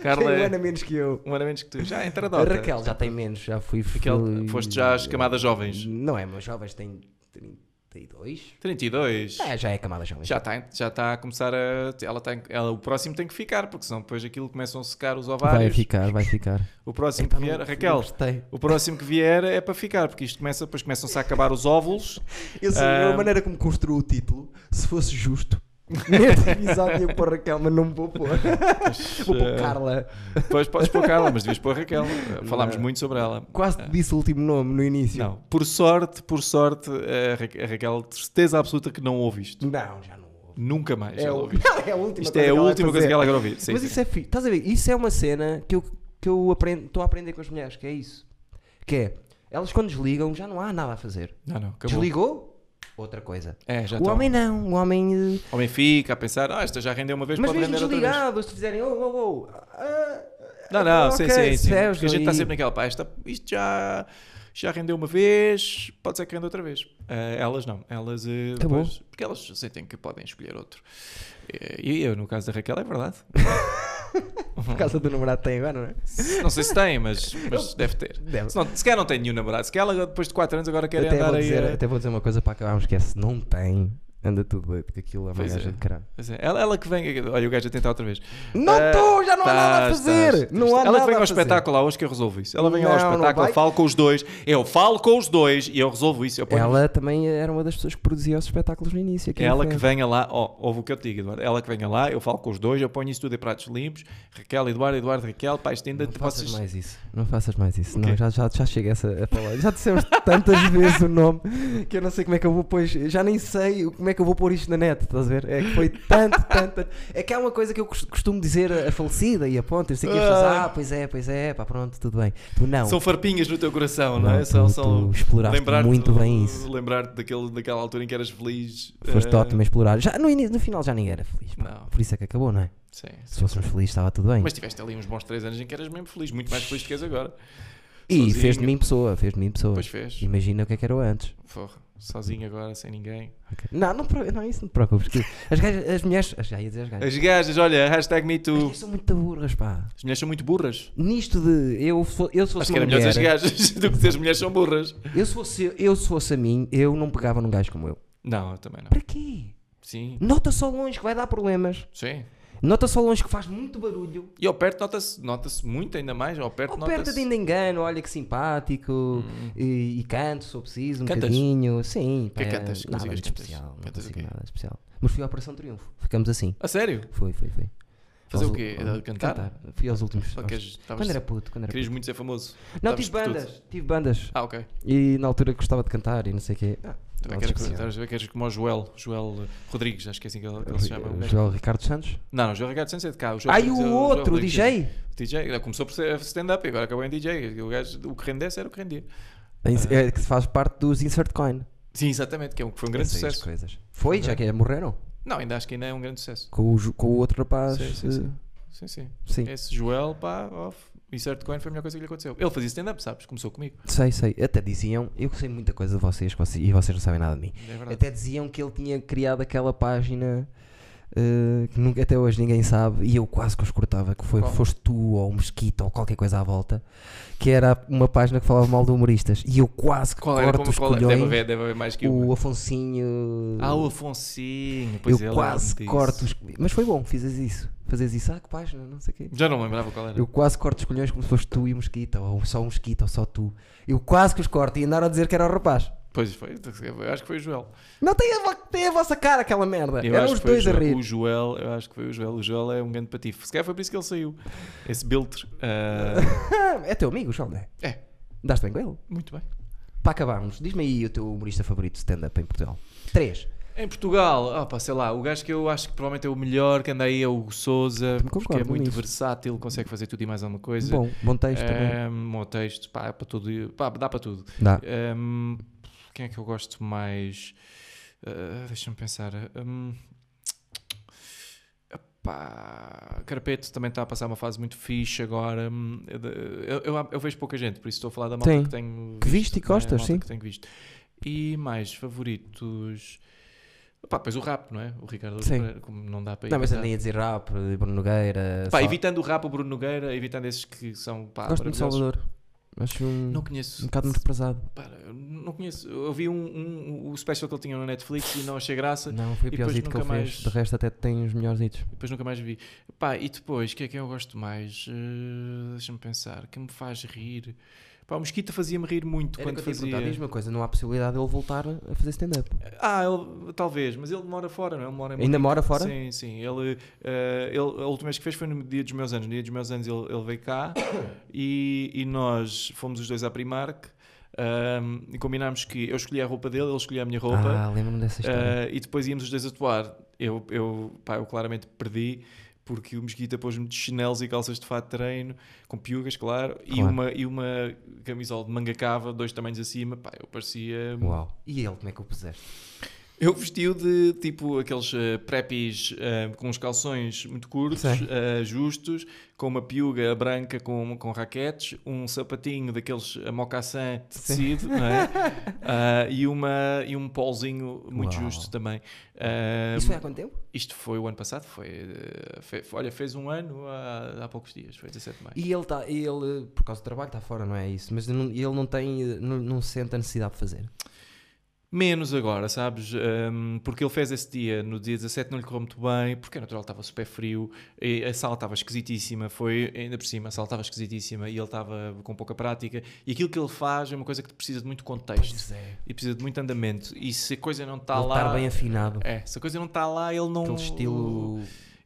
Speaker 1: Carla
Speaker 2: um
Speaker 1: é
Speaker 2: ano a menos que eu.
Speaker 1: um ano a menos que tu. Já entra
Speaker 2: A
Speaker 1: dota.
Speaker 2: Raquel já tem menos, já fui.
Speaker 1: Raquel,
Speaker 2: fui-
Speaker 1: foste já às camadas jovens.
Speaker 2: Não é, mas jovens têm 32.
Speaker 1: 32.
Speaker 2: É, já é camada jovem.
Speaker 1: Já está já tá a começar a. Ela tem, ela, o próximo tem que ficar, porque senão depois aquilo começam a secar os ovários.
Speaker 2: Vai ficar, vai ficar.
Speaker 1: O próximo
Speaker 2: Epá,
Speaker 1: que
Speaker 2: não-
Speaker 1: vier.
Speaker 2: não
Speaker 1: Raquel,
Speaker 2: gostei.
Speaker 1: o próximo que vier é para ficar, porque isto começa, depois começam-se a acabar os óvulos.
Speaker 2: Eu sei,
Speaker 1: Ah.
Speaker 2: a maneira como construo o título, se fosse justo. (laughs) Neste episódio ia pôr Raquel, mas não vou pôr. vou pôr
Speaker 1: eh,
Speaker 2: Carla.
Speaker 1: Depois podes pôr Carla, mas devias pôr Raquel. Falámos
Speaker 2: Não.
Speaker 1: muito sobre ela.
Speaker 2: Quase te disse o último nome no início.
Speaker 1: Não, por sorte, por sorte, a Ra- a Raquel, de certeza absoluta que não ouve isto.
Speaker 2: Não, já não houve.
Speaker 1: Nunca mais
Speaker 2: É,
Speaker 1: ela
Speaker 2: o-
Speaker 1: ouve isto.
Speaker 2: (laughs) é a última
Speaker 1: Isto
Speaker 2: coisa
Speaker 1: é a
Speaker 2: que ela vai
Speaker 1: última coisa
Speaker 2: fazer.
Speaker 1: que ela quer ouvir. Sim,
Speaker 2: Mas
Speaker 1: sim.
Speaker 2: isso é fi- Estás a ver? Isso é uma cena que eu que eu aprendo- estou a aprender com as mulheres, que é isso. Que é, elas quando desligam já não há nada a fazer.
Speaker 1: Não, não, acabou.
Speaker 2: Desligou? Outra coisa.
Speaker 1: É, já
Speaker 2: o
Speaker 1: tá.
Speaker 2: homem não, o homem. eh,
Speaker 1: O homem fica a pensar, ah, esta já rendeu uma vez,
Speaker 2: mas
Speaker 1: pode
Speaker 2: mesmo
Speaker 1: render outra vez.
Speaker 2: desligados, se fizerem. Oh, oh, oh. ah,
Speaker 1: Não, não,
Speaker 2: ok,
Speaker 1: sim, sim, sim.
Speaker 2: céus,
Speaker 1: Porque a gente está
Speaker 2: e-
Speaker 1: sempre naquela, pá, esta, isto já, já rendeu uma vez, pode ser que renda outra vez. Eh, elas não, elas eh,
Speaker 2: Tá bom.
Speaker 1: depois, porque elas sentem que podem escolher outro. Eh, E eu, no caso da Raquel, é verdade.
Speaker 2: Por causa do namorado que tem agora, não é?
Speaker 1: Não sei Uhum. se tem,
Speaker 2: (laughs)
Speaker 1: mas, mas deve ter.
Speaker 2: Deve.
Speaker 1: Se, não, se calhar não tem nenhum namorado, se calhar ela, depois de 4 anos agora quer
Speaker 2: Até
Speaker 1: andar
Speaker 2: vou,
Speaker 1: aí.
Speaker 2: dizer,
Speaker 1: a-
Speaker 2: até vou dizer uma coisa para acabarmos: que é se não tem, Anda tudo doido, que aquilo é uma
Speaker 1: Pois
Speaker 2: gaja
Speaker 1: é.
Speaker 2: de caralho.
Speaker 1: Pois é, Ela, ela que vem. Olha, o gajo a tentar outra vez.
Speaker 2: Não
Speaker 1: Eh,
Speaker 2: estou, já não há nada a
Speaker 1: estás,
Speaker 2: fazer.
Speaker 1: estás,
Speaker 2: não há
Speaker 1: estás.
Speaker 2: nada
Speaker 1: tá, ela vem
Speaker 2: a
Speaker 1: ao
Speaker 2: fazer.
Speaker 1: espetáculo lá hoje que eu resolvo isso. Ela vem ao
Speaker 2: Não, não
Speaker 1: espetáculo,
Speaker 2: vai.
Speaker 1: eu falo com os dois. Eu falo com os dois e eu resolvo isso. Eu ponho-
Speaker 2: Ela também era uma das pessoas que produzia os espetáculos no início. aqui
Speaker 1: É
Speaker 2: na
Speaker 1: Ela que
Speaker 2: frente.
Speaker 1: venha lá, ó, ouve o que eu te digo, Eduardo. Ela que venha lá, eu falo com os dois, eu ponho isso tudo em pratos limpos. Raquel, Eduardo, Eduardo, Raquel, pá, isto ainda
Speaker 2: Não
Speaker 1: te
Speaker 2: faças
Speaker 1: Tipo, vocês-
Speaker 2: mais isso. Não faças mais isso.
Speaker 1: quê?
Speaker 2: Não, já, já, já chega essa a falar. Já dissemos tantas
Speaker 1: (laughs)
Speaker 2: vezes o nome que eu não sei como é que eu vou pôr. Já nem sei o- como é que eu vou pôr isto na net, estás a ver? É que foi tanto, tanto. É que há uma coisa que eu cos- costumo dizer a a falecida e a ponta, sei que as pessoas,
Speaker 1: Ai.
Speaker 2: ah, pois é, pois é, pá, pronto, tudo bem. Tu não.
Speaker 1: São farpinhas no teu coração, não,
Speaker 2: Não,
Speaker 1: é? São,
Speaker 2: tu-
Speaker 1: são
Speaker 2: tu exploraste
Speaker 1: lembrar-te-
Speaker 2: muito bem isso.
Speaker 1: Lembrar-te daquele, daquela altura em que eras feliz.
Speaker 2: Foste
Speaker 1: eh,
Speaker 2: ótimo a explorar. Já no, início, no final já ninguém era feliz. pá.
Speaker 1: Não,
Speaker 2: Por isso é que acabou, não é?
Speaker 1: sim.
Speaker 2: Se fôssemos felizes estava tudo bem.
Speaker 1: Mas tiveste ali uns bons 3 anos em que eras mesmo feliz, muito mais feliz do que és agora.
Speaker 2: e
Speaker 1: sozinho.
Speaker 2: fez de mim pessoa, fez de mim pessoa.
Speaker 1: Pois fez.
Speaker 2: Imagina o que é que era eu antes.
Speaker 1: Forra, sozinho agora, sem ninguém.
Speaker 2: Não, não, pro- não, isso não te preocupes. que As, gajas, as mulheres. As, já ia dizer as gajas.
Speaker 1: As gajas, olha, hashtag me
Speaker 2: As
Speaker 1: too.
Speaker 2: mulheres são muito burras, pá.
Speaker 1: As mulheres são muito burras.
Speaker 2: Nisto de eu, fo- eu se fosse
Speaker 1: Acho que era
Speaker 2: uma
Speaker 1: melhor
Speaker 2: mulher,
Speaker 1: as gajas (laughs) do que as mulheres são burras.
Speaker 2: eu se fosse eu se fosse a mim, eu não pegava num gajo como eu.
Speaker 1: Não, eu também não.
Speaker 2: Para quê?
Speaker 1: Sim,
Speaker 2: Nota só longe que vai dar problemas.
Speaker 1: sim.
Speaker 2: Nota só longe que faz muito barulho.
Speaker 1: E ao perto nota-se nota-se muito ainda mais. Ao perto
Speaker 2: Ou perto de
Speaker 1: nota-se.
Speaker 2: ainda engano, olha que simpático. E, e canto, se eu preciso, um
Speaker 1: Cantas?
Speaker 2: bocadinho. Sim,
Speaker 1: Que cantas? Que
Speaker 2: Nada
Speaker 1: músicas
Speaker 2: de
Speaker 1: cantas?
Speaker 2: especial. Não
Speaker 1: Cantas o
Speaker 2: consigo
Speaker 1: quê?
Speaker 2: nada de especial. Mas fui à Operação Triunfo. Ficamos assim.
Speaker 1: A sério?
Speaker 2: Foi, foi, foi.
Speaker 1: Fazer
Speaker 2: Aos
Speaker 1: o
Speaker 2: ul-
Speaker 1: quê? Era cantar?
Speaker 2: Fui aos últimos.
Speaker 1: Só
Speaker 2: aos-
Speaker 1: que és- estavas-
Speaker 2: Quando era puto, quando era
Speaker 1: Querias
Speaker 2: puto.
Speaker 1: muito ser famoso.
Speaker 2: Não,
Speaker 1: estavas
Speaker 2: tive
Speaker 1: por tudo.
Speaker 2: bandas, tive bandas.
Speaker 1: Ah, ok.
Speaker 2: E na altura gostava de cantar e não sei o quê. Ah,
Speaker 1: Também
Speaker 2: nada
Speaker 1: queres,
Speaker 2: especial.
Speaker 1: estás a ver que eres como o Joel, Joel eh, Rodrigues, acho que é assim que ele, que ele se chama. o
Speaker 2: O
Speaker 1: gajo.
Speaker 2: Joel Ricardo Santos.
Speaker 1: Não, não, o Joel Ricardo Santos é de cá. O Joel
Speaker 2: Ah, e
Speaker 1: Rodrigues é
Speaker 2: o
Speaker 1: Joel
Speaker 2: outro, o
Speaker 1: Rodrigues,
Speaker 2: DJ.
Speaker 1: DJ, ele começou por ser stand-up e agora acabou em DJ. O, gajo, o que rendesse era o que rendia.
Speaker 2: Em-
Speaker 1: Ah.
Speaker 2: é, Que faz parte dos Insert Coin.
Speaker 1: Sim, exatamente, que é um, foi um grande
Speaker 2: Essas
Speaker 1: sucesso.
Speaker 2: coisas. Foi, já que morreram.
Speaker 1: Não, ainda acho que ainda é um grande sucesso.
Speaker 2: Com o, Ju- com o outro rapaz.
Speaker 1: Sim, sim,
Speaker 2: eh,
Speaker 1: sim. Sim, sim.
Speaker 2: sim.
Speaker 1: Esse Joel, pá, off. Insert coin foi a melhor coisa que lhe aconteceu. Ele fazia stand-up, sabes? Começou comigo.
Speaker 2: Sei, sei. Até diziam, eu que sei muita coisa de vocês, que vocês- e vocês não sabem nada de mim.
Speaker 1: É verdade.
Speaker 2: Até diziam que ele tinha criado aquela página eh, que nunca, até hoje ninguém sabe e eu quase que os cortava, que foi,
Speaker 1: Qual?
Speaker 2: foste tu ou o Mosquito ou qualquer coisa à volta, que era uma página que falava mal de humoristas e eu quase que
Speaker 1: Qual
Speaker 2: corto
Speaker 1: era? Como,
Speaker 2: os
Speaker 1: qual era? Deve
Speaker 2: colhões,
Speaker 1: haver, deve haver mais que
Speaker 2: o
Speaker 1: uma.
Speaker 2: Afonsinho,
Speaker 1: Ah, o Afonsinho. Pois
Speaker 2: eu
Speaker 1: ele é
Speaker 2: quase
Speaker 1: disse.
Speaker 2: corto os... Mas foi bom, fizes isso, fazes isso, ah que página, não sei o quê.
Speaker 1: Já não lembrava qual era.
Speaker 2: Eu quase corto os colhões como se fosse tu e o Mosquito, ou só o Mosquito, ou só tu. Eu quase que os corto e andaram a dizer que era o rapaz.
Speaker 1: Pois foi, eu acho que foi o Joel.
Speaker 2: Não tem a, vo- tem a vossa cara aquela merda.
Speaker 1: Eu
Speaker 2: Eram
Speaker 1: acho
Speaker 2: os
Speaker 1: que foi
Speaker 2: dois
Speaker 1: o
Speaker 2: a
Speaker 1: Joel,
Speaker 2: rir.
Speaker 1: O Joel, eu acho que foi o Joel. O Joel é um grande patife. Se calhar foi por isso que ele saiu. Esse Biltre. ah, (laughs)
Speaker 2: Ah, (laughs) é teu amigo, João, não é?
Speaker 1: é,
Speaker 2: Dás bem com ele?
Speaker 1: muito bem.
Speaker 2: Para acabarmos, diz-me aí o teu humorista favorito de stand-up em Portugal. Três.
Speaker 1: Em Portugal, opa, sei lá, o gajo que eu acho que provavelmente é o melhor que anda aí é o Hugo Souza,
Speaker 2: Também
Speaker 1: porque é
Speaker 2: concordo
Speaker 1: muito
Speaker 2: nisso.
Speaker 1: versátil, consegue fazer tudo e mais alguma coisa.
Speaker 2: Bom, bom texto também.
Speaker 1: É, bom texto, pá, é para tudo, pá, dá para tudo.
Speaker 2: Dá.
Speaker 1: Hum, quem é que eu gosto mais? Ah, Deixa-me pensar. Hum, epá, Carapeto também está a passar uma fase muito fixe agora. Hum, Eu, eu- eu vejo pouca gente, por isso estou a falar da malta
Speaker 2: Sim.
Speaker 1: que tenho
Speaker 2: Que viste e
Speaker 1: né, a
Speaker 2: gostas,
Speaker 1: malta
Speaker 2: sim.
Speaker 1: Que tenho visto. E mais favoritos. Pá, pois o rap, não é? O Ricardo
Speaker 2: Sim.
Speaker 1: Pereira, como não dá para
Speaker 2: Não, mas
Speaker 1: evitar.
Speaker 2: andei a dizer rap, eh, Bruno Nogueira.
Speaker 1: Pá,
Speaker 2: Sal-
Speaker 1: evitando o rap, o Bruno Nogueira, evitando esses que são pá,
Speaker 2: Gosto muito de
Speaker 1: maravilhosos.
Speaker 2: Salvador. Acho um,
Speaker 1: Não
Speaker 2: um
Speaker 1: conheço.
Speaker 2: bocado menosprezado.
Speaker 1: Pá, eu não conheço. Eu vi um, um- o special que ele tinha no Netflix e não achei graça.
Speaker 2: Não, foi o
Speaker 1: E
Speaker 2: pior
Speaker 1: depois
Speaker 2: hit que ele
Speaker 1: nunca
Speaker 2: fez.
Speaker 1: mais-
Speaker 2: De resto, até tem os melhores hits.
Speaker 1: Depois nunca mais vi. Pá, e depois, que é que eu gosto mais? Eh, Deixa-me pensar. Que me faz rir? Pá, o Mosquito fazia-me rir muito quando
Speaker 2: diz
Speaker 1: fazia.
Speaker 2: uma coisa, não há possibilidade de ele voltar a fazer stand-up.
Speaker 1: Ah, ele, talvez, mas ele mora fora, não é? Ele mora em
Speaker 2: Ainda mora fora?
Speaker 1: Sim, sim. Ele, eh, ele- a última vez que fez foi no dia dos meus anos. No dia dos meus anos ele, ele veio
Speaker 2: (coughs)
Speaker 1: cá e, e nós fomos os dois à Primark ahm, e combinámos que eu escolhi a roupa dele, ele escolhia a minha roupa.
Speaker 2: Ah, lembro-me dessa história.
Speaker 1: Ah, e depois íamos os dois atuar. Eu, eu, pá, eu claramente perdi porque o Mesquita pôs-me de chinelos e calças de fato de treino, com piugas, claro, E,
Speaker 2: Claro.
Speaker 1: uma, e uma camisola de manga cava, dois tamanhos acima. Pá, eu parecia.
Speaker 2: Uau. E ele, como é que o puseste?
Speaker 1: Eu vestiu de tipo aqueles eh, preppies eh, com os calções muito curtos,
Speaker 2: Sim.
Speaker 1: eh, justos, com uma piuga branca com, com raquetes, um sapatinho daqueles eh, mocassin de tecido, não é?
Speaker 2: (laughs)
Speaker 1: Ah, e, uma, e um polzinho muito
Speaker 2: Uau.
Speaker 1: justo também. Ah,
Speaker 2: Isso é foi há quanto tempo?
Speaker 1: isto foi o ano passado, foi, eh, fe- olha, fez um ano há, há poucos dias, foi 17 de maio.
Speaker 2: E ele, tá, e ele, tá por causa do trabalho, está fora, não é isso? Mas não- ele não tem, não, não sente a necessidade de fazer.
Speaker 1: Menos agora, sabes? Um, porque ele fez esse dia, no dia 17 não lhe correu muito bem, porque a natural estava super frio, e a sala estava esquisitíssima, foi ainda por cima, a sala estava esquisitíssima e ele estava com pouca prática. E aquilo que ele faz é uma coisa que precisa de muito contexto e precisa de muito andamento. E se a coisa não está
Speaker 2: Ele
Speaker 1: é. Tá lá.
Speaker 2: estar tá bem afinado.
Speaker 1: É, se a coisa não está lá, ele não.
Speaker 2: Aquele estilo.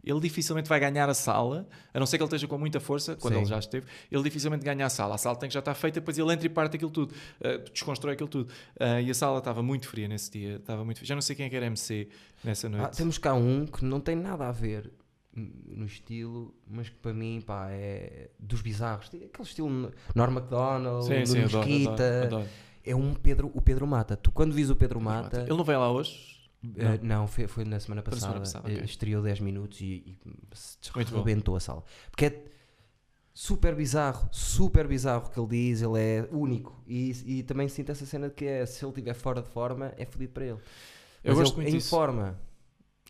Speaker 1: Ele dificilmente vai ganhar a sala, a não ser que ele esteja com muita força, quando
Speaker 2: Sim.
Speaker 1: ele já esteve, ele dificilmente ganha a sala. A sala tem que já estar feita, depois ele entra e parte aquilo tudo, eh, desconstrói aquilo tudo. Ah, e a sala estava muito fria nesse dia, estava muito fria. Já não sei quem é que era MC nessa
Speaker 2: Ah,
Speaker 1: noite.
Speaker 2: temos cá um que não tem nada a ver n- no estilo, mas que para mim pá, é dos bizarros. Tem Aquele estilo no- Norm MacDonald,
Speaker 1: sim, sim,
Speaker 2: Nuno
Speaker 1: adoro,
Speaker 2: Mesquita.
Speaker 1: adoro, adoro.
Speaker 2: É um Pedro, o Pedro Mata. Tu quando vis o Pedro Mata.
Speaker 1: Ele não veio lá hoje?
Speaker 2: eh, Ah, tá. não, foi, foi na semana
Speaker 1: Foi na semana
Speaker 2: passada.
Speaker 1: passada,
Speaker 2: eh,
Speaker 1: ok.
Speaker 2: Estreou 10 minutos e, e se
Speaker 1: Muito bom.
Speaker 2: rebentou a sala. Porque é super bizarro, super bizarro o que ele diz. Ele é único. E, e também sinto essa cena de que é, se ele estiver fora de forma, é fodido para ele.
Speaker 1: Eu
Speaker 2: Mas
Speaker 1: gosto
Speaker 2: ele é
Speaker 1: muito
Speaker 2: em
Speaker 1: disso. É,
Speaker 2: forma.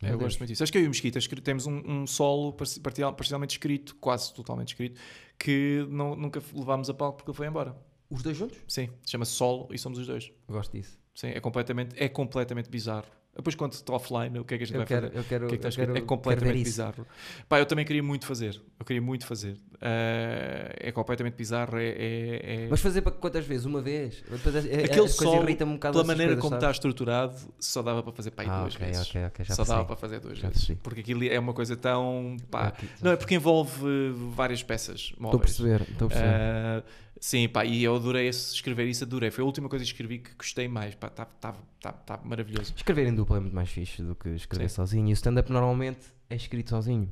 Speaker 1: Eu
Speaker 2: Meu
Speaker 1: gosto muito disso. Acho que eu e o Mesquita escre- temos um, um solo parci- parcial- parcialmente escrito, quase totalmente escrito, que não- nunca f- levámos a palco porque ele foi embora.
Speaker 2: Os dois juntos?
Speaker 1: Sim, chama-se solo e somos os dois.
Speaker 2: Gosto disso.
Speaker 1: Sim, é completamente, é completamente bizarro. Depois conto-te offline o que é que a gente
Speaker 2: Eu
Speaker 1: vai
Speaker 2: quero,
Speaker 1: fazer.
Speaker 2: eu quero,
Speaker 1: O que é, que está
Speaker 2: eu
Speaker 1: escrito?
Speaker 2: quero,
Speaker 1: É completamente
Speaker 2: quero ver isso.
Speaker 1: bizarro. Pá, eu também queria muito fazer. Eu queria muito fazer. Ah, é completamente bizarro. É, é, é...
Speaker 2: Mas fazer para quantas vezes? Uma vez? Depois, é,
Speaker 1: Aquele solo,
Speaker 2: irrita-me um bocado
Speaker 1: pela
Speaker 2: essas
Speaker 1: maneira
Speaker 2: coisas,
Speaker 1: como está
Speaker 2: sabes?
Speaker 1: estruturado, só dava para fazer pá, aí
Speaker 2: Ah,
Speaker 1: duas
Speaker 2: ok,
Speaker 1: vezes.
Speaker 2: ok, ok, já
Speaker 1: só dava
Speaker 2: percebi.
Speaker 1: para fazer duas
Speaker 2: Já
Speaker 1: vezes.
Speaker 2: percebi.
Speaker 1: Porque aquilo é uma coisa tão. Pá,
Speaker 2: Ok, já
Speaker 1: não, é porque envolve eh, várias peças
Speaker 2: Estou a
Speaker 1: móveis.
Speaker 2: perceber, estou a perceber.
Speaker 1: Ah, sim, pá, e eu adorei esse- escrever isso, adorei. Foi a última coisa que escrevi que gostei mais. Pá, tá, tá, tá, tá maravilhoso.
Speaker 2: Escrever em dupla é muito mais fixe do que escrever
Speaker 1: Sim.
Speaker 2: sozinho. E o stand-up normalmente é escrito sozinho.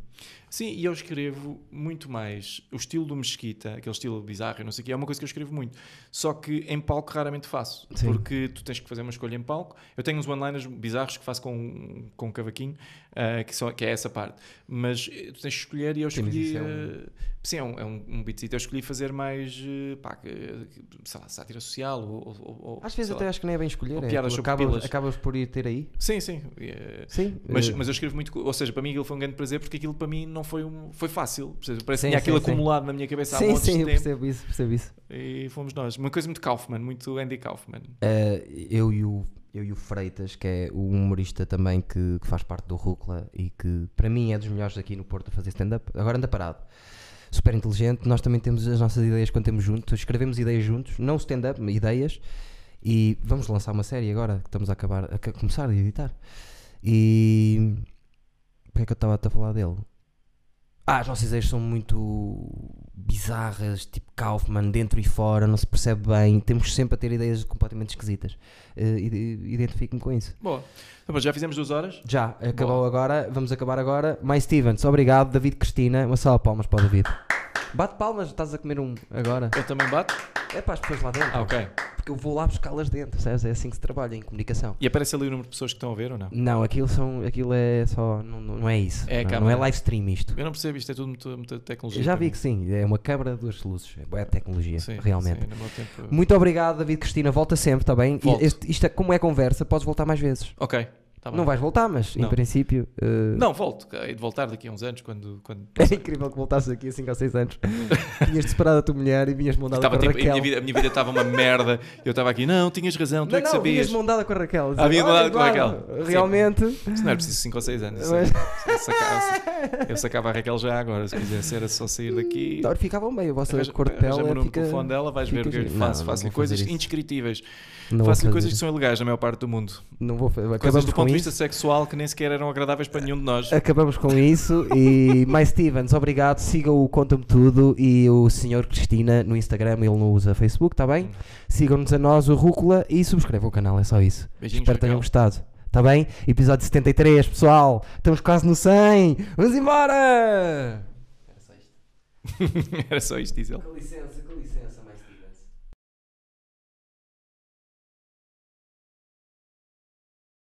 Speaker 1: Sim, e eu escrevo muito mais. O estilo do Mesquita, aquele estilo bizarro, e não sei o que, é uma coisa que eu escrevo muito. Só que em palco raramente faço.
Speaker 2: Sim.
Speaker 1: Porque tu tens que fazer uma escolha em palco. Eu tenho uns one-liners bizarros que faço com, com um cavaquinho, ah, que, só, que é essa parte. Mas eh, tu tens que escolher e eu
Speaker 2: Sim, mas
Speaker 1: escolhi.
Speaker 2: isso é
Speaker 1: eh,
Speaker 2: um-
Speaker 1: Sim, é um, é um, um beatzito. Eu escolhi fazer mais, eh, pá, que- que- sei lá, sátira social ou. ou- ou- ou-
Speaker 2: Às vezes
Speaker 1: sei
Speaker 2: até
Speaker 1: lá.
Speaker 2: acho que nem é bem escolher.
Speaker 1: Ou
Speaker 2: É,
Speaker 1: piadas
Speaker 2: tu
Speaker 1: sobre
Speaker 2: acabas,
Speaker 1: pilas.
Speaker 2: acabas por ir ter aí.
Speaker 1: Sim, sim. eh,
Speaker 2: Sim.
Speaker 1: Mas,
Speaker 2: eh,
Speaker 1: mas eu escrevo muito, co- ou seja, para mim aquilo foi um grande prazer porque aquilo para mim não foi um, foi fácil. Ou seja, Parece
Speaker 2: Sim,
Speaker 1: que tinha aquilo
Speaker 2: sim, sim.
Speaker 1: acumulado na minha cabeça há
Speaker 2: sim,
Speaker 1: montes
Speaker 2: sim,
Speaker 1: de
Speaker 2: eu
Speaker 1: tempo
Speaker 2: percebo isso, percebo isso.
Speaker 1: e fomos nós. Uma coisa muito Kaufman, muito Andy Kaufman.
Speaker 2: Eh, eu, e o, eu e o Freitas, que é o humorista também que, que faz parte do Rúcula e que para mim é dos melhores aqui no Porto a fazer stand-up, agora anda parado. Super inteligente, nós também temos as nossas ideias quando temos juntos, escrevemos ideias juntos, não stand-up, mas ideias, e vamos lançar uma série agora que estamos a acabar, a ca- começar a editar. E. Porque é que eu estava a falar dele? Ah, as nossas ideias são muito bizarras, tipo Kaufman, dentro e fora, não se percebe bem. Temos sempre a ter ideias completamente esquisitas. Eh, ide- Identifico-me com isso.
Speaker 1: Boa. Então, pronto, já fizemos duas horas.
Speaker 2: Já, acabou agora, vamos acabar agora. Mais Stevens, obrigado. David Cristina, uma salva de palmas para o David. Bate palmas, estás a comer um agora.
Speaker 1: Eu também bato.
Speaker 2: É para as pessoas lá dentro,
Speaker 1: Ah, ok.
Speaker 2: porque eu vou lá buscá-las dentro, sabes? É assim que se trabalha em comunicação.
Speaker 1: E aparece ali o número de pessoas que estão a ver ou não?
Speaker 2: Não, aquilo, são, aquilo é só. Não, não não é isso.
Speaker 1: É a
Speaker 2: não, não é
Speaker 1: câmara.
Speaker 2: live stream isto.
Speaker 1: Eu não percebo, isto é tudo muita, muita tecnologia.
Speaker 2: Já
Speaker 1: para
Speaker 2: vi
Speaker 1: mim.
Speaker 2: que sim, é uma câmara, duas luzes. É boa tecnologia,
Speaker 1: Sim,
Speaker 2: realmente.
Speaker 1: sim, no meu tempo-
Speaker 2: Muito obrigado, David Cristina. Volta sempre, está bem? E
Speaker 1: Volto.
Speaker 2: este- isto, é- como é conversa, podes voltar mais vezes.
Speaker 1: Ok, tá bem.
Speaker 2: não vais voltar, mas em
Speaker 1: Não.
Speaker 2: princípio. eh,
Speaker 1: Não, volto. Hei de voltar daqui a uns anos quando. quando...
Speaker 2: (laughs) É incrível que voltasses aqui há 5 ou
Speaker 1: (laughs)
Speaker 2: 6 anos. Tinhas separado a tua mulher e vinhas mandada
Speaker 1: Estava
Speaker 2: com a
Speaker 1: tipo, a
Speaker 2: Raquel.
Speaker 1: minha vida a minha vida estava uma merda. Eu estava aqui, não, tinhas razão, tu
Speaker 2: não,
Speaker 1: é que
Speaker 2: não, vinhas
Speaker 1: sabias.
Speaker 2: mandada com a Raquel.
Speaker 1: Ah, vinha
Speaker 2: Olha,
Speaker 1: mandada com a
Speaker 2: Eduardo,
Speaker 1: Raquel. Sim.
Speaker 2: Realmente.
Speaker 1: Isso não era preciso 5 ou 6 anos. isso-
Speaker 2: Mas-
Speaker 1: Eu sacava,
Speaker 2: (laughs)
Speaker 1: eu sacava a Raquel já agora, se quisesse era só sair daqui.
Speaker 2: Ora, ficavam bem, Tá, a vossa
Speaker 1: arranja-
Speaker 2: cor de
Speaker 1: arranja-me o
Speaker 2: pele
Speaker 1: número de
Speaker 2: fica...
Speaker 1: um telefone dela, vais ver o que eu lhe
Speaker 2: fica- Não,
Speaker 1: faço. Faço-lhe
Speaker 2: não vou fazer
Speaker 1: coisas
Speaker 2: isso.
Speaker 1: indescritíveis.
Speaker 2: Não vou
Speaker 1: Faço-lhe
Speaker 2: fazer
Speaker 1: coisas que
Speaker 2: isso.
Speaker 1: são ilegais na maior parte do mundo.
Speaker 2: Não vou fazer.
Speaker 1: coisas
Speaker 2: Acabamos
Speaker 1: do
Speaker 2: com
Speaker 1: ponto de
Speaker 2: isso.
Speaker 1: vista sexual que nem sequer eram agradáveis para nenhum de nós.
Speaker 2: Acabamos com isso e mais Stevens, obrigado, sigam o Conta-me Tudo e o Senhor Cristina no Instagram, ele não usa Facebook, tá bem? Sigam-nos a nós, o Rúcula, e subscrevam o canal, é só isso.
Speaker 1: Beijinhos,
Speaker 2: Espero que tenham
Speaker 1: Raquel.
Speaker 2: gostado, tá bem? Episódio 73, pessoal, estamos quase no 100, vamos embora!
Speaker 1: (laughs) Era só isto, diz ele.
Speaker 2: Com licença, com licença.